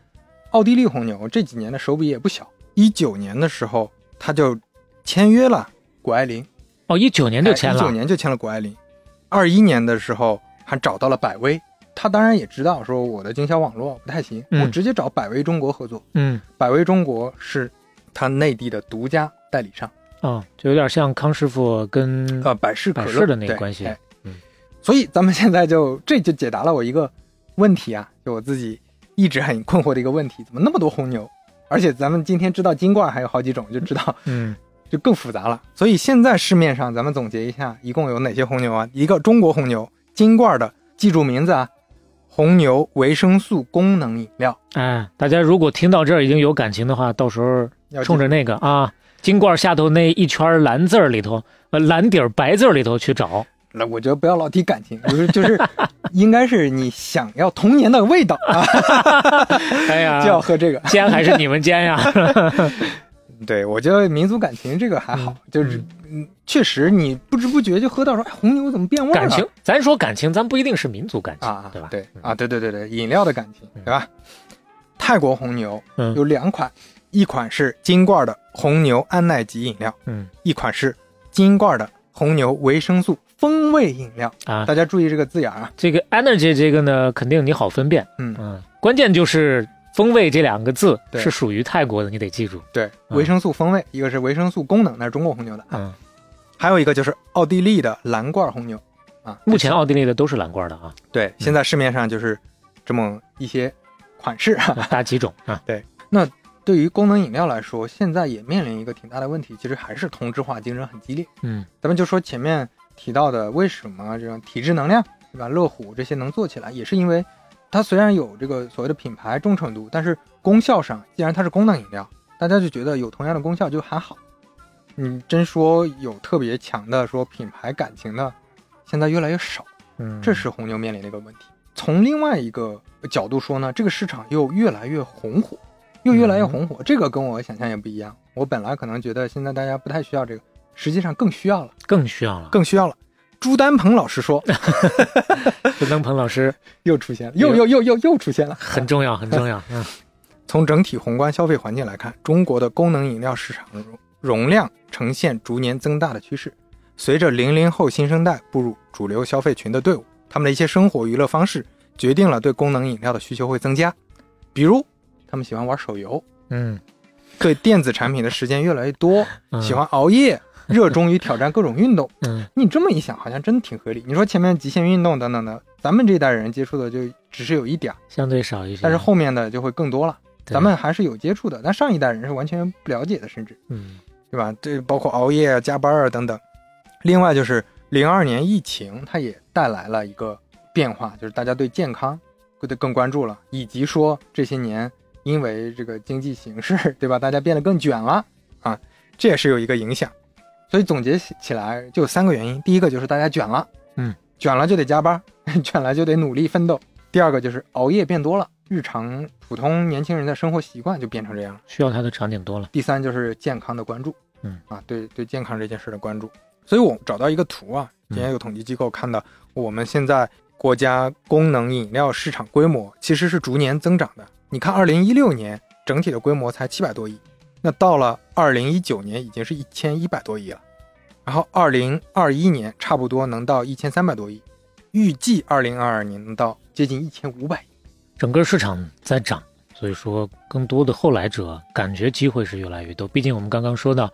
Speaker 3: 奥地利红牛这几年的手笔也不小，一九年的时候他就签约了谷爱凌。哎
Speaker 2: 哦，一九年就签
Speaker 3: 一九
Speaker 2: 了，
Speaker 3: 年就签了谷爱凌，二一年的时候还找到了百威。他当然也知道说我的经销网络不太行，
Speaker 2: 嗯
Speaker 3: 我直接找百威中国合作。
Speaker 2: 嗯，
Speaker 3: 百威中国是他内地的独家代理商，
Speaker 2: 哦，就有点像康师傅跟
Speaker 3: 呃，百事可
Speaker 2: 百
Speaker 3: 乐
Speaker 2: 事的那个
Speaker 3: 对
Speaker 2: 关系
Speaker 3: 哎
Speaker 2: 嗯
Speaker 3: 所以咱们现在就这就解答了我一个问题啊，就我自己一直很困惑的一个问题：怎么那么多红牛？而且咱们今天知道金罐还有好几种，就知道
Speaker 2: 嗯
Speaker 3: 就更复杂了。所以现在市面上，咱们总结一下，一共有哪些红牛啊？一个中国红牛，金罐的，记住名字啊，红牛维生素功能饮料。
Speaker 2: 哎，大家如果听到这儿已经有感情的话，到时候
Speaker 3: 要
Speaker 2: 冲着那个啊金罐下头那一圈蓝字儿里头，呃蓝底儿白字儿里头去找。
Speaker 3: 那我觉得不要老提感情，就是就是， 应该是你想要童年的味道 啊，
Speaker 2: 哎呀，
Speaker 3: 就要喝这个。
Speaker 2: 煎还是你们煎 呀？
Speaker 3: 对，我觉得民族感情这个还好，就是嗯，确实你不知不觉就喝到说，哎，红牛怎么变味儿了？
Speaker 2: 感情，咱说感情，咱不一定是民族感情，
Speaker 3: 啊，
Speaker 2: 对吧？嗯
Speaker 3: 对啊，对对对对，饮料的感情，对吧？泰国红牛
Speaker 2: 嗯
Speaker 3: 有两款，一款是金罐的红牛安奈吉饮料，
Speaker 2: 嗯
Speaker 3: 一款是金罐的红牛维生素风味饮料。
Speaker 2: 啊，
Speaker 3: 大家注意这个字眼啊，
Speaker 2: 这个 energy 这个呢，肯定你好分辨，
Speaker 3: 嗯
Speaker 2: 嗯，关键就是“风味”这两个字
Speaker 3: 对
Speaker 2: 是属于泰国的，你得记住。
Speaker 3: 对，维生素风味，一个是维生素功能，那是中国红牛的，
Speaker 2: 嗯，
Speaker 3: 还有一个就是奥地利的蓝罐红牛。
Speaker 2: 目前奥地利的都是蓝罐的啊，
Speaker 3: 对，现在市面上就是这么一些款式。
Speaker 2: 大几种啊。
Speaker 3: 对于功能饮料来说，现在也面临一个挺大的问题，其实还是同质化竞争很激烈。
Speaker 2: 嗯
Speaker 3: 咱们就说前面提到的，为什么这种体质能量，对吧？乐虎这些能做起来，也是因为它虽然有这个所谓的品牌忠诚度，但是功效上，既然它是功能饮料，大家就觉得有同样的功效就还好。你真说有特别强的说品牌感情的，现在越来越少，
Speaker 2: 嗯，
Speaker 3: 这是红牛面临的一个问题。从另外一个角度说呢，这个市场又越来越红火，又越来越红火，这个跟我想象也不一样。我本来可能觉得现在大家不太需要这个，实际上更需要了。
Speaker 2: 更需要了。
Speaker 3: 更需要了。朱丹鹏老师说，
Speaker 2: 就邓鹏老师
Speaker 3: 又出现了，又又又又又出现了。
Speaker 2: 很重要，很 重要。嗯，
Speaker 3: 从整体宏观消费环境来看，中国的功能饮料市场容容量呈现逐年增大的趋势。随着零零后新生代步入主流消费群的队伍，他们的一些生活娱乐方式决定了对功能饮料的需求会增加。比如，他们喜欢玩手游，
Speaker 2: 嗯，
Speaker 3: 对电子产品的时间越来越多，
Speaker 2: 嗯
Speaker 3: 喜欢熬夜，热衷于挑战各种运动。
Speaker 2: 嗯
Speaker 3: 你这么一想，好像真挺合理。你说前面极限运动等等的，咱们这一代人接触的就只是有一点儿，
Speaker 2: 相对少一些。
Speaker 3: 但是后面的就会更多了。
Speaker 2: 对
Speaker 3: 咱们还是有接触的，但上一代人是完全不了解的，甚至
Speaker 2: 嗯
Speaker 3: 对吧？这包括熬夜啊、加班啊等等。另外就是零二年疫情，它也带来了一个变化，就是大家对健康会更关注了，以及说这些年因为这个经济形势， 对吧？大家变得更卷了啊，这也是有一个影响。所以总结起起来就有三个原因：第一个就是大家卷了，
Speaker 2: 嗯，
Speaker 3: 卷了就得加班， 卷了就得努力奋斗；第二个就是熬夜变多了，日常普通年轻人的生活习惯就变成这样了。
Speaker 2: 需要它的场景多了。
Speaker 3: 第三就是健康的关注，
Speaker 2: 嗯
Speaker 3: 啊，对对健康这件事的关注。所以我找到一个图啊，
Speaker 2: 嗯
Speaker 3: 之前有统计机构看到，我们现在国家功能饮料市场规模其实是逐年增长的。你看，二零一六年整体的规模才七百多亿，那到了二零一九年已经是一千一百多亿了，然后二零二一年差不多能到一千三百多亿，预计二零二二年能到接近一千五百亿。
Speaker 2: 整个市场在涨，所以说更多的后来者感觉机会是越来越多。毕竟我们刚刚说到，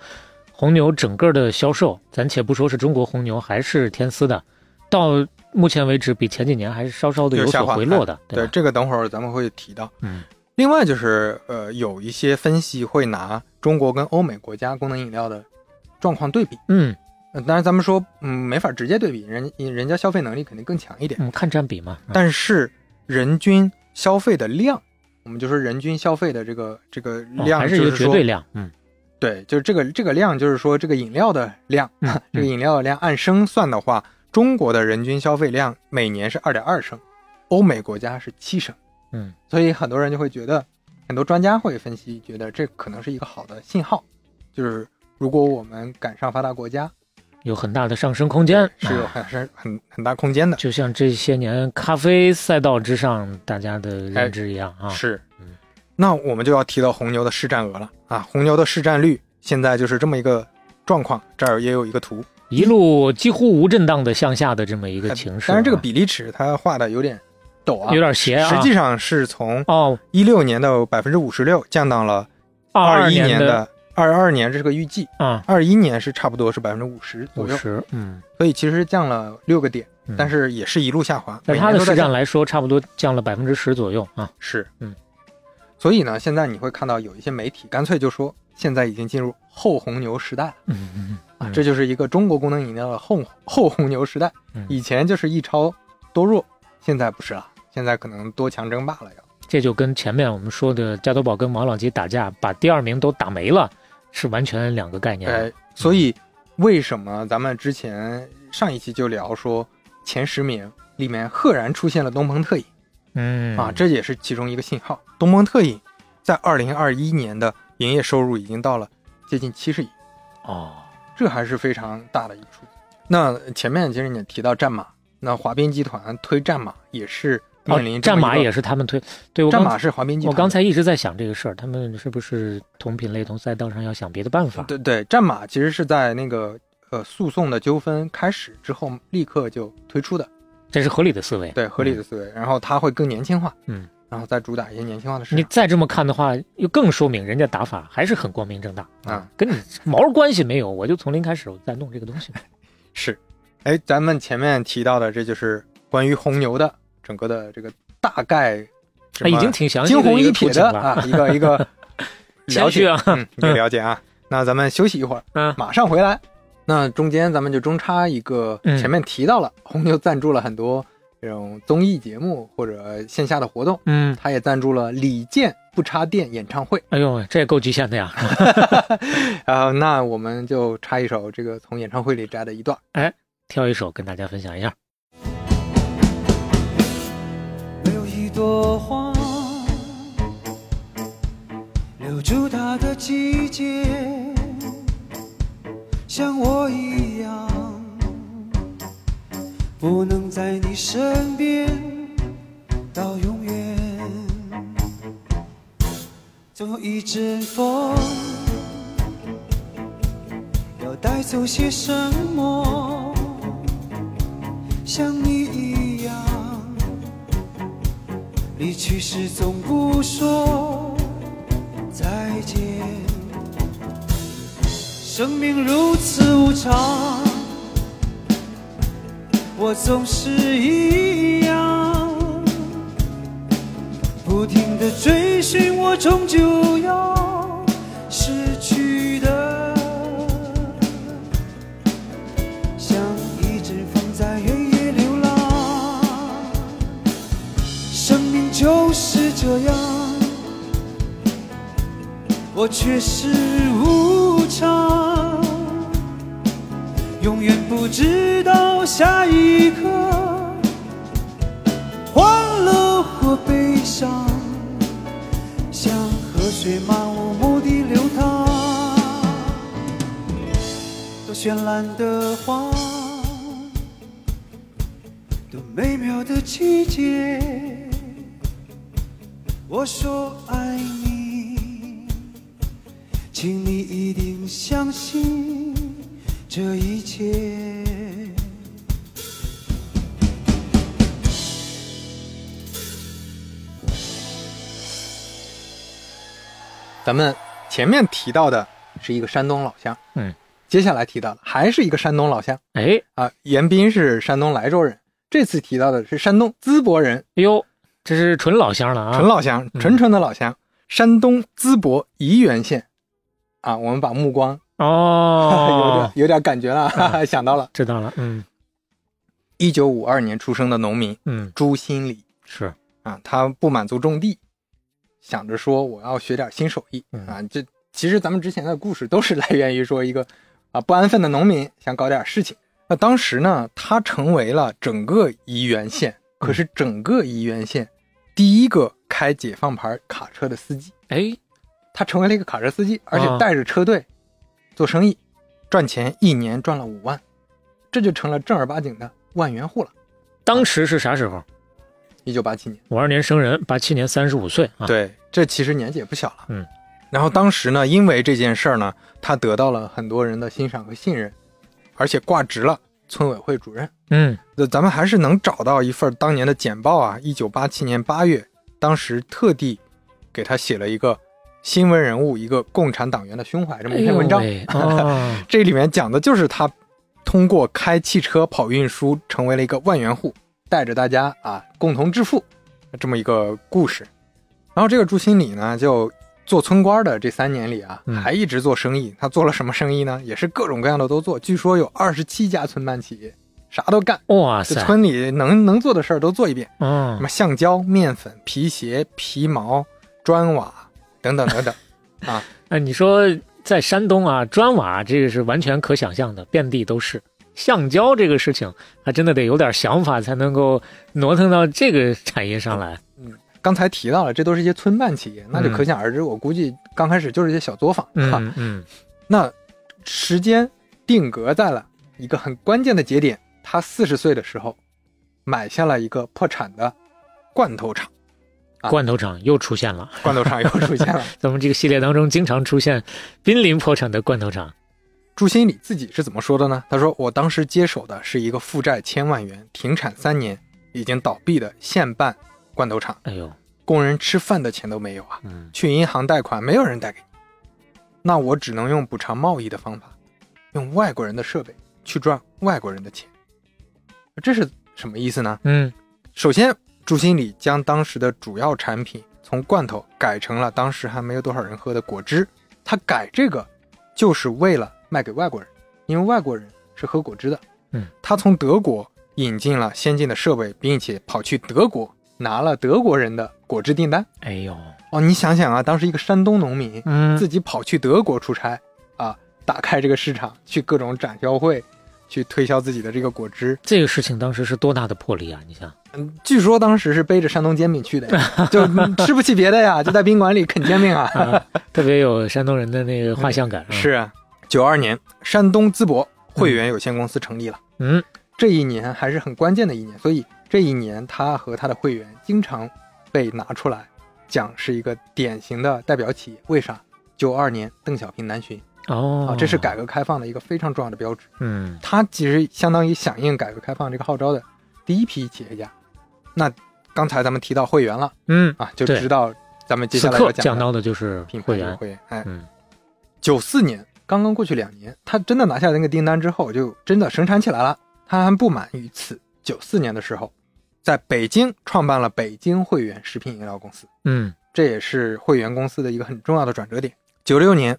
Speaker 2: 红牛整个的销售，咱且不说是中国红牛还是天丝的，到目前为止比前几年还是稍稍的有
Speaker 3: 有下
Speaker 2: 所
Speaker 3: 滑
Speaker 2: 回落的，
Speaker 3: 对，
Speaker 2: 吧？
Speaker 3: 这个等会儿咱们会提到。
Speaker 2: 嗯
Speaker 3: 另外就是，呃，有一些分析会拿中国跟欧美国家功能饮料的状况对比。
Speaker 2: 嗯
Speaker 3: 呃当然，咱们说，嗯，没法直接对比，人人家消费能力肯定更强一点，
Speaker 2: 嗯，看占比嘛。嗯
Speaker 3: 但是人均消费的量，我们就说人均消费的这个这个
Speaker 2: 哦
Speaker 3: 量，
Speaker 2: 还
Speaker 3: 就是
Speaker 2: 一
Speaker 3: 是
Speaker 2: 个绝
Speaker 3: 说
Speaker 2: 对量，嗯
Speaker 3: 对，就是这个这个量，就是说这个饮料的量，啊
Speaker 2: 嗯
Speaker 3: 这个饮料的量按升算的话，中国的人均消费量每年是二点二升，欧美国家是七升。
Speaker 2: 嗯，
Speaker 3: 所以很多人就会觉得，很多专家会分析，觉得这可能是一个好的信号，就是如果我们赶上发达国家，
Speaker 2: 有很大的上升空间。
Speaker 3: 是有
Speaker 2: 啊
Speaker 3: 很 很很很大空间的。
Speaker 2: 就像这些年咖啡赛道之上大家的
Speaker 3: 哎
Speaker 2: 认知一样啊，
Speaker 3: 是
Speaker 2: 嗯，
Speaker 3: 那我们就要提到红牛的市占额了啊，红牛的市占率现在就是这么一个状况，这儿也有一个图，
Speaker 2: 一路几乎无震荡的向下的这么一个
Speaker 3: 但
Speaker 2: 情势啊。
Speaker 3: 当然这个比例尺它画的有点陡啊
Speaker 2: 有，点斜啊，
Speaker 3: 实际上是从
Speaker 2: 哦，
Speaker 3: 一六年的百分之五十六降到了
Speaker 2: 二
Speaker 3: 二一
Speaker 2: 年
Speaker 3: 的二二年，这是个预计，
Speaker 2: 啊，
Speaker 3: 二一年是差不多是百分之五十左
Speaker 2: 五
Speaker 3: 右。
Speaker 2: 十，嗯，
Speaker 3: 所以其实降了六个点，
Speaker 2: 嗯
Speaker 3: 但是也是一路下滑。
Speaker 2: 在
Speaker 3: 每
Speaker 2: 它
Speaker 3: 年
Speaker 2: 的
Speaker 3: 都在
Speaker 2: 市
Speaker 3: 降
Speaker 2: 占来说，差不多降了百分之十左右啊。
Speaker 3: 是，
Speaker 2: 嗯。
Speaker 3: 所以呢，现在你会看到有一些媒体干脆就说，现在已经进入后红牛时代了
Speaker 2: 嗯嗯
Speaker 3: 啊，
Speaker 2: 嗯
Speaker 3: 这就是一个中国功能饮料的后后红 牛时代
Speaker 2: 嗯。
Speaker 3: 以前就是一超多弱，现在不是了，现在可能多强争霸了要。
Speaker 2: 这就跟前面我们说的加多宝跟王老吉打架，把第二名都打没了，是完全两个概念。
Speaker 3: 哎，所以为什么咱们之前上一期就聊说前十名里面赫然出现了东鹏特饮？
Speaker 2: 嗯
Speaker 3: 啊，这也是其中一个信号。东鹏特饮在二零二一年的营业收入已经到了接近七十亿，
Speaker 2: 哦，
Speaker 3: 这还是非常大的一个数字。那前面其实你也提到战马，那华彬集团推战马也是面临
Speaker 2: 哦
Speaker 3: 这
Speaker 2: 战
Speaker 3: 么一
Speaker 2: 马
Speaker 3: 个
Speaker 2: 也是他们推，对我
Speaker 3: 战
Speaker 2: 刚
Speaker 3: 马是华彬集团
Speaker 2: 我
Speaker 3: 的，
Speaker 2: 刚才一直在想这个事儿，他们是不是同品类同赛道上要想别的办法？
Speaker 3: 对对战马其实是在那个呃诉讼的纠纷开始之后立刻就推出的，
Speaker 2: 这是合理的思维。
Speaker 3: 对合理的思维，然后它会更年轻化，
Speaker 2: 嗯。
Speaker 3: 然后再主打一些年轻化的市
Speaker 2: 你
Speaker 3: 场。
Speaker 2: 再这么看的话，又更说明人家打法还是很光明正大
Speaker 3: 啊，
Speaker 2: 跟你毛关系没有。我就从零开始，我再弄这个东西。
Speaker 3: 是，哎，咱们前面提到的，这就是关于红牛的整个的这个大概什
Speaker 2: 哎
Speaker 3: 么，
Speaker 2: 已经挺详细
Speaker 3: 惊
Speaker 2: 的
Speaker 3: 鸿
Speaker 2: 一个
Speaker 3: 瞥
Speaker 2: 图景
Speaker 3: 的
Speaker 2: 了。
Speaker 3: 啊，一个一个了
Speaker 2: 谦虚
Speaker 3: 解
Speaker 2: 啊，
Speaker 3: 嗯，一个了解啊。那咱们休息一会儿，
Speaker 2: 嗯
Speaker 3: 马上回来。那中间咱们就中插一个，
Speaker 2: 嗯
Speaker 3: 前面提到了红牛赞助了很多这种综艺节目或者线下的活动，
Speaker 2: 嗯，
Speaker 3: 他也赞助了李健不插电演唱会。
Speaker 2: 哎呦，这也够极限的呀。
Speaker 3: 啊，那我们就插一首这个从演唱会里摘的一段。
Speaker 2: 挑哎一首跟大家分享一下。
Speaker 5: 留一朵花，留住它的季节，像我一样，不能在你身边到永远。总有一阵风，要带走些什么，像你一样。离去时总不说再见。生命如此无常，我总是一样，不停的追寻我终究要失去的，像一只风在原野流浪。生命就是这样，我却是无常，永远不知道下一刻欢乐或悲伤，像河水漫无目的流淌，多绚烂的花。多美妙的季节。我说爱你，请你一定相信这一切。
Speaker 3: 咱们前面提到的是一个山东老乡，
Speaker 2: 嗯，
Speaker 3: 接下来提到的还是一个山东老乡
Speaker 2: 哎，
Speaker 3: 啊，严彬是山东莱州人，这次提到的是山东淄博人，
Speaker 2: 哎呦，这是纯老乡了啊，
Speaker 3: 纯老乡，
Speaker 2: 嗯
Speaker 3: 纯纯的老乡，山东淄博沂源县。啊，我们把目光、 有点
Speaker 2: 哦，
Speaker 3: 有点感觉了，哈哈， 想到了
Speaker 2: 知道了，嗯
Speaker 3: 一九五二年出生的农民
Speaker 2: 嗯，
Speaker 3: 朱新礼
Speaker 2: 是，
Speaker 3: 啊，他不满足种地，想着说我要学点新手艺
Speaker 2: 嗯
Speaker 3: 啊。这其实咱们之前的故事都是来源于说一个啊不安分的农民想搞点事情。那当时呢，他成为了整个沂源县，可是整个沂源县第一个开解放牌卡车的司机。
Speaker 2: 哎，
Speaker 3: 他成为了一个卡车司机，而
Speaker 2: 啊
Speaker 3: 且带着车队做生意，赚钱一年赚了五万，这就成了正儿八经的万元户了。
Speaker 2: 当时是啥时候？
Speaker 3: 一九八七年，
Speaker 2: 五二年生人，八七年三十五岁啊。，
Speaker 3: 对，这其实年纪也不小了。
Speaker 2: 嗯，
Speaker 3: 然后当时呢，因为这件事儿呢，他得到了很多人的欣赏和信任，而且挂职了村委会主任。
Speaker 2: 嗯，
Speaker 3: 那咱们还是能找到一份当年的简报啊，一九八七年八月，当时特地给他写了一个新闻人物、一个共产党员的胸怀这么一篇文章。
Speaker 2: 哎呦喂 哦
Speaker 3: 这里面讲的就是他通过开汽车跑运输，成为了一个万元户，带着大家啊共同致富这么一个故事。然后这个朱新礼呢，就做村官的这三年里啊，
Speaker 2: 嗯
Speaker 3: 还一直做生意。他做了什么生意呢？也是各种各样的都做，据说有二十七家村办企业，啥都干。
Speaker 2: 哇
Speaker 3: 这
Speaker 2: 塞，
Speaker 3: 村里能能做的事儿都做一遍，什
Speaker 2: 嗯
Speaker 3: 么橡胶、面粉、皮鞋、皮毛、砖瓦等等等等。
Speaker 2: 哎，你说在山东啊，砖瓦这个是完全可想象的，遍地都是。橡胶这个事情，还真的得有点想法才能够挪腾到这个产业上 来。
Speaker 3: 刚才提到了，这都是一些村办企业，那就
Speaker 2: 嗯
Speaker 3: 可想而知，我估计刚开始就是一些小作坊。哈，
Speaker 2: 嗯嗯，
Speaker 3: 那时间定格在了一个很关键的节点，他四十岁的时候买下了一个破产的罐头厂，啊
Speaker 2: 罐头厂又出现了。
Speaker 3: 罐头厂又出现 了。
Speaker 2: 咱们这个系列当中经常出现濒临破产的罐头厂。
Speaker 3: 朱新礼自己是怎么说的呢？他说：“我当时接手的是一个负债千万元、停产三年、已经倒闭的县办罐头厂。
Speaker 2: 哎呦，
Speaker 3: 工人吃饭的钱都没有啊，
Speaker 2: 嗯
Speaker 3: 去银行贷款没有人贷给你，那我只能用补偿贸易的方法，用外国人的设备去赚外国人的钱，这是什么意思呢？
Speaker 2: 嗯
Speaker 3: 首先，朱经理将当时的主要产品从罐头改成了当时还没有多少人喝的果汁。他改这个，就是为了卖给外国人，因为外国人是喝果汁的。
Speaker 2: 嗯，
Speaker 3: 他从德国引进了先进的设备，并且跑去德国拿了德国人的果汁订单。
Speaker 2: 哎呦，
Speaker 3: 哦，你想想啊，当时一个山东农民
Speaker 2: 嗯
Speaker 3: 自己跑去德国出差啊，打开这个市场，去各种展销会，去推销自己的这个果汁。
Speaker 2: 这个事情当时是多大的魄力啊！你想，
Speaker 3: 嗯，据说当时是背着山东煎饼去的呀，就嗯吃不起别的呀，就在宾馆里啃煎饼啊。
Speaker 2: 特别有山东人的那个画像感。
Speaker 3: 是啊，九二年，山东淄博汇源有限公司成立了，
Speaker 2: 嗯，
Speaker 3: 这一年还是很关键的一年，所以这一年他和他的会员经常被拿出来讲，是一个典型的代表企业。为啥？九二年邓小平南巡
Speaker 2: 嗯哦
Speaker 3: 啊，，这是改革开放的一个非常重要的标志。
Speaker 2: 嗯
Speaker 3: 他其实相当于响应改革开放这个号召的第一批企业家。那刚才咱们提到会员了。
Speaker 2: 嗯，
Speaker 3: 啊，就
Speaker 2: 对
Speaker 3: 知道咱们接
Speaker 2: 此
Speaker 3: 下来
Speaker 2: 刻
Speaker 3: 要
Speaker 2: 讲
Speaker 3: 讲的
Speaker 2: 到的就是
Speaker 3: 品牌
Speaker 2: 会
Speaker 3: 这个
Speaker 2: 员，
Speaker 3: 会员。哎，
Speaker 2: 嗯
Speaker 3: 九四年刚刚过去两年，他真的拿下那个订单之后，就真的生产起来了。他还不满于此，九四年的时候，在北京创办了北京汇源食品饮料公司，
Speaker 2: 嗯
Speaker 3: 这也是汇源公司的一个很重要的转折点。九六年，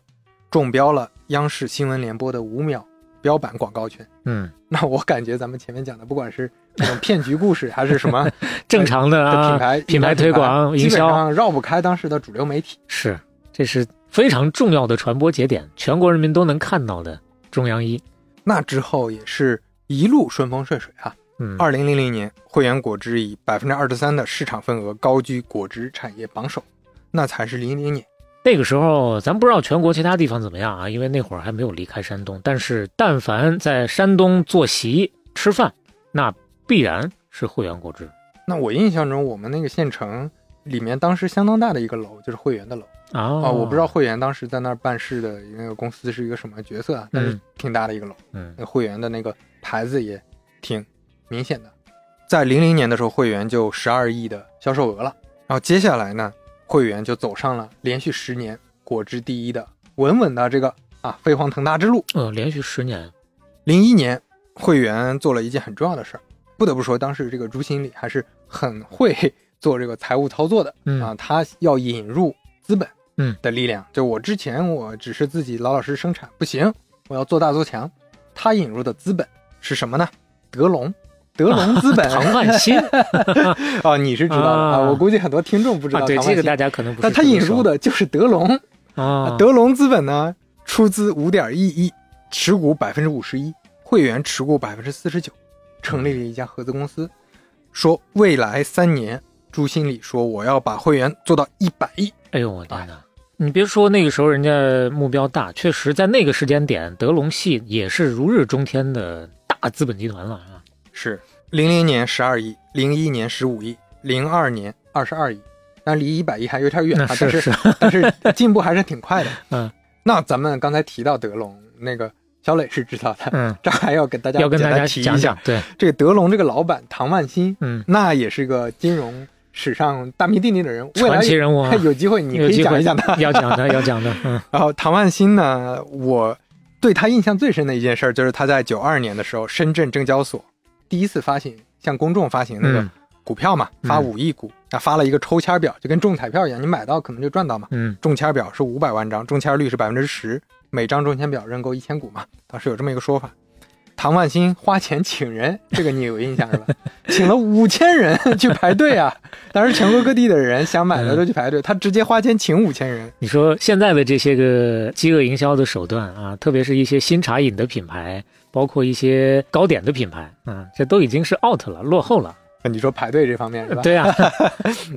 Speaker 3: 中标了央视新闻联播的五秒标版广告权。
Speaker 2: 嗯，
Speaker 3: 那我感觉咱们前面讲的，不管是那种骗局故事，还是什么
Speaker 2: 正常的
Speaker 3: 的
Speaker 2: 啊，
Speaker 3: 品牌、
Speaker 2: 品牌推广
Speaker 3: 基
Speaker 2: 营
Speaker 3: 本
Speaker 2: 销
Speaker 3: 上绕不开当时的主流媒体。
Speaker 2: 是，这是非常重要的传播节点，全国人民都能看到的中央一。
Speaker 3: 那之后也是一路顺风顺水啊。
Speaker 2: 嗯，
Speaker 3: 二零零零年，汇源果汁以百分之二十三的市场份额高居果汁产业榜首，那才是零零年。
Speaker 2: 那个时候，咱不知道全国其他地方怎么样啊，因为那会儿还没有离开山东。但是，但凡在山东坐席吃饭，那必然是汇源果汁。
Speaker 3: 那我印象中，我们那个县城里面当时相当大的一个楼就是汇源的楼
Speaker 2: 啊、
Speaker 3: 啊、我不知道，汇源当时在那儿办事的那个公司是一个什么角色啊，但是
Speaker 2: 嗯
Speaker 3: 挺大的一个楼。
Speaker 2: 嗯
Speaker 3: 那汇源的那个牌子也挺明显的。在零零年的时候，汇源就十二亿的销售额了。然后接下来呢，汇源就走上了连续十年果汁第一的稳稳的这个啊飞黄腾达之路。
Speaker 2: 呃，连续十年，
Speaker 3: 零一年，汇源做了一件很重要的事儿，不得不说，当时这个朱经理还是很会做这个财务操作的。
Speaker 2: 嗯
Speaker 3: 啊，他要引入资本，
Speaker 2: 嗯
Speaker 3: 的力量。就我之前我只是自己老老实实生产不行，我要做大做强。他引入的资本是什么呢？德隆，德隆资本。
Speaker 2: 唐万新
Speaker 3: 哦，你是知道的
Speaker 2: 啊
Speaker 3: 啊，我估计很多听众 不知道
Speaker 2: 啊，
Speaker 3: 唐
Speaker 2: 对
Speaker 3: 万新。
Speaker 2: 这个大家可能不是
Speaker 3: 但
Speaker 2: 特
Speaker 3: 他
Speaker 2: 别熟。
Speaker 3: 引入的就是德隆，
Speaker 2: 啊，
Speaker 3: 德隆资本呢出资五点一亿，持股百分之五十一，会员持股百分之四十九，成立了一家合资公司，说未来三年，朱新礼说我要把会员做到一百亿。
Speaker 2: 哎呦我天哪！你别说那个时候人家目标大，确实在那个时间点，德隆系也是如日中天的大资本集团了啊。
Speaker 3: 是零零年十二亿，零一年十五亿，零二年二十二亿，那离一百亿还有点远啊，
Speaker 2: 那
Speaker 3: 但
Speaker 2: 是是
Speaker 3: 但是进步还是挺快的。
Speaker 2: 嗯，
Speaker 3: 那咱们刚才提到德隆，那个小磊是知道的，
Speaker 2: 嗯，
Speaker 3: 这还要给大家
Speaker 2: 要跟
Speaker 3: 简
Speaker 2: 大
Speaker 3: 单
Speaker 2: 家
Speaker 3: 提
Speaker 2: 讲
Speaker 3: 一下
Speaker 2: 讲，对，
Speaker 3: 这个德隆这个老板唐万新，
Speaker 2: 嗯，
Speaker 3: 那也是个金融史上大名鼎鼎的人物，未来
Speaker 2: 传奇人物啊，
Speaker 3: 有机会 你可
Speaker 2: 有
Speaker 3: 以
Speaker 2: 机
Speaker 3: 讲
Speaker 2: 会
Speaker 3: 一讲他。
Speaker 2: 要讲的，要讲的， 嗯
Speaker 3: 然后唐万新呢，我对他印象最深的一件事儿就是他在九二年的时候，深圳证交所第一次发行向公众发行那个
Speaker 2: 嗯
Speaker 3: 股票嘛，
Speaker 2: 嗯
Speaker 3: 发五亿股，那发了一个抽签表，就跟中彩票一样，你买到可能就赚到嘛。
Speaker 2: 嗯
Speaker 3: 中签表是五百万张，中签率是百分之十，每张中签表认购一千股嘛，当时有这么一个说法。唐万新花钱请人，这个你有印象是 吧？请了五千人去排队啊！当时全国各地的人想买的都去
Speaker 2: 嗯
Speaker 3: 排队，他直接花钱请五千人，
Speaker 2: 你说现在的这些个饥饿营销的手段啊，特别是一些新茶饮的品牌，包括一些糕点的品牌，嗯，这都已经是 out 了，落后了。
Speaker 3: 你说排队这方面是吧？
Speaker 2: 对啊，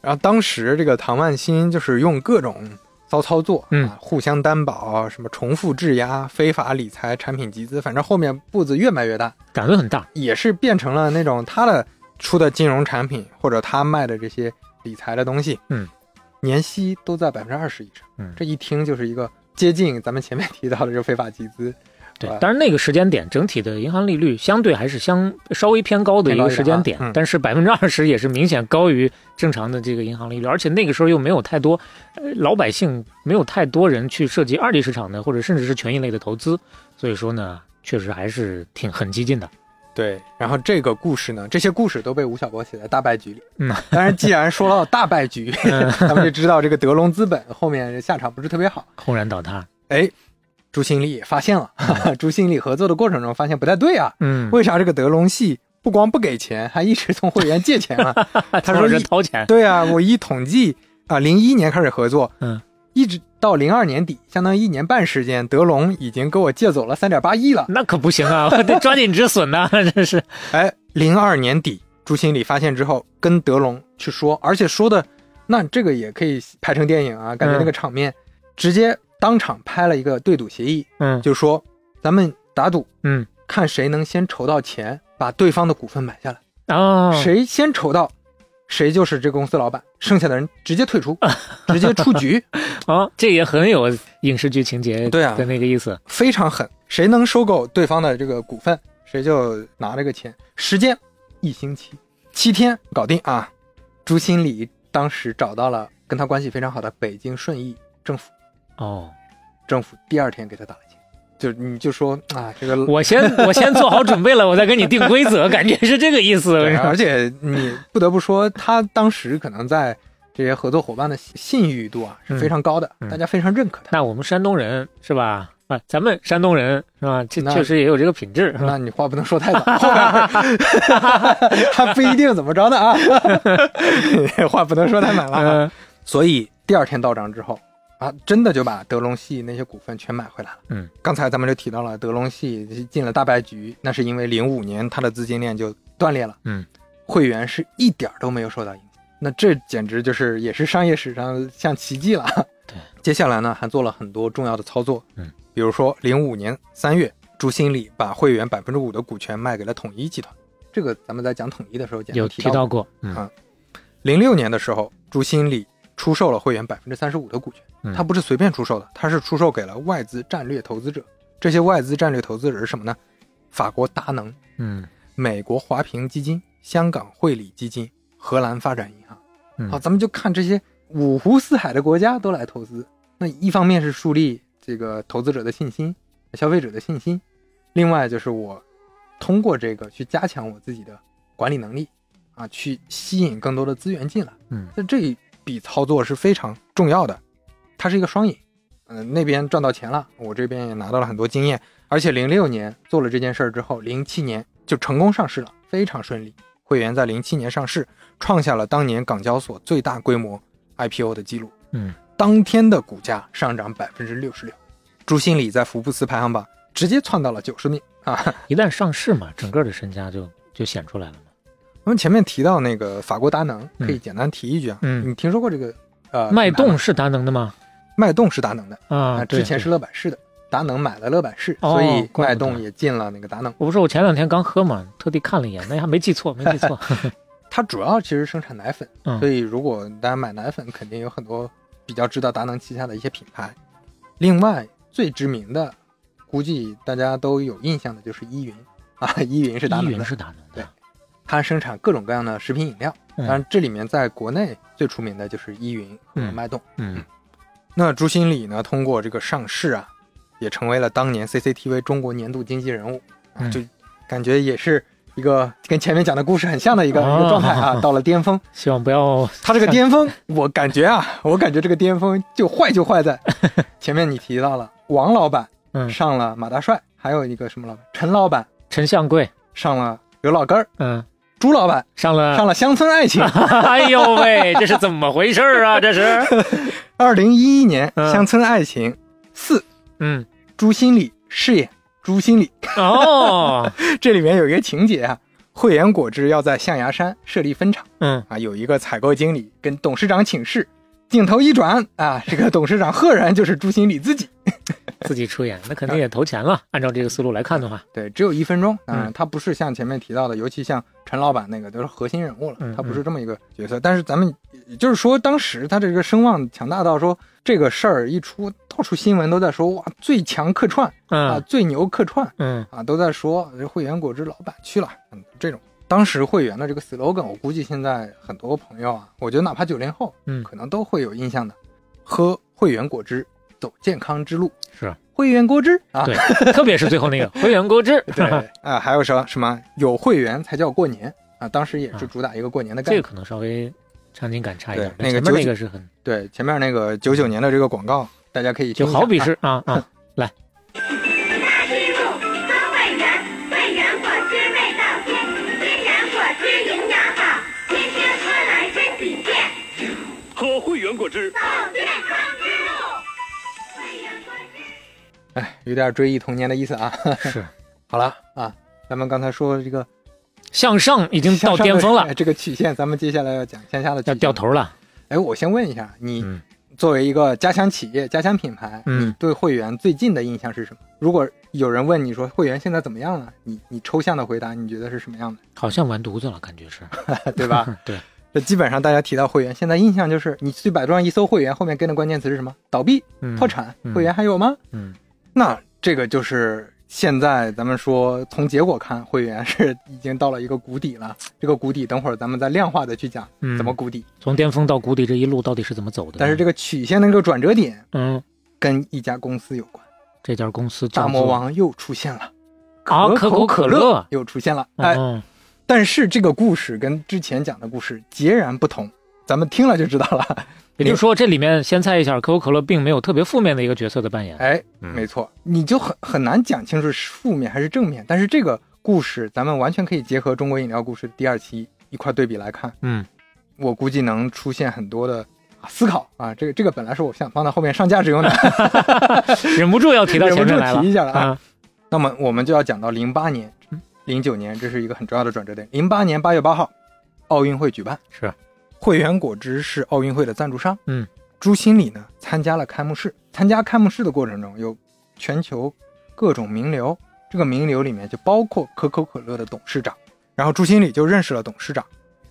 Speaker 3: 然后当时这个唐万新就是用各种骚操作，
Speaker 2: 嗯
Speaker 3: 啊，互相担保，什么重复质押、非法理财、产品集资，反正后面步子越迈越大，
Speaker 2: 胆子很大。
Speaker 3: 也是变成了那种他的出的金融产品或者他卖的这些理财的东西，
Speaker 2: 嗯，
Speaker 3: 年息都在百分之二十以上，
Speaker 2: 嗯
Speaker 3: 这一听就是一个接近咱们前面提到的这个非法集资呃
Speaker 2: 对
Speaker 3: 对，
Speaker 2: 当然那个时间点整体的银行利率相对还是相稍微偏高的一
Speaker 3: 偏高
Speaker 2: 个
Speaker 3: 一点
Speaker 2: 时间点，
Speaker 3: 啊嗯
Speaker 2: 但是百分之二十也是明显高于正常的这个银行利率，而且那个时候又没有太多、呃、老百姓没有太多人去涉及二级市场的或者甚至是权益类的投资，所以说呢，确实还是挺很激进的。
Speaker 3: 对，然后这个故事呢，这些故事都被吴晓波写在《大败局》里。
Speaker 2: 嗯，
Speaker 3: 当然，既然说到大 败局， 咱们就知道这个德隆资本后面下场不是特别好。
Speaker 2: 轰然倒塌，
Speaker 3: 哎，朱新立也发现了， 哈哈，朱新立合作的过程中发现不太对啊，
Speaker 2: 嗯，
Speaker 3: 为啥这个德隆系不光不给钱， 还一直从会员借钱啊？ 他说
Speaker 2: 是
Speaker 3: 一
Speaker 2: 掏钱，
Speaker 3: 对啊，我一统计啊，零一年开始合作，
Speaker 2: 嗯，
Speaker 3: 一直到零二年底，相当于一年半时间，德隆已经给我借走了三点八亿了。
Speaker 2: 那可不行 啊，我得抓紧止损呐、 真是，
Speaker 3: 哎，零二年底，朱新礼发现之后，跟德龙去说，而且说的那这个也可以拍成电影
Speaker 2: 嗯
Speaker 3: 啊，感觉那个场面，直接当场拍了一个对赌协议，
Speaker 2: 嗯
Speaker 3: 就说咱们打赌，
Speaker 2: 嗯
Speaker 3: 看谁能先筹到钱，把对方的股份买下来，
Speaker 2: 啊，
Speaker 3: 谁先筹到，谁就是这公司老板，剩下的人直接退 出，直接出局，
Speaker 2: 啊，这也很有影视剧情节
Speaker 3: 对啊
Speaker 2: 的那个意思，
Speaker 3: 非常狠，谁能收购对方的这个股份，谁就拿这个钱。时间一星期，七天搞定啊！朱新礼当时找到了跟他关系非常好的北京顺义政府，
Speaker 2: 哦。
Speaker 3: 政府第二天给他打了钱，就你就说啊，这 个
Speaker 2: 我先我先做好准备了，我再跟你定规则，感觉是这个意思。
Speaker 3: 对啊而且你不得不说，他当时可能在这些合作伙伴的信誉度啊是非常高的，
Speaker 2: 嗯嗯
Speaker 3: 大家非常认可他。
Speaker 2: 那我们山东人是吧？啊，咱们山东人是吧？这
Speaker 3: 那
Speaker 2: 确实也有这个品质， 是吧？
Speaker 3: 那你话不能说太早，后边儿 还不一定怎么着呢啊， 话不能说太满了啊、
Speaker 2: 嗯
Speaker 3: 所以第二天到账之后啊，真的就把德隆系那些股份全买回来了。
Speaker 2: 嗯，
Speaker 3: 刚才咱们就提到了德隆系进了大败局，那是因为零五年它的资金链就断裂了。
Speaker 2: 嗯，
Speaker 3: 会员是一点儿都没有受到影响，那这简直就是也是商业史上像奇迹了。
Speaker 2: 对，
Speaker 3: 接下来呢还做了很多重要的操作。
Speaker 2: 嗯，
Speaker 3: 比如说零五年三月，朱新礼把会员百分之五的股权卖给了统一集团。这个咱们在讲统一的时候简单
Speaker 2: 有提
Speaker 3: 提过
Speaker 2: 到过，嗯
Speaker 3: 啊零六年的时候，朱新礼出售了会员百分之三十五的股权
Speaker 2: 嗯，
Speaker 3: 他不是随便出售的，他是出售给了外资战略投资者。这些外资战略投资者是什么呢？法国达能、
Speaker 2: 嗯
Speaker 3: 美国华平基金、香港汇理基金、荷兰发展银行。
Speaker 2: 嗯
Speaker 3: 好，咱们就看这些五湖四海的国家都来投资。那一方面是树立这个投资者的信心、消费者的信心，另外就是我通过这个去加强我自己的管理能力啊，去吸引更多的资源进来。
Speaker 2: 嗯
Speaker 3: 那这一笔操作是非常重要的，它是一个双赢。嗯、那边赚到钱了，我这边也拿到了很多经验，而且零六年做了这件事儿之后，零七年就成功上市了，非常顺利。会员在零七年上市，创下了当年港交所最大规模 IPO 的记录。
Speaker 2: 嗯，
Speaker 3: 当天的股价上涨百分之六十六，朱新礼在福布斯排行榜直接窜到了九十名啊！
Speaker 2: 一旦上市嘛，整个的身家就就显出来了嘛。
Speaker 3: 我们前面提到那个法国达能，
Speaker 2: 嗯
Speaker 3: 可以简单提一句啊，
Speaker 2: 嗯
Speaker 3: 你听说过这个呃
Speaker 2: 脉
Speaker 3: 品牌
Speaker 2: 动
Speaker 3: 吗
Speaker 2: 是达能的吗？
Speaker 3: 脉动是达能的
Speaker 2: 啊，对
Speaker 3: 之前是乐百氏的，达能买了乐百氏，
Speaker 2: 哦
Speaker 3: 所以
Speaker 2: 怪
Speaker 3: 脉
Speaker 2: 不得
Speaker 3: 动也进了那个达能。
Speaker 2: 我不是我前两天刚喝嘛，特地看了一眼，那还没记错， 没记错。
Speaker 3: 它主要其实生产奶粉，
Speaker 2: 嗯
Speaker 3: 所以如果大家买奶粉，肯定有很多比较知道达能旗下的一些品牌。另外最知名的，估计大家都有印象的就是依云啊， 依云是达
Speaker 2: 依
Speaker 3: 能
Speaker 2: 云
Speaker 3: 的，
Speaker 2: 是达能的，
Speaker 3: 它生产各种各样的食品饮料。
Speaker 2: 嗯
Speaker 3: 当然，这里面在国内最出名的就是依云和
Speaker 2: 嗯
Speaker 3: 脉动。
Speaker 2: 嗯
Speaker 3: 那朱新礼呢，通过这个上市啊，也成为了当年 CCTV 中国年度经济人物，啊
Speaker 2: 嗯
Speaker 3: 就感觉也是一个跟前面讲的故事很像的一个、一个状态啊，
Speaker 2: 啊
Speaker 3: 到了巅峰。
Speaker 2: 希望不要
Speaker 3: 他这个巅 峰，我感觉啊，我感觉这个巅峰就坏就坏 在前面你提到了王老板
Speaker 2: 嗯
Speaker 3: 上了马大帅，还有一个什么老板陈老板
Speaker 2: 陈向贵，
Speaker 3: 上了刘老根儿，
Speaker 2: 嗯，
Speaker 3: 朱老板
Speaker 2: 上了
Speaker 3: 上了乡村爱情。
Speaker 2: 哎呦喂，这是怎么回事儿啊？这是，
Speaker 3: 二零一一年
Speaker 2: 嗯
Speaker 3: 乡村爱情四，
Speaker 2: 嗯，
Speaker 3: 朱新礼饰演朱新礼，
Speaker 2: 哦，
Speaker 3: 这里面有一个情节啊，汇源果汁要在象牙山设立分厂
Speaker 2: 嗯，
Speaker 3: 啊，有一个采购经理跟董事长请示，镜头一转啊，这个董事长赫然就是朱新礼自己。
Speaker 2: 自己出演，那肯定也投钱了。按照这个思路来看的话，
Speaker 3: 对，只有一分钟。嗯，
Speaker 2: 嗯
Speaker 3: 他不是像前面提到的，尤其像陈老板那个都是核心人物了
Speaker 2: 嗯，
Speaker 3: 他不是这么一个角色。但是咱们也就是说，当时他这个声望强大到说这个事儿一出，到处新闻都在说哇，最强客串啊，
Speaker 2: 嗯
Speaker 3: 最牛客串
Speaker 2: 嗯
Speaker 3: 啊，都在说这汇源果汁老板去了，嗯，这种。当时汇源的这个 slogan，我估计现在很多朋友啊，我觉得哪怕九零后，
Speaker 2: 嗯，
Speaker 3: 可能都会有印象的，喝汇源果汁，走健康之路，
Speaker 2: 是
Speaker 3: 汇源果汁啊，
Speaker 2: 对，特别是最后那个回源果汁，
Speaker 3: 对啊、还有什么什么有会员才叫过年啊？当时也是主打一个过年的概
Speaker 2: 这个
Speaker 3: 念。
Speaker 2: 可能稍微场景感差一点，
Speaker 3: 对那个
Speaker 2: 前面那
Speaker 3: 九
Speaker 2: 个是很
Speaker 3: 对，前面那个九九年的这个广告，大家可以听
Speaker 2: 就
Speaker 3: 一下
Speaker 2: 好比
Speaker 3: 啊
Speaker 2: 是啊啊，来，
Speaker 6: 一口都汇源，汇源果汁味道鲜，虽然果汁营养好，天天喝来身体健，
Speaker 4: 喝汇源果汁。
Speaker 6: 走健康之路。汇源果汁。
Speaker 3: 哎，有点追忆童年的意思啊。
Speaker 2: 是
Speaker 3: 好了啊，咱们刚才说的这个
Speaker 2: 向上已经到
Speaker 3: 向上的
Speaker 2: 巅峰了，
Speaker 3: 哎这个曲线，咱们接下来要讲向下的曲
Speaker 2: 要
Speaker 3: 线
Speaker 2: 掉。头了。
Speaker 3: 哎，我先问一下，你
Speaker 2: 嗯
Speaker 3: 作为一个家乡企业、家乡品牌，
Speaker 2: 嗯，
Speaker 3: 对会员最近的印象是什么？如果有人问你说会员现在怎么样了，你你抽象的回答，你觉得是什么样 的，
Speaker 2: 好像完犊子了，感觉是，
Speaker 3: 对吧？
Speaker 2: 对，
Speaker 3: 这基本上大家提到会员，现在印象就是你去百度上一搜会员，后面跟的关键词是什么？倒闭、
Speaker 2: 嗯
Speaker 3: 破，产，
Speaker 2: 嗯
Speaker 3: 会员还有吗？
Speaker 2: 嗯，
Speaker 3: 那这个就是现在咱们说从结果看，会员是已经到了一个谷底了。这个谷底，等会儿咱们再量化的去讲
Speaker 2: 嗯
Speaker 3: 怎么谷底。
Speaker 2: 从巅峰到谷底这一路到底是怎么走的呢？
Speaker 3: 但是这个曲线的这个转折点
Speaker 2: 嗯，
Speaker 3: 跟一家公司有关，
Speaker 2: 这家公司叫
Speaker 3: 大魔
Speaker 2: 做
Speaker 3: 王又出现了，
Speaker 2: 啊，可
Speaker 3: 可
Speaker 2: 口
Speaker 3: 可
Speaker 2: 乐，
Speaker 3: 又出现了。哎，
Speaker 2: 嗯，
Speaker 3: 但是这个故事跟之前讲的故事截然不同，咱们听了就知道了。
Speaker 2: 也就是说，这里面先猜一下，可口可乐并没有特别负面的一个角色的扮演。
Speaker 3: 哎，
Speaker 2: 嗯
Speaker 3: 没错，你就很很难讲清楚是负面还是正面。但是这个故事，咱们完全可以结合中国饮料故事的第二期一块对比来看，
Speaker 2: 嗯，
Speaker 3: 我估计能出现很多的啊思考啊。这个这个本来是我想放到后面上价值用的，
Speaker 2: 忍不住要提到前面来
Speaker 3: 忍不
Speaker 2: 了
Speaker 3: 住提一下了啊
Speaker 2: 啊，
Speaker 3: 那么我们就要讲到零八年、
Speaker 2: 嗯
Speaker 3: 零九年，这是一个很重要的转折点。零八年八月八号，奥运会举办，
Speaker 2: 是
Speaker 3: 汇源果汁是奥运会的赞助商。
Speaker 2: 嗯，
Speaker 3: 朱新礼呢参加了开幕式，参加开幕式的过程中有全球各种名流，这个名流里面就包括可口可乐的董事长，然后朱新礼就认识了董事长，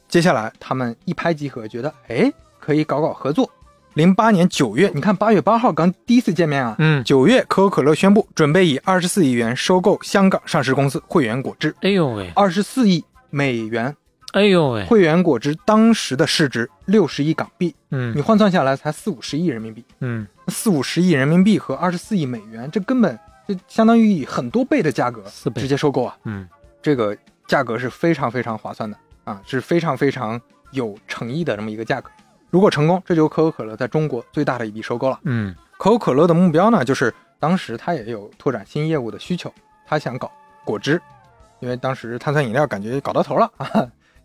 Speaker 3: 接下来他们一拍即合，觉得哎可以搞搞合作。零八年九月，你看八月八号刚第一次见面啊，
Speaker 2: 嗯，
Speaker 3: 九月，可口可乐宣布准备以二十四亿元收购香港上市公司汇源果汁，
Speaker 2: 哎呦喂，
Speaker 3: 二十四亿美元。
Speaker 2: 哎呦喂，
Speaker 3: 汇源果汁当时的市值六十亿港币，你
Speaker 2: 嗯
Speaker 3: 换算下来才四五十亿人民币，
Speaker 2: 嗯，
Speaker 3: 四五十亿人民币和二十四亿美元，这根本就相当于以很多倍的价格
Speaker 2: 四倍
Speaker 3: 直接收购啊！
Speaker 2: 嗯，
Speaker 3: 这个价格是非常非常划算的啊，是非常非常有诚意的这么一个价格。如果成功，这就是可口可乐在中国最大的一笔收购了。
Speaker 2: 嗯
Speaker 3: 可口可乐的目标呢，就是当时它也有拓展新业务的需求，它想搞果汁，因为当时碳酸饮料感觉搞到头了 啊，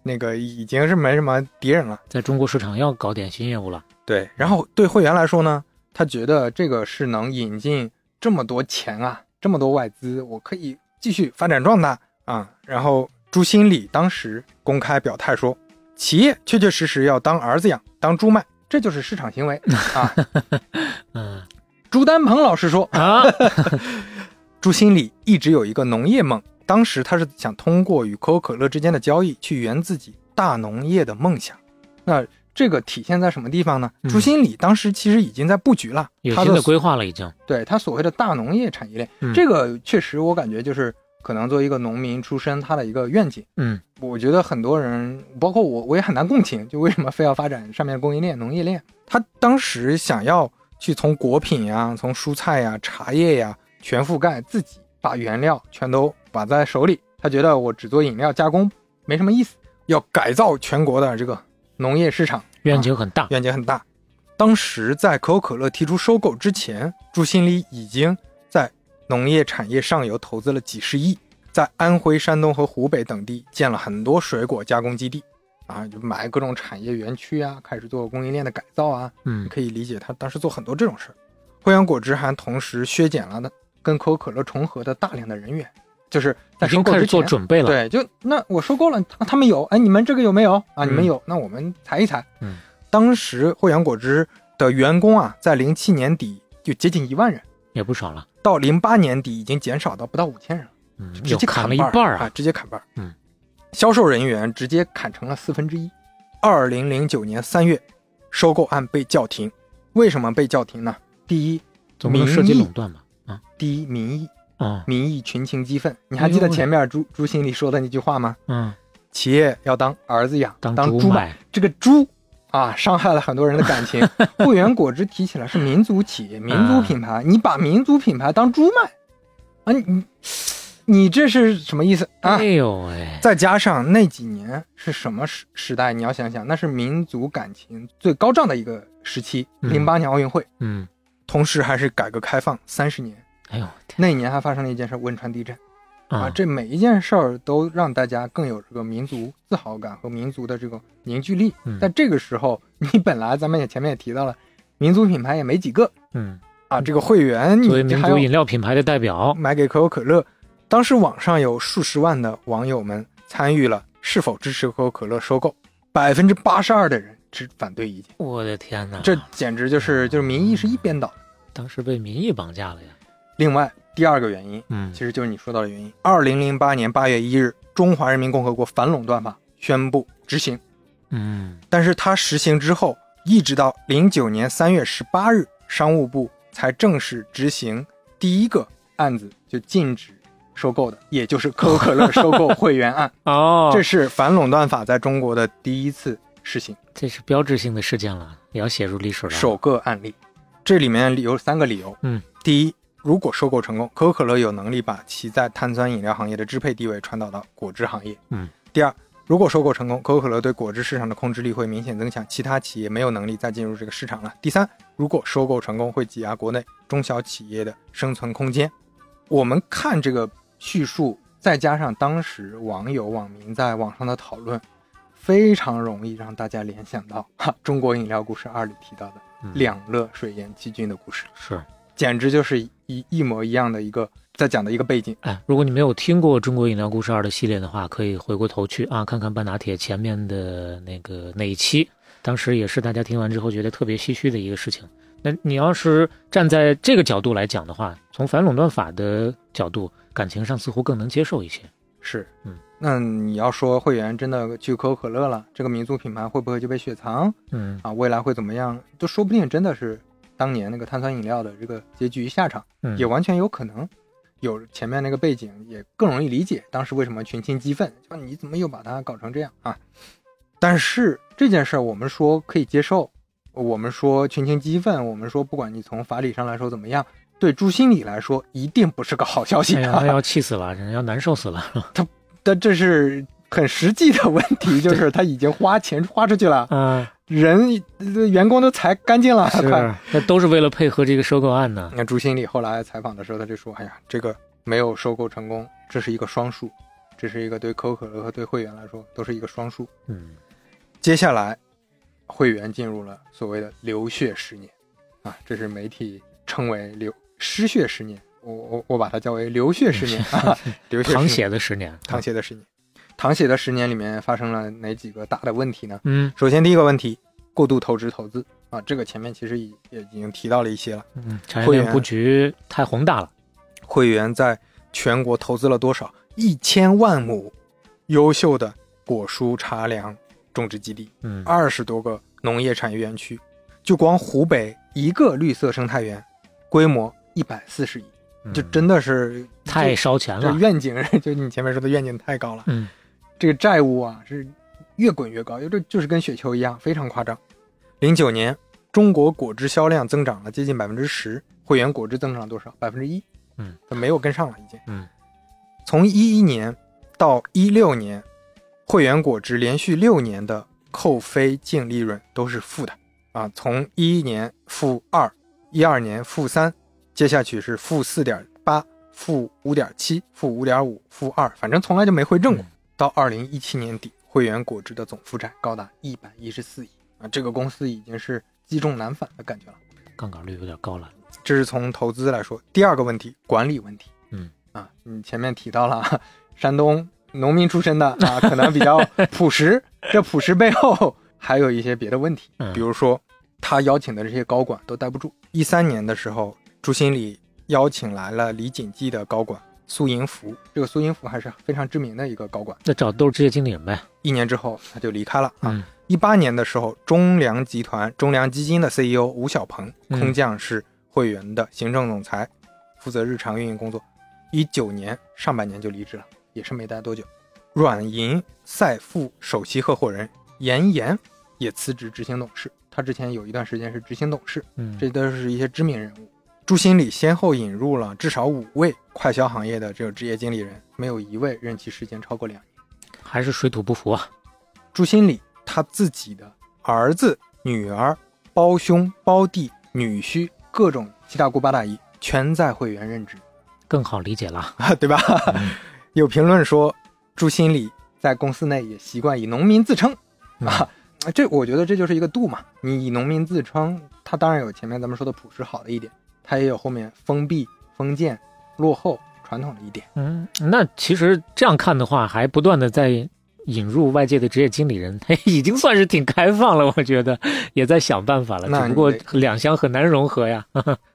Speaker 3: 那个已经是没什么敌人了。
Speaker 2: 在中国市场要搞点新业务了。
Speaker 3: 对，然后对会员来说呢，他觉得这个是能引进这么多钱啊，这么多外资，我可以继续发展壮大啊。然后朱新礼当时公开表态说，企业确确实实要当儿子养，当猪卖，这就是市场行为啊。
Speaker 2: 嗯
Speaker 3: 朱丹鹏老师说，
Speaker 2: 啊，
Speaker 3: 朱新礼一直有一个农业梦，当时他是想通过与可口可乐之间的交易去圆自己大农业的梦想。那这个体现在什么地方呢？
Speaker 2: 嗯
Speaker 3: 朱新礼当时其实已经在布局了，
Speaker 2: 有
Speaker 3: 他
Speaker 2: 新
Speaker 3: 的
Speaker 2: 的规划了已经。
Speaker 3: 对他所谓的大农业产业链，
Speaker 2: 嗯
Speaker 3: 这个确实我感觉就是可能作为一个农民出身，他的一个愿景。
Speaker 2: 嗯
Speaker 3: 我觉得很多人，包括我，我也很难共情，就为什么非要发展上面的供应链、农业链？他当时想要去从果品呀、从蔬菜呀、茶叶呀全覆盖，自己把原料全都把在手里。他觉得我只做饮料加工没什么意思，要改造全国的这个农业市场，
Speaker 2: 愿景很大。
Speaker 3: 愿景很大。当时在可口可乐提出收购之前，朱新礼已经在农业产业上游投资了几十亿，在安徽、山东和湖北等地建了很多水果加工基地，啊，就买各种产业园区啊，开始做供应链的改造啊，
Speaker 2: 嗯
Speaker 3: 你可以理解他当时做很多这种事儿。汇源果汁还同时削减了的跟可口可乐重合的大量的人员，就是在
Speaker 2: 已经
Speaker 3: 收购
Speaker 2: 开
Speaker 3: 之
Speaker 2: 始做
Speaker 3: 前，
Speaker 2: 准备了。
Speaker 3: 对，就那我收购了，他他们有，哎，你们这个有没有啊？你们
Speaker 2: 嗯
Speaker 3: 有，那我们裁一裁。
Speaker 2: 嗯，
Speaker 3: 当时汇源果汁的员工啊，在零七年底就接近一万人，
Speaker 2: 也不少了。
Speaker 3: 到零八年底已经减少到不到五千人了，
Speaker 2: 嗯
Speaker 3: 就，直
Speaker 2: 又
Speaker 3: 接
Speaker 2: 砍了一
Speaker 3: 半
Speaker 2: 半
Speaker 3: 儿
Speaker 2: 啊，
Speaker 3: 直接砍半儿。
Speaker 2: 嗯，
Speaker 3: 销售人员直接砍成了四分之一。二零零九年三月，收购案被叫停。为什么被叫停呢？第一，
Speaker 2: 总不能涉及垄断吧？啊
Speaker 3: 第一民意，
Speaker 2: 啊
Speaker 3: 民意群情激愤。你还记得
Speaker 2: 哎呦喂
Speaker 3: 前面朱朱心里说的那句话吗？
Speaker 2: 嗯，
Speaker 3: 企业要当儿子养，当
Speaker 2: 猪
Speaker 3: 猪
Speaker 2: 卖，
Speaker 3: 这个猪啊，伤害了很多人的感情。 汇源果汁提起来是民族企业、民族品
Speaker 2: 啊
Speaker 3: 牌，你把民族品牌当猪卖啊？你你你这是什么意思啊
Speaker 2: 哎？呦喂，
Speaker 3: 再加上那几年是什么时时代？你要想想，那是民族感情最高涨的一个时期，
Speaker 2: 嗯
Speaker 3: 零八年奥运会，
Speaker 2: 嗯，
Speaker 3: 同时还是改革开放三十年。
Speaker 2: 哎呦我天
Speaker 3: 那一年还发生了一件事，汶川地震啊！
Speaker 2: 啊，
Speaker 3: 这每一件事儿都让大家更有这个民族自豪感和民族的这个凝聚力。
Speaker 2: 嗯
Speaker 3: 但这个时候，你本来咱们也前面也提到了，民族品牌也没几个
Speaker 2: 嗯，
Speaker 3: 啊，这个会员
Speaker 2: 作为
Speaker 3: 你
Speaker 2: 民
Speaker 3: 还嗯
Speaker 2: 族
Speaker 3: 要
Speaker 2: 饮料品牌的代表，
Speaker 3: 买给可口可乐。当时网上有数十万的网友们参与了是否支持可口可乐收购，百分之八十二的人持反对意见，
Speaker 2: 我的天哪，
Speaker 3: 这简直就是就是民意是一边倒的。
Speaker 2: 当时被民意绑架了呀，
Speaker 3: 另外，第二个原因
Speaker 2: 嗯
Speaker 3: 其实就是你说到的原因。二零零八年八月一日，中华人民共和国反垄断法宣布执行，
Speaker 2: 嗯，
Speaker 3: 但是它实行之后，一直到零九年三月十八日，商务部才正式执行第一个案子，就禁止收购的，也就是可口可乐收购会员案。
Speaker 2: 哦，
Speaker 3: 这是反垄断法在中国的第一次实行，
Speaker 2: 这是标志性的事件了，也要写入历史了。
Speaker 3: 首个案例。这里面有三个理由。
Speaker 2: 嗯，
Speaker 3: 第一，如果收购成功，可口可乐有能力把其在碳酸饮料行业的支配地位传导到果汁行业。
Speaker 2: 嗯。
Speaker 3: 第二，如果收购成功，可口可乐对果汁市场的控制力会明显增强，其他企业没有能力再进入这个市场了。第三，如果收购成功，会挤压国内中小企业的生存空间。我们看这个叙述，再加上当时网友网民在网上的讨论，非常容易让大家联想到哈中国饮料故事二里提到的
Speaker 2: 嗯
Speaker 3: 两乐水淹七军的故事，
Speaker 2: 是，
Speaker 3: 简直就是一一模一样的一个在讲的一个背景。
Speaker 2: 哎，如果你没有听过《中国饮料故事二》的系列的话，可以回过头去啊，看看半拿铁前面的那个那一期，当时也是大家听完之后觉得特别唏嘘的一个事情。那你要是站在这个角度来讲的话，从反垄断法的角度，感情上似乎更能接受一些。
Speaker 3: 是，
Speaker 2: 嗯，
Speaker 3: 那你要说会员真的去可口可乐了，这个民族品牌会不会就被雪藏
Speaker 2: 嗯
Speaker 3: 啊？未来会怎么样？就说不定真的是当年那个碳酸饮料的这个结局下场，
Speaker 2: 嗯，
Speaker 3: 也完全有可能。有前面那个背景，也更容易理解当时为什么群情激愤，就你怎么又把它搞成这样啊？但是这件事儿，我们说可以接受，我们说群情激愤，我们说不管你从法理上来说怎么样，对朱心理来说一定不是个好消息、
Speaker 2: 哎
Speaker 3: 啊。
Speaker 2: 呀，那要气死了，人要难受死了。
Speaker 3: 但这是很实际的问 题，就是他已经花钱花出去了，
Speaker 2: 啊，
Speaker 3: 人呃员工都裁干净了，
Speaker 2: 是啊
Speaker 3: 快。，
Speaker 2: 那都是为了配合这个收购案呢。
Speaker 3: 那朱新礼后来采访的时候，他就说：“哎呀，这个没有收购成功，这是一个双数，这是一个对可口可乐和对会员来说都是一个双数。
Speaker 2: 嗯”
Speaker 3: 接下来，会员进入了所谓的流血十年，啊，这是媒体称为流失血十年，我我我把它叫为流血十年 啊，流血十
Speaker 2: 淌
Speaker 3: 年
Speaker 2: 血的十年，
Speaker 3: 淌血的十年，淌血的十年里面发生了哪几个大的问题呢？
Speaker 2: 嗯
Speaker 3: 首先，第一个问题，过度投资投资啊，这个前面其实已也已经提到了一些了。
Speaker 2: 嗯，产业链布局太宏大了。
Speaker 3: 会员在全国投资了多少？一千万亩优秀的果蔬茶粮种植基地，
Speaker 2: 嗯
Speaker 3: 二十多个农业产业园区，就光湖北一个绿色生态园，规模一百四十亿，这
Speaker 2: 嗯
Speaker 3: 真的是
Speaker 2: 太烧钱
Speaker 3: 这
Speaker 2: 了。
Speaker 3: 愿景， 就你前面说的愿景太高了。
Speaker 2: 嗯
Speaker 3: 这个债务啊是越滚越高，就就是跟雪球一样，非常夸张。零九年，中国果汁销量增长了接近百分之十，会员果汁增长了多少？百分之一。
Speaker 2: 嗯，
Speaker 3: 它没有跟上了已经。
Speaker 2: 嗯，
Speaker 3: 从一一年到一六年，会员果汁连续六年的扣非净利润都是负的啊，从一一年负二，一二年负三，接下去是负四点八、负五点七、负五点五、负二，反正从来就没回正过。到二零一七年底，汇源果汁的总负债高达一百一十四亿啊！这个公司已经是积重难返的感觉了。
Speaker 2: 杠杆率有点高了。
Speaker 3: 这是从投资来说。第二个问题，管理问题。
Speaker 2: 嗯
Speaker 3: 啊，你前面提到了啊山东农民出身的啊，可能比较朴实。这朴实背后还有一些别的问题
Speaker 2: 嗯，
Speaker 3: 比如说他邀请的这些高管都待不住。一三年的时候，朱新礼邀请来了李锦记的高管苏银福，这个苏银福还是非常知名的一个高管。
Speaker 2: 那找都是职业经理人呗。
Speaker 3: 一年之后，他就离开了啊
Speaker 2: 嗯。
Speaker 3: 一八、年的时候，中粮集团中粮基金的 CEO 吴小鹏
Speaker 2: 嗯
Speaker 3: 空降是汇源的行政总裁，负责日常运营工作。一九年上半年就离职了，也是没待多久。软银赛富首席合伙人严岩也辞职执行董事，他之前有一段时间是执行董事，
Speaker 2: 嗯，
Speaker 3: 这都是一些知名人物。朱新礼先后引入了至少五位快消行业的这个职业经理人，没有一位任期时间超过两年。
Speaker 2: 还是水土不服啊。
Speaker 3: 朱新礼他自己的儿子、女儿、胞兄、胞弟、女婿，各种七大姑八大姨，全在会员任职
Speaker 2: 更好理解了，
Speaker 3: 啊，对吧？有评论说，朱新礼在公司内也习惯以农民自称啊，这我觉得这就是一个度嘛。你以农民自称，他当然有前面咱们说的朴实好的一点，他也有后面封闭、封建、落后、传统的一点。
Speaker 2: 嗯，那其实这样看的话，还不断的在引入外界的职业经理人， 嘿，已经算是挺开放了，我觉得也在想办法了，
Speaker 3: 那
Speaker 2: 只
Speaker 3: 你
Speaker 2: 不过
Speaker 3: 得
Speaker 2: 两相很难融合呀。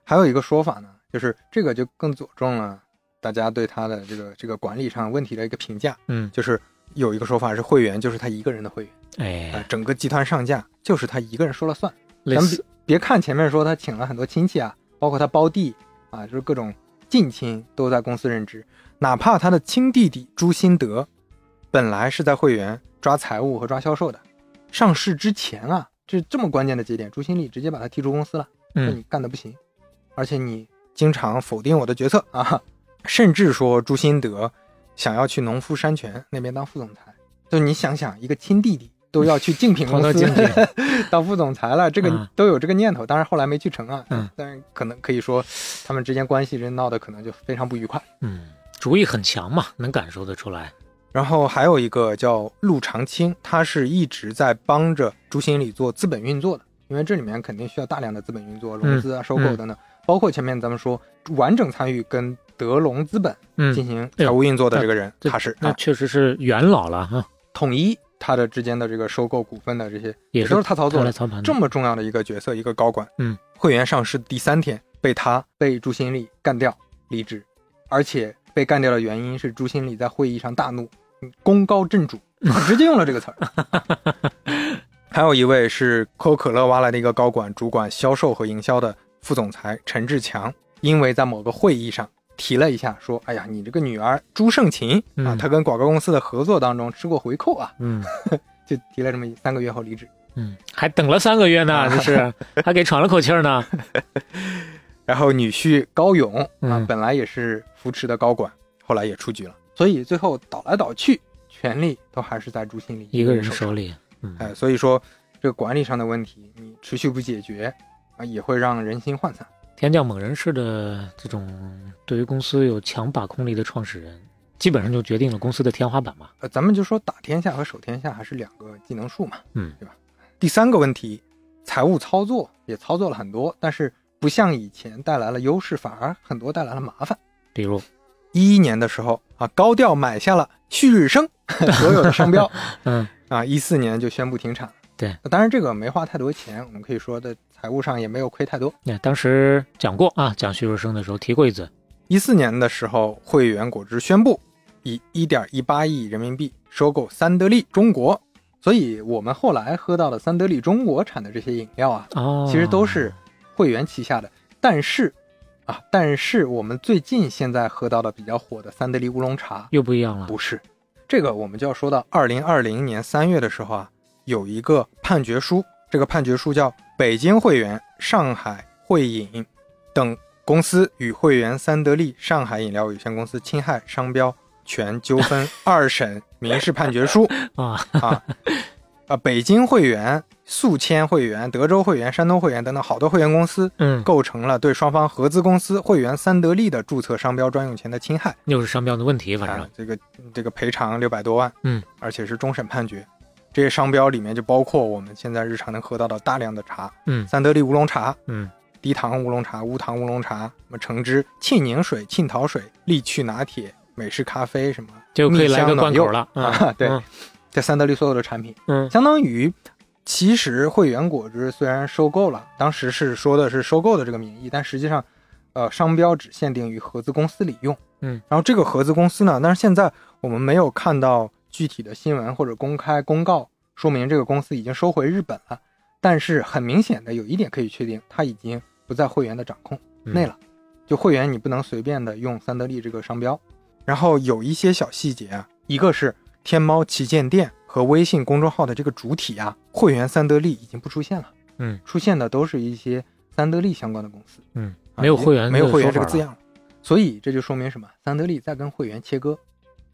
Speaker 3: 还有一个说法呢，就是这个就更佐证了大家对他的这个这个管理上问题的一个评价，
Speaker 2: 嗯，
Speaker 3: 就是有一个说法是会员就是他一个人的会员，啊、
Speaker 2: 哎，
Speaker 3: 整个集团上下就是他一个人说了算。
Speaker 2: 类
Speaker 3: 咱们
Speaker 2: 似，
Speaker 3: 别看前面说他请了很多亲戚啊，包括他胞弟啊，就是各种近亲都在公司任职，哪怕他的亲弟弟朱新德，本来是在会员抓财务和抓销售的，上市之前啊，这这么关键的节点，朱新立直接把他踢出公司了。说
Speaker 2: 嗯
Speaker 3: 你干的不行，而且你经常否定我的决策啊，甚至说朱新德想要去农夫山泉那边当副总裁，就你想想，一个亲弟弟都要去竞品 公
Speaker 2: 偷偷
Speaker 3: 司
Speaker 2: 竞品
Speaker 3: 当副总裁了，这
Speaker 2: 嗯
Speaker 3: 个都有这个念头，当然后来没去成啊，
Speaker 2: 嗯
Speaker 3: 但是可能可以说他们之间关系真闹得可能就非常不愉快。
Speaker 2: 嗯，主意很强嘛，能感受得出来。
Speaker 3: 然后还有一个叫陆长青，他是一直在帮着朱新礼做资本运作的，因为这里面肯定需要大量的资本运作、融资
Speaker 2: 嗯
Speaker 3: 啊、收购等等，包括前面咱们说完整参与跟德隆资本
Speaker 2: 嗯，
Speaker 3: 进行财务运作的这个人，
Speaker 2: 这
Speaker 3: 他是
Speaker 2: 那
Speaker 3: 啊
Speaker 2: 确实是元老了哈，
Speaker 3: 统一他的之间的这个收购股份的这些，
Speaker 2: 也
Speaker 3: 也
Speaker 2: 是
Speaker 3: 都是他操
Speaker 2: 他
Speaker 3: 作
Speaker 2: 来
Speaker 3: 的，
Speaker 2: 操盘的。
Speaker 3: 这么重要的一个角色，一个高管，
Speaker 2: 嗯，
Speaker 3: 会员上市第三天被他被朱新礼干掉离职，而且被干掉的原因是朱新礼在会议上大怒，嗯功高 震主，直接用了这个词儿。还有一位是可口可乐挖来的一个高管，主管销售和营销的副总裁陈志强，因为在某个会议上提了一下，说：“哎呀，你这个女儿朱胜琴啊
Speaker 2: 嗯，
Speaker 3: 她跟广告公司的合作当中吃过回扣啊。
Speaker 2: 嗯”
Speaker 3: 就提了这么一三个月后离职。
Speaker 2: 嗯，还等了三个月呢，这 是还给喘了口气儿呢。
Speaker 3: 然后女婿高勇啊，
Speaker 2: 嗯
Speaker 3: 本来也是扶持的高管，后来也出局了，所以最后倒来倒去，权力都还是在朱新礼
Speaker 2: 一个人
Speaker 3: 手
Speaker 2: 手
Speaker 3: 里。
Speaker 2: 里，嗯，
Speaker 3: 哎，所以说这个管理上的问题，你持续不解决啊，也会让人心涣散。
Speaker 2: 天降猛人式的这种对于公司有强把控力的创始人，基本上就决定了公司的天花板嘛。
Speaker 3: 呃，咱们就说打天下和守天下还是两个技能树嘛，
Speaker 2: 嗯，
Speaker 3: 对吧？第三个问题，财务操作也操作了很多，但是不像以前带来了优势，反而很多带来了麻烦。
Speaker 2: 比如，
Speaker 3: 一一年的时候啊，高调买下了旭日升 所有的商标，
Speaker 2: 嗯
Speaker 3: 啊，一四年就宣布停产了。呃
Speaker 2: 对，
Speaker 3: 当然这个没花太多钱，我们可以说的财务上也没有亏太多。
Speaker 2: 那当时讲过啊，讲徐若生的时候提过一次，
Speaker 3: 一四年的时候，汇源果汁宣布以一点一八亿人民币收购三得利中国，所以我们后来喝到的三得利中国产的这些饮料啊，
Speaker 2: 哦，
Speaker 3: 其实都是汇源旗下的。但是啊，但是我们最近现在喝到的比较火的三得利乌龙茶，
Speaker 2: 又不一样了。
Speaker 3: 不是，这个我们就要说到二零二零年三月的时候啊，有一个判决书，这个判决书叫《北京汇源、上海汇饮等公司与汇源三得利上海饮料有限公司侵害商标权纠纷二审民事判决书》
Speaker 2: 啊，
Speaker 3: 啊。啊，北京汇源、宿迁汇源、德州汇源、山东汇源等等好多汇源公司，
Speaker 2: 嗯，
Speaker 3: 构成了对双方合资公司汇源三得利的注册商标专用权的侵害。
Speaker 2: 又是商标的问题，反
Speaker 3: 啊
Speaker 2: 正，
Speaker 3: 这个这个赔偿六百多万，
Speaker 2: 嗯，
Speaker 3: 而且是终审判决。这些商标里面就包括我们现在日常能喝到的大量的茶，
Speaker 2: 嗯
Speaker 3: 三得利乌龙茶、
Speaker 2: 嗯
Speaker 3: 低糖乌龙茶、无糖乌龙茶，什么橙汁、沁宁水、沁桃水、利趣拿铁、美式咖啡什么，
Speaker 2: 就可以来个关口了
Speaker 3: 蜜香暖柚啊，对，
Speaker 2: 嗯
Speaker 3: 这三得利所有的产品，
Speaker 2: 嗯
Speaker 3: 相当于。其实汇源果汁虽然收购了，当时是说的是收购的这个名义，但实际上呃，商标只限定于合资公司里用。
Speaker 2: 嗯，
Speaker 3: 然后这个合资公司呢，但是现在我们没有看到具体的新闻或者公开公告说明这个公司已经收回日本了。但是很明显的有一点可以确定，它已经不在会员的掌控内
Speaker 2: 嗯
Speaker 3: 了。就会员你不能随便的用三得利这个商标。然后有一些小细节啊，一个是天猫旗舰店和微信公众号的这个主体啊，会员三得利已经不出现了。
Speaker 2: 嗯，
Speaker 3: 出现的都是一些三得利相关的公司。
Speaker 2: 嗯，
Speaker 3: 啊
Speaker 2: 没有
Speaker 3: 也
Speaker 2: 会员，
Speaker 3: 没有会员这个字。样了，所以这就说明什么？三得利在跟会员切割，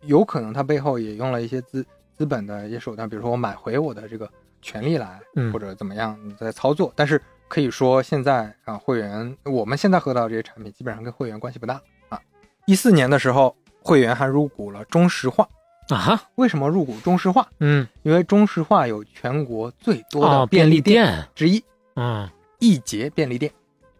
Speaker 3: 有可能它背后也用了一些资资本的一些手段，比如说我买回我的这个权利来，
Speaker 2: 嗯
Speaker 3: 或者怎么样在操作。但是可以说现在啊，会员我们现在喝到这些产品基本上跟会员关系不大啊。一四年的时候，会员还入股了中石化。
Speaker 2: 啊哈，
Speaker 3: 为什么入股中石化？
Speaker 2: 嗯，
Speaker 3: 因为中石化有全国最多
Speaker 2: 哦，
Speaker 3: 的
Speaker 2: 便利
Speaker 3: 利店
Speaker 2: 店，
Speaker 3: 之一
Speaker 2: 嗯
Speaker 3: ——易捷便利店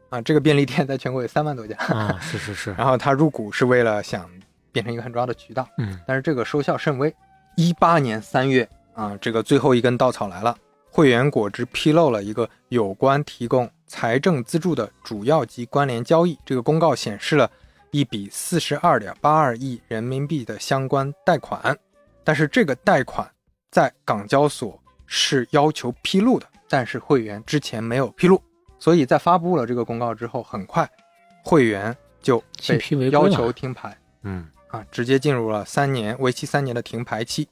Speaker 3: 啊。这个便利店在全国有三万多家。
Speaker 2: 啊，是是是，
Speaker 3: 然后他入股是为了想变成一个很重要的渠道，
Speaker 2: 嗯
Speaker 3: 但是这个收效甚微。一八年三月啊，这个最后一根稻草来了，汇源果汁披露了一个有关提供财政资助的主要及关联交易。这个公告显示了一笔四十二点八二亿人民币的相关贷款，但是这个贷款在港交所是要求披露的，但是汇源之前没有披露，所以在发布了这个公告之后，很快汇源就
Speaker 2: 信披
Speaker 3: 被
Speaker 2: 违规
Speaker 3: 要
Speaker 2: 了
Speaker 3: 求停牌。
Speaker 2: 嗯
Speaker 3: 啊，直接进入了三年为期三年的停牌期。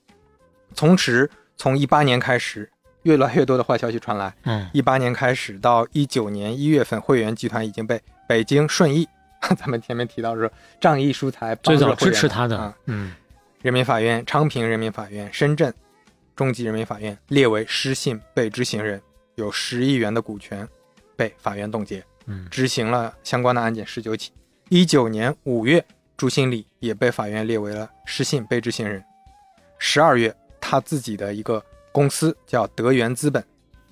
Speaker 3: 从此，从一八年开始，越来越多的坏消息传来。
Speaker 2: 嗯，
Speaker 3: 一八年开始到一九年一月份，汇源集团已经被北京顺义， 咱们前面提到说仗义疏财帮
Speaker 2: 最
Speaker 3: 助
Speaker 2: 早
Speaker 3: 了汇
Speaker 2: 支
Speaker 3: 源
Speaker 2: 持他
Speaker 3: 啊
Speaker 2: 的，嗯
Speaker 3: 人民法院、昌平人民法院、深圳中级人民法院列为失信被执行人，有十亿元的股权被法院冻结。
Speaker 2: 嗯
Speaker 3: 执行了相关的案件十九起。一九年五月，朱新礼也被法院列为了失信被执行人。十二月，他自己的一个公司叫德源资本，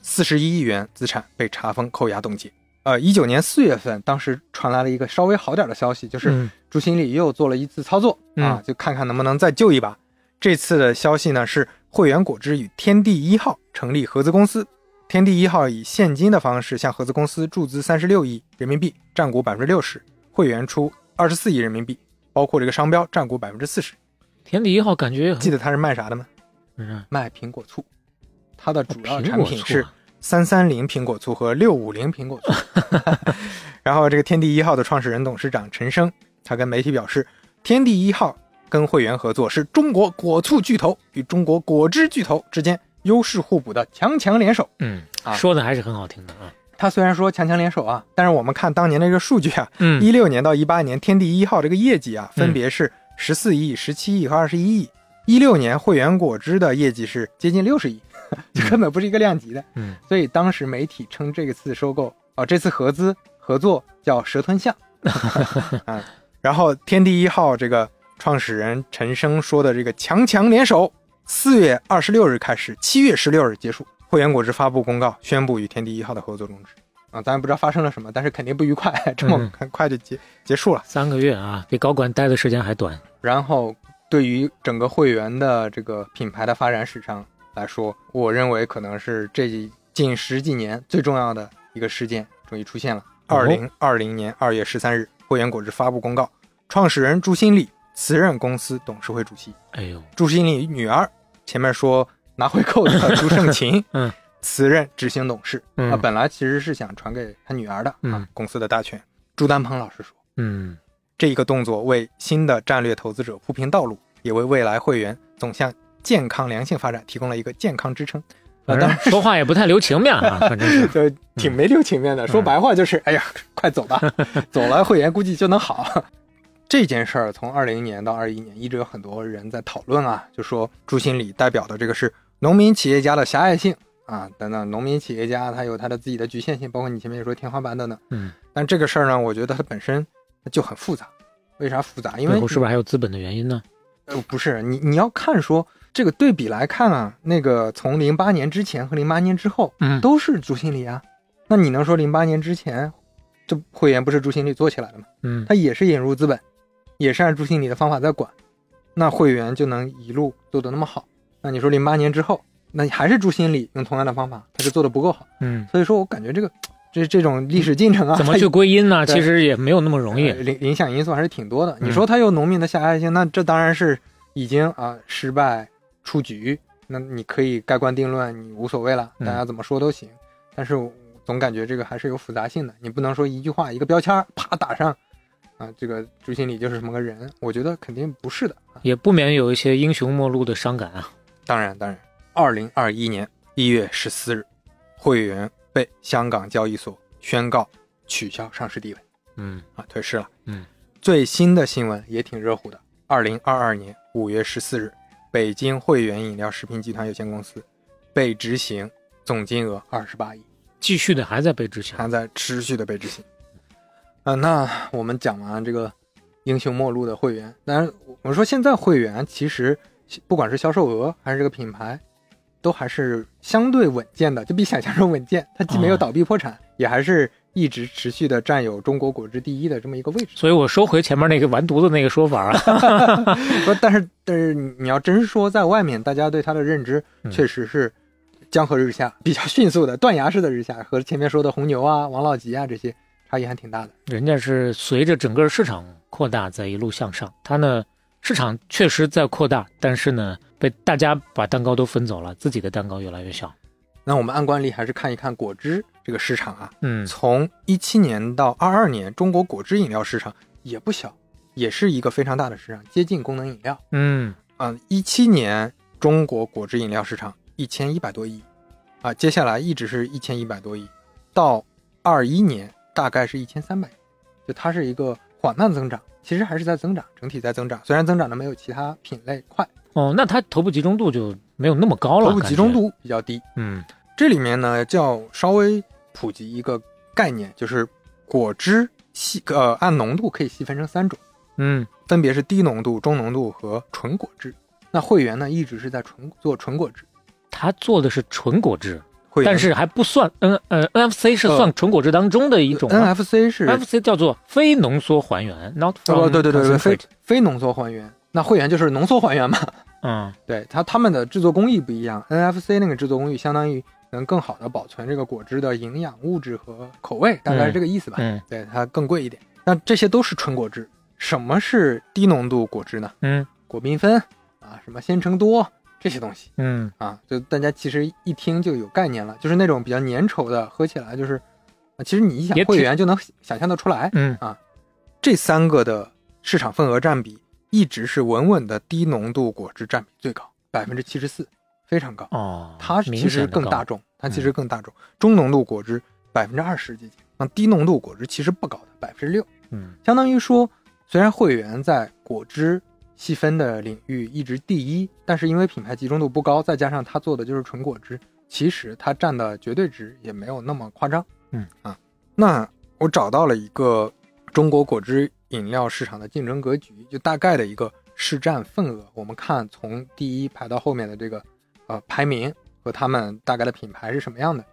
Speaker 3: 四十一亿元资产被查封、扣押、冻结。呃，一九年四月份，当时传来了一个稍微好点的消息，就是
Speaker 2: 嗯
Speaker 3: 朱新礼又做了一次操作、啊
Speaker 2: 嗯，
Speaker 3: 就看看能不能再救一把。这次的消息呢是汇源果汁与天地一号成立合资公司，天地一号以现金的方式向合资公司注资三十六亿人民币，占股百分之六十，汇源出二十四亿人民币，包括这个商标占股百分之四十。
Speaker 2: 天地一号感觉也很
Speaker 3: 记得它是卖啥的吗？
Speaker 2: 嗯
Speaker 3: 卖苹果醋，它的主要
Speaker 2: 苹
Speaker 3: 产
Speaker 2: 果
Speaker 3: 品
Speaker 2: 醋
Speaker 3: 是
Speaker 2: 啊
Speaker 3: 三三零苹果醋和六五零苹果醋。 然后这个天地一号的创始人、董事长陈生，他跟媒体表示，天地一号跟汇源合作是中国果醋巨头与中国果汁巨头之间优势互补的强强联手。
Speaker 2: 嗯
Speaker 3: 啊，
Speaker 2: 说的还是很好听的啊，
Speaker 3: 他虽然说强强联手啊，但是我们看当年的这个数据啊，
Speaker 2: 嗯
Speaker 3: 一六年到一八年，天地一号这个业绩啊，
Speaker 2: 嗯
Speaker 3: 分别是十四亿、十七亿和二十一亿。一六年汇源果汁的业绩是接近六十亿， 这根本不是一个量级的。
Speaker 2: 嗯
Speaker 3: 所以当时媒体称这次收购啊、这次合资合作叫“蛇吞象”啊。然后天地一号这个创始人陈生说的这个强强联手，四月二十六日开始，七月十六日结束。汇源果汁发布公告，宣布与天地一号的合作终止。啊，咱也不知道发生了什么，但是肯定不愉快， 这么
Speaker 2: 嗯
Speaker 3: 很快就结、结束了。
Speaker 2: 三个月啊，比高管待的时间还短，
Speaker 3: 然后对于整个会员的这个品牌的发展史上来说，我认为可能是这一近十几年最重要的一个事件终于出现了。
Speaker 2: 哦
Speaker 3: 二零二零年二月十三日，汇源果汁发布公告，创始人朱新礼辞任公司董事会主席，
Speaker 2: 哎呦，，
Speaker 3: 朱新礼女儿前面说拿回扣的朱胜琴
Speaker 2: 嗯，
Speaker 3: 辞任执行董事。
Speaker 2: 嗯
Speaker 3: 啊，本来其实是想传给他女儿的、啊
Speaker 2: 嗯，
Speaker 3: 公司的大权。朱丹鹏老师说。
Speaker 2: 嗯
Speaker 3: 这一个动作为新的战略投资者铺平道路，也为未来会员总向健康良性发展提供了一个健康支撑。嗯啊，
Speaker 2: 反
Speaker 3: 当
Speaker 2: 正
Speaker 3: 然
Speaker 2: 说话也不太留情面啊，反正是
Speaker 3: 就挺没留情面的，说白话就是，哎呀，快走 吧，走了会员估计就能好。 这件事儿从二零年到二一年，一直有很多人在讨论啊，就说朱新礼代表的这个是农民企业家的狭隘性啊，等等，农民企业家他有他的自己的局限性，包括你前面也说天花板等等。
Speaker 2: 嗯，
Speaker 3: 但这个事儿呢，我觉得它本身就很复杂。为啥复杂？因为
Speaker 2: 背后是不是还有资本的原因呢？
Speaker 3: 呃，不是你，你要看说这个对比来看啊，那个从零八年之前和零八年之后
Speaker 2: 嗯
Speaker 3: 都是朱新礼啊，那你能说零八年之前这会员不是朱新礼做起来的吗？
Speaker 2: 嗯
Speaker 3: 他也是引入资本，也是按朱新礼的方法在管，那会员就能一路做得那么好。那你说零八年之后，那还是朱新礼用同样的方法，他就做得不够好。
Speaker 2: 嗯
Speaker 3: 所以说我感觉这个这这种历史进程啊，
Speaker 2: 怎么去归因呢？
Speaker 3: 对
Speaker 2: 其实也没有那么容易
Speaker 3: 呃。影影响因素还是挺多的。
Speaker 2: 嗯
Speaker 3: 你说他有农民的狭隘性，那这当然是已经啊失败出局，那你可以盖棺定论，你无所谓了，
Speaker 2: 嗯
Speaker 3: 大家怎么说都行。但是我总感觉这个还是有复杂性的，你不能说一句话一个标签儿啪打上，啊，这个朱经理就是什么个人，我觉得肯定不是的。啊、
Speaker 2: 也不免有一些英雄末路的伤感啊。
Speaker 3: 当然，当然，二零二一年一月十四日，会员被香港交易所宣告取消上市地位。
Speaker 2: 嗯
Speaker 3: 啊退市了。
Speaker 2: 嗯，
Speaker 3: 最新的新闻也挺热乎的。二零二二年五月十四日，北京汇源饮料食品集团有限公司被执行，总金额二十八亿，
Speaker 2: 继续的还在被执行。
Speaker 3: 还在持续的被执行。啊、那我们讲完这个英雄末路的汇源，但是我说现在汇源其实不管是销售额还是这个品牌，都还是相对稳健的，就比想象中稳健。它既没有
Speaker 2: 啊
Speaker 3: 倒闭破产，也还是一直持续的占有中国果汁第一的这么一个位置。
Speaker 2: 所以我收回前面那个完犊子那个说法啊。
Speaker 3: 不，但是但是你你要真说在外面，大家对它的认知
Speaker 2: 嗯
Speaker 3: 确实是江河日下，比较迅速的断崖式的日下，和前面说的红牛啊、王老吉啊这些差异还挺大的。
Speaker 2: 人家是随着整个市场扩大在一路向上，它呢市场确实在扩大，但是呢被大家把蛋糕都分走了，自己的蛋糕越来越小。
Speaker 3: 那我们按惯例还是看一看果汁这个市场啊，
Speaker 2: 嗯，
Speaker 3: 从一七年到二二年，中国果汁饮料市场也不小，也是一个非常大的市场，接近功能饮料。
Speaker 2: 嗯，
Speaker 3: 嗯，一七年中国果汁饮料市场一千一百多亿，啊，接下来一直是一千一百多亿，到二一年大概是一千三百亿，就它是一个缓慢增长，其实还是在增长，整体在增长，虽然增长的没有其他品类快，
Speaker 2: 哦，那它头部集中度就没有那么高了，
Speaker 3: 头部
Speaker 2: 感
Speaker 3: 集
Speaker 2: 觉
Speaker 3: 中，度比较低。
Speaker 2: 嗯
Speaker 3: 这里面呢，就要稍微普及一个概念，就是果汁细呃按浓度可以细分成三种，
Speaker 2: 嗯
Speaker 3: 分别是低浓度、中浓度和纯果汁。那汇源呢，一直是在纯做纯果汁。
Speaker 2: 它做的是纯果汁，
Speaker 3: 汇源
Speaker 2: 但是还不算 N 呃 NFC 是
Speaker 3: 呃
Speaker 2: 算纯果汁当中的一种吗
Speaker 3: NFC 是
Speaker 2: NFC 叫做非浓缩还原，not
Speaker 3: 哦
Speaker 2: from
Speaker 3: 对对对对
Speaker 2: concentrate
Speaker 3: 非非浓缩还原，那会员就是浓缩还原嘛。
Speaker 2: 嗯
Speaker 3: 对它他们的制作工艺不一样，NFC 那个制作工艺相当于能更好的保存这个果汁的营养物质和口味，大概是这个意思吧。
Speaker 2: 嗯
Speaker 3: 对，它更贵一点。那这些都是纯果汁。什么是低浓度果汁呢？
Speaker 2: 嗯
Speaker 3: 果缤纷啊，什么鲜橙多这些东西
Speaker 2: 嗯
Speaker 3: 啊，就大家其实一听就有概念了，就是那种比较粘稠的，喝起来就是，啊其实你一想
Speaker 2: 也挺
Speaker 3: 会员就能想象得出来。
Speaker 2: 嗯
Speaker 3: 这三个的市场份额占比一直是稳稳的低浓度果汁占比最高，百分之七十四，非常高。
Speaker 2: 哦，
Speaker 3: 它其
Speaker 2: 明显
Speaker 3: 实
Speaker 2: 地
Speaker 3: 更
Speaker 2: 高嗯
Speaker 3: 大众，它其实更大众。中浓度果汁百分之二十接近，那低浓度果汁其实不高的，百分之六，
Speaker 2: 嗯
Speaker 3: 相当于说，虽然汇源在果汁细分的领域一直第一，但是因为品牌集中度不高，再加上它做的就是纯果汁，其实它占的绝对值也没有那么夸张。
Speaker 2: 嗯
Speaker 3: 啊，那我找到了一个中国果汁饮料市场的竞争格局，就大概的一个市占份额。我们看从第一排到后面的这个呃排名和他们大概的品牌是什么样的。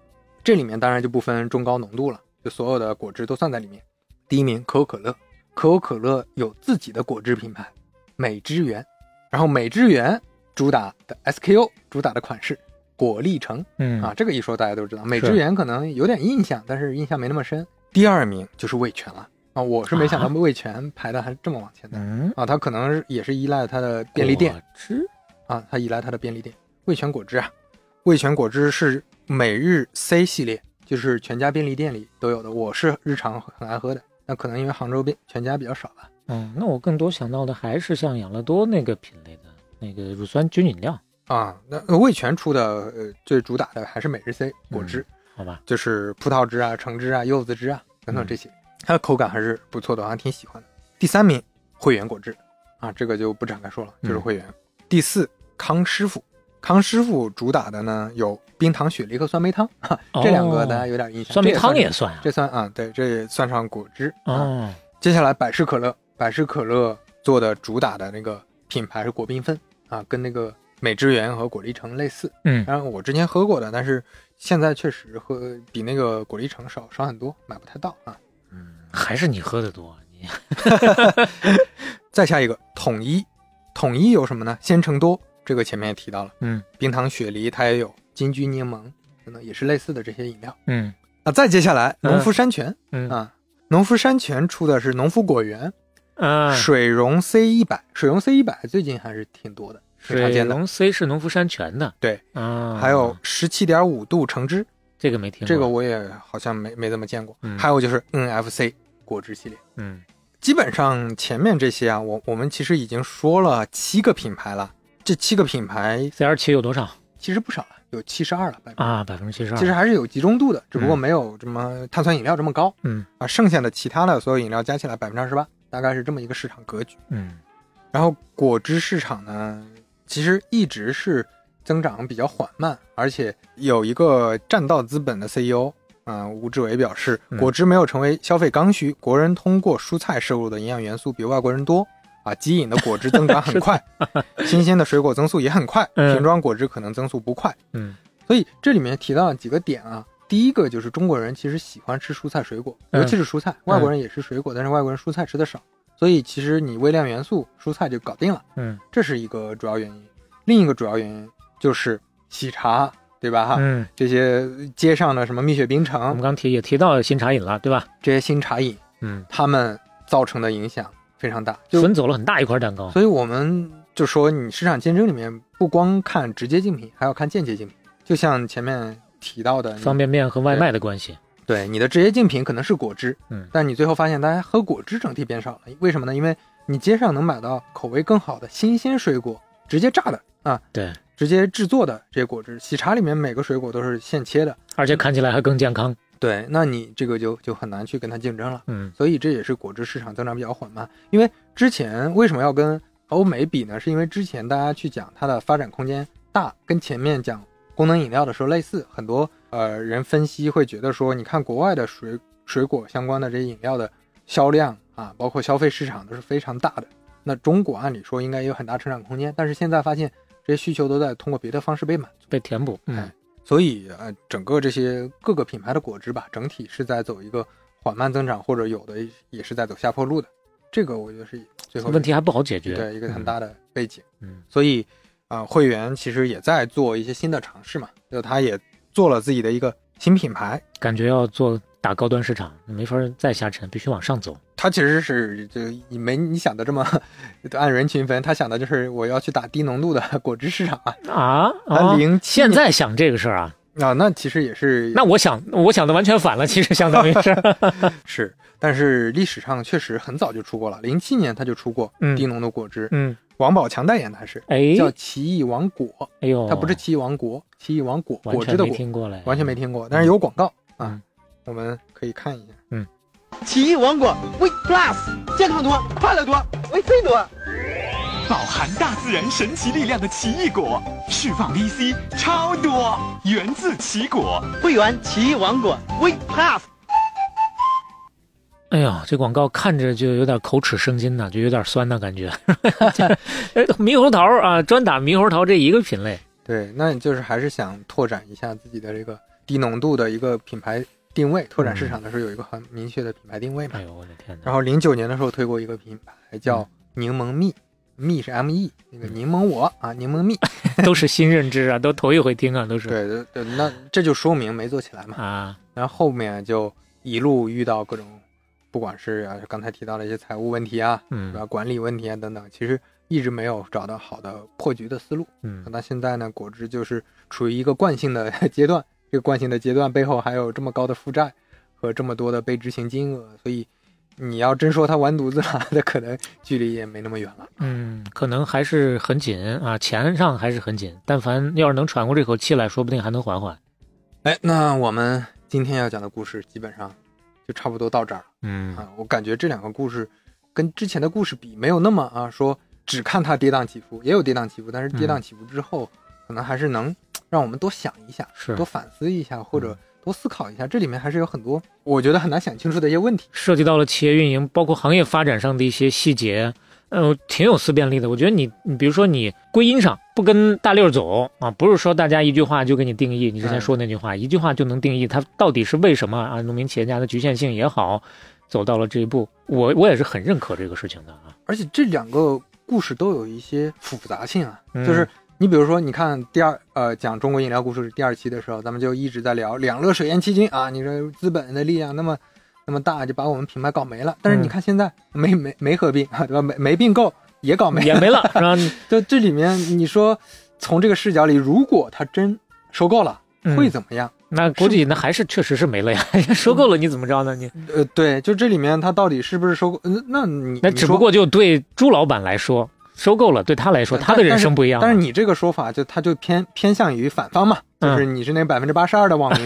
Speaker 3: 这里面当然就不分中高浓度了，就所有的果汁都算在里面。第一名可口可乐，可口可乐有自己的果汁品牌美汁源，然后美汁源主打的 SKU 主打的款式果粒橙。
Speaker 2: 嗯
Speaker 3: 啊，这个一说大家都知道，美
Speaker 2: 是
Speaker 3: 之源可能有点印象，但是印象没那么深。第二名就是味全了啊，我是没想到
Speaker 2: 啊
Speaker 3: 味全排的还这么往前的
Speaker 2: 嗯，
Speaker 3: 啊，它可能是也是依赖它的便利店
Speaker 2: 果汁
Speaker 3: 啊，它依赖它的便利店。味全果汁啊，味全果汁是每日 C 系列，就是全家便利店里都有的，我是日常很爱喝的。那可能因为杭州便全家比较少吧，
Speaker 2: 嗯，那我更多想到的还是像养乐多那个品类的那个乳酸菌饮料，
Speaker 3: 啊，那那味全出的呃最主打的还是每日 C
Speaker 2: 嗯
Speaker 3: 果汁，
Speaker 2: 好吧？
Speaker 3: 就是葡萄汁啊、橙汁啊、柚子汁啊等
Speaker 2: 嗯
Speaker 3: 等这些，它的口感还是不错的，我还挺喜欢的。第三名，汇源果汁啊，这个就不展开说了，就是
Speaker 2: 嗯
Speaker 3: 汇源。第四，康师傅，康师傅主打的呢有冰糖雪梨和酸梅汤，哈
Speaker 2: 哦
Speaker 3: 这两个大家有点印象。
Speaker 2: 酸梅汤
Speaker 3: 这
Speaker 2: 也
Speaker 3: 算
Speaker 2: 算啊
Speaker 3: 这。算啊，对，这也算上果汁啊。
Speaker 2: 哦，
Speaker 3: 接下来百事可乐，百事可乐做的主打的那个品牌是果缤纷啊，跟那个美汁源和果粒橙类似。
Speaker 2: 嗯
Speaker 3: 当然我之前喝过的，但是现在确实喝比那个果粒橙少少很多，买不太到啊。
Speaker 2: 嗯，还是你喝的多，你
Speaker 3: 再下一个统一，统一有什么呢？鲜橙多，这个前面也提到了，
Speaker 2: 嗯
Speaker 3: 冰糖雪梨它也有，金桔柠檬等等也是类似的这些饮料。
Speaker 2: 嗯
Speaker 3: 啊，再接下来农夫山泉、
Speaker 2: 嗯
Speaker 3: 啊，农夫山泉出的是农夫果园、
Speaker 2: 啊，
Speaker 3: 水溶 C 一百，水溶 C 一百最近还是挺多的，市场
Speaker 2: 水
Speaker 3: 间的，
Speaker 2: 龙 C 是农夫山泉的，
Speaker 3: 对
Speaker 2: 啊，
Speaker 3: 还有十七点五度橙汁，
Speaker 2: 这个没听过，
Speaker 3: 这个我也好像没没怎么见过，
Speaker 2: 嗯
Speaker 3: 还有就是 NFC 果汁系列。
Speaker 2: 嗯
Speaker 3: 基本上前面这些啊，我我们其实已经说了七个品牌了，这七个品牌
Speaker 2: ，C R 七有多少
Speaker 3: 其实不少了，啊有七十二了，百分之
Speaker 2: 啊？百分之七十二，
Speaker 3: 其实还是有集中度的，只不过
Speaker 2: 嗯
Speaker 3: 没有这么碳酸饮料这么高
Speaker 2: 嗯
Speaker 3: 啊。剩下的其他的所有饮料加起来百分之二十八，大概是这么一个市场格局。
Speaker 2: 嗯
Speaker 3: 然后果汁市场呢，其实一直是增长比较缓慢，而且有一个占道资本的 CEO。啊、吴志伟表示，
Speaker 2: 嗯
Speaker 3: 果汁没有成为消费刚需，国人通过蔬菜摄入的营养元素比外国人多啊，即饮的果汁 增长很快， 新鲜的水果增速也很快，
Speaker 2: 嗯
Speaker 3: 瓶装果汁可能增速不快，
Speaker 2: 嗯
Speaker 3: 所以这里面提到了几个点啊，第一个就是中国人其实喜欢吃蔬菜水果，
Speaker 2: 嗯
Speaker 3: 尤其是蔬菜，外国人也吃水果，但是外国人蔬菜吃的少，所以其实你微量元素蔬菜就搞定了，
Speaker 2: 嗯
Speaker 3: 这是一个主要原因。另一个主要原因就是喜茶，对吧？哈、
Speaker 2: 嗯，
Speaker 3: 这些街上的什么蜜雪
Speaker 2: 我
Speaker 3: 冰
Speaker 2: 们
Speaker 3: 城
Speaker 2: 刚提也提到新茶饮了，对吧？
Speaker 3: 这些新茶饮，
Speaker 2: 嗯，
Speaker 3: 他们造成的影响非常大，就
Speaker 2: 分走了很大一块蛋糕，
Speaker 3: 所以我们就说，你市场竞争里面不光看直接竞品，还要看间接竞品。就像前面提到的，你
Speaker 2: 方便面和外卖的关系，
Speaker 3: 对，你的直接竞品可能是果汁，
Speaker 2: 嗯
Speaker 3: 但你最后发现大家喝果汁整体变少了，为什么呢？因为你街上能买到口味更好的新鲜水果，直接榨的啊，
Speaker 2: 对，
Speaker 3: 直接制作的这些果汁。喜茶里面每个水果都是现切的，
Speaker 2: 而且看起来还更健康，
Speaker 3: 对，那你这个就就很难去跟它竞争了。
Speaker 2: 嗯
Speaker 3: 所以这也是果汁市场增长比较缓慢，因为之前为什么要跟欧美比呢？是因为之前大家去讲它的发展空间大，跟前面讲功能饮料的时候类似，很多呃人分析会觉得说，你看国外的水水果相关的这些饮料的销量啊，包括消费市场都是非常大的。那中国按理说应该也有很大成长空间，但是现在发现这些需求都在通过别的方式被满足，
Speaker 2: 被填补，嗯
Speaker 3: 哎所以呃，整个这些各个品牌的果汁吧，整体是在走一个缓慢增长，或者有的也是在走下坡路的。这个我觉得是最后
Speaker 2: 问题还不好解决，
Speaker 3: 对一个很大的背景。
Speaker 2: 嗯，
Speaker 3: 所以啊、呃会员其实也在做一些新的尝试嘛，就他也做了自己的一个新品牌，
Speaker 2: 嗯，感觉要做打高端市场，没法再下沉，必须往上走，
Speaker 3: 他其实是就你没你想的这么 按人群分，他想的就是我要去打低浓度的果汁市场啊。
Speaker 2: 啊，
Speaker 3: 他
Speaker 2: 啊
Speaker 3: 零七
Speaker 2: 现在想这个事儿啊，
Speaker 3: 啊，那其实也是
Speaker 2: 那我想我想的完全反了，其实相当于 是，
Speaker 3: 是，但是历史上确实很早就出过了，零七年他就出过
Speaker 2: 嗯
Speaker 3: 低浓度果汁，
Speaker 2: 嗯，
Speaker 3: 王宝强代言的还是
Speaker 2: 哎，
Speaker 3: 叫奇异王果，
Speaker 2: 哎呦，
Speaker 3: 它不是奇异王国，奇异王果
Speaker 2: 完
Speaker 3: 果汁
Speaker 2: 全
Speaker 3: 的
Speaker 2: 没
Speaker 3: 果，
Speaker 2: 听过嘞，
Speaker 3: 完全没听过，但是有广告啊
Speaker 2: 嗯，
Speaker 3: 我们可以看一下。
Speaker 7: 奇异王果 We Plus，健康多，快乐多，维 C 多。
Speaker 8: 饱含大自然神奇力量的奇异果，释放 VC 超多，源自奇果。
Speaker 7: 会员奇异王果 We Plus。
Speaker 2: 哎呀，这广告看着就有点口齿生津呐，就有点酸的感 觉。哎猕猴桃啊，专打猕猴桃这一个品类。
Speaker 3: 对，那就是还是想拓展一下自己的这个低浓度的一个品牌定位，拓展市场的时候有一个很明确的品牌定位嘛
Speaker 2: 嗯哎。嗯呦，我的天哪！
Speaker 3: 然后零九年的时候推过一个品牌叫柠檬蜜，蜜是 M E，那
Speaker 2: 嗯
Speaker 3: 个柠檬我啊，柠檬蜜。
Speaker 2: 都是新认知啊，都头一回听啊，都是
Speaker 3: 对对对，那这就说明没做起来嘛。
Speaker 2: 啊，
Speaker 3: 然后后面就一路遇到各种，不管是啊刚才提到的一些财务问题啊，
Speaker 2: 嗯
Speaker 3: 对吧，管理问题啊等等，其实一直没有找到好的破局的思路。
Speaker 2: 嗯
Speaker 3: 那现在呢，果汁就是处于一个惯性的阶段，这个惯性的阶段背后还有这么高的负债和这么多的被执行金额，所以你要真说他完犊子了，那可能距离也没那么远了。
Speaker 2: 嗯，可能还是很紧啊，钱上还是很紧。但凡要是能喘过这口气来，说不定还能缓缓。
Speaker 3: 哎，那我们今天要讲的故事基本上就差不多到这儿了。
Speaker 2: 嗯
Speaker 3: 啊，我感觉这两个故事跟之前的故事比，没有那么啊说只看它跌宕起伏，也有跌宕起伏，但是跌宕
Speaker 2: 嗯
Speaker 3: 起伏之后，可能还是能让我们多想一下，
Speaker 2: 是嗯
Speaker 3: 多反思一下，或者多思考一下，这里面还是有很多我觉得很难想清楚的一些问题。
Speaker 2: 涉及到了企业运营，包括行业发展上的一些细节，嗯、挺有思辨力的。我觉得你，你比如说你归因上不跟大溜儿走啊，不是说大家一句话就给你定义，你之前说那句话，一句话就能定义它到底是为什么啊？农民企业家的局限性也好，走到了这一步，我我也是很认可这个事情的啊。
Speaker 3: 而且这两个故事都有一些复杂性啊，
Speaker 2: 嗯
Speaker 3: 就是你比如说，你看第二呃讲中国饮料故事第二期的时候，咱们就一直在聊两乐水淹七军啊，你说资本的力量那么那么大，就把我们品牌搞没了。但是
Speaker 2: 嗯
Speaker 3: 你看现在、没没没合并啊，对吧？没没并购也搞没
Speaker 2: 也
Speaker 3: 了。
Speaker 2: 没了，是吧？
Speaker 3: 就这里面你说从这个视角里，如果他真收购了，
Speaker 2: 嗯
Speaker 3: 会怎么样？
Speaker 2: 那估计那还是确实是没了呀， 收购了你怎么着呢？你
Speaker 3: 呃，对，就这里面他到底是不是收购？呃那你
Speaker 2: 那
Speaker 3: 你
Speaker 2: 只
Speaker 3: 说
Speaker 2: 不过就对朱老板来说，收购了对他来说，
Speaker 3: 但
Speaker 2: 他的人生不一样了。嗯
Speaker 3: 但是你这个说法就它就偏偏向于反方嘛，就是你是那百分之八十二的 网民，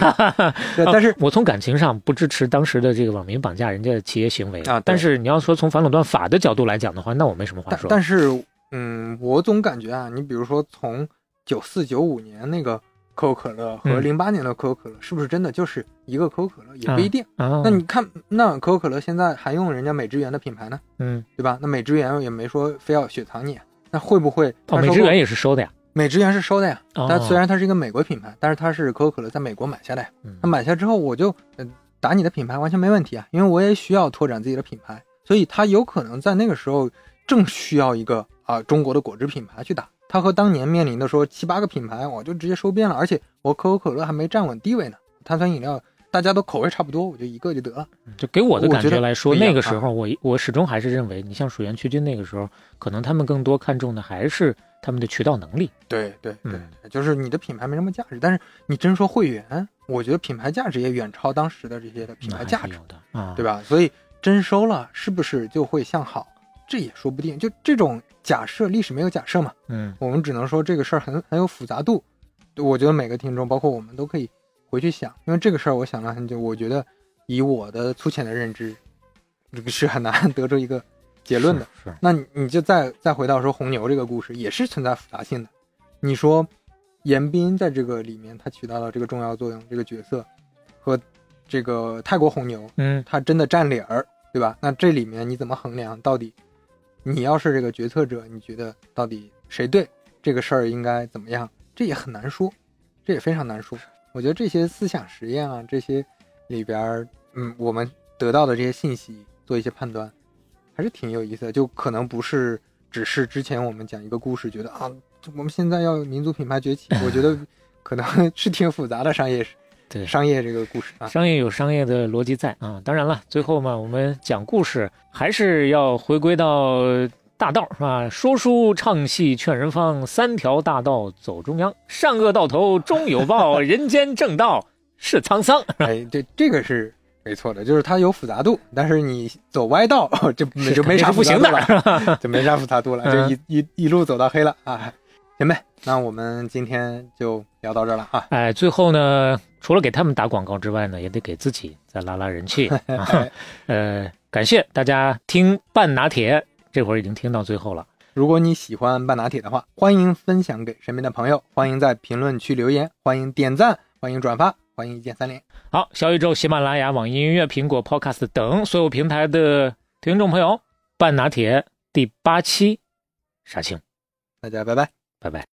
Speaker 3: 对，但是
Speaker 2: 啊我从感情上不支持当时的这个网民绑架人家的企业行为
Speaker 3: 啊对
Speaker 2: 但是你要说从反垄断法的角度来讲的话，那我没什么话
Speaker 3: 但
Speaker 2: 说。
Speaker 3: 但是嗯，我总感觉啊，你比如说从九四九五年那个可口可乐和
Speaker 2: 嗯
Speaker 3: 零八年的可口可乐，是不是真的就是一个可口可乐？也不一定。
Speaker 2: 啊，
Speaker 3: 那你看，那可口可乐现在还用人家美汁源的品牌呢，
Speaker 2: 嗯，
Speaker 3: 对吧？那美汁源也没说非要雪藏你，那会不会
Speaker 2: 哦，
Speaker 3: 它
Speaker 2: 美
Speaker 3: 收
Speaker 2: 汁
Speaker 3: 购
Speaker 2: 源也是收的呀。
Speaker 3: 美汁源是收的呀，
Speaker 2: 哦
Speaker 3: 它虽然它是一个美国品牌，但是它是可口可乐在美国买下的呀。
Speaker 2: 嗯
Speaker 3: 那买下之后，我就呃打你的品牌完全没问题啊，因为我也需要拓展自己的品牌，所以它有可能在那个时候正需要一个啊、中国的果汁品牌去打。它和当年面临的说七八个品牌，我就直接收编了，而且我可口可乐还没站稳地位呢，碳酸饮料大家都口味差不多，我就一个就得了。
Speaker 2: 就给我的
Speaker 3: 嗯我
Speaker 2: 感
Speaker 3: 觉
Speaker 2: 觉
Speaker 3: 得
Speaker 2: 来说，
Speaker 3: 不一样啊
Speaker 2: 那个时候我我始终还是认为，你像蜀源区军那个时候，可能他们更多看重的还是他们的渠道能力。
Speaker 3: 对对对
Speaker 2: 嗯
Speaker 3: 对就是你的品牌没什么价值，但是你真说会员，我觉得品牌价值也远超当时的这些的品
Speaker 2: 那
Speaker 3: 牌
Speaker 2: 还
Speaker 3: 价
Speaker 2: 是
Speaker 3: 值。
Speaker 2: 有的啊，
Speaker 3: 对？吧？所以征收了是不是就会向好？这也说不定。就这种假设，历史没有假设嘛，
Speaker 2: 嗯，
Speaker 3: 我们只能说这个事儿很很有复杂度。我觉得每个听众，包括我们，都可以回去想，因为这个事儿我想了很久。我觉得以我的粗浅的认知，这个是很难得出一个结论的。
Speaker 2: 是是
Speaker 3: 那你你就再再回到说红牛这个故事，也是存在复杂性的。你说严彬在这个里面，他起到了这个重要作用，这个角色和这个泰国红牛
Speaker 2: 嗯，
Speaker 3: 他真的占理儿，对吧？那这里面你怎么衡量？到底你要是这个决策者，你觉得到底谁对这个事儿应该怎么样？这也很难说，这也非常难说。我觉得这些思想实验啊，这些里边儿，嗯，我们得到的这些信息做一些判断，还是挺有意思的。就可能不是只是之前我们讲一个故事，觉得啊，我们现在要民族品牌崛起，我觉得 可能是挺复杂的商业
Speaker 2: 对。
Speaker 3: 商业这个故事啊。
Speaker 2: 商业有商业的逻辑在啊。当然了，最后嘛，我们讲故事还是要回归到大道是吧？说书唱戏劝人方，三条大道走中央，善恶到头终有报，人间正道是沧桑。
Speaker 3: 哎，这这个是没错的，就是它有复杂度，但是你走歪道 就就没啥
Speaker 2: 是不
Speaker 3: 复杂
Speaker 2: 行
Speaker 3: 度
Speaker 2: 的，
Speaker 3: 了，
Speaker 2: 是 吧？
Speaker 3: 就没啥复杂度了，就
Speaker 2: 嗯
Speaker 3: 一一一路走到黑了啊！行呗，那我们今天就聊到这儿了啊！
Speaker 2: 哎，最后呢，除了给他们打广告之外呢，也得给自己再拉拉人气啊
Speaker 3: 哎。
Speaker 2: 呃，感谢大家听半拿铁，这会儿已经听到最后了。
Speaker 3: 如果你喜欢半拿铁的话，欢迎分享给身边的朋友，欢迎在评论区留言，欢迎点赞，欢迎转发，欢迎一键三连。
Speaker 2: 好，小宇宙、喜马拉雅、网易音乐、苹果 Podcast 等所有平台的听众朋友，半拿铁第八期杀青，
Speaker 3: 大家拜拜。
Speaker 2: 拜拜。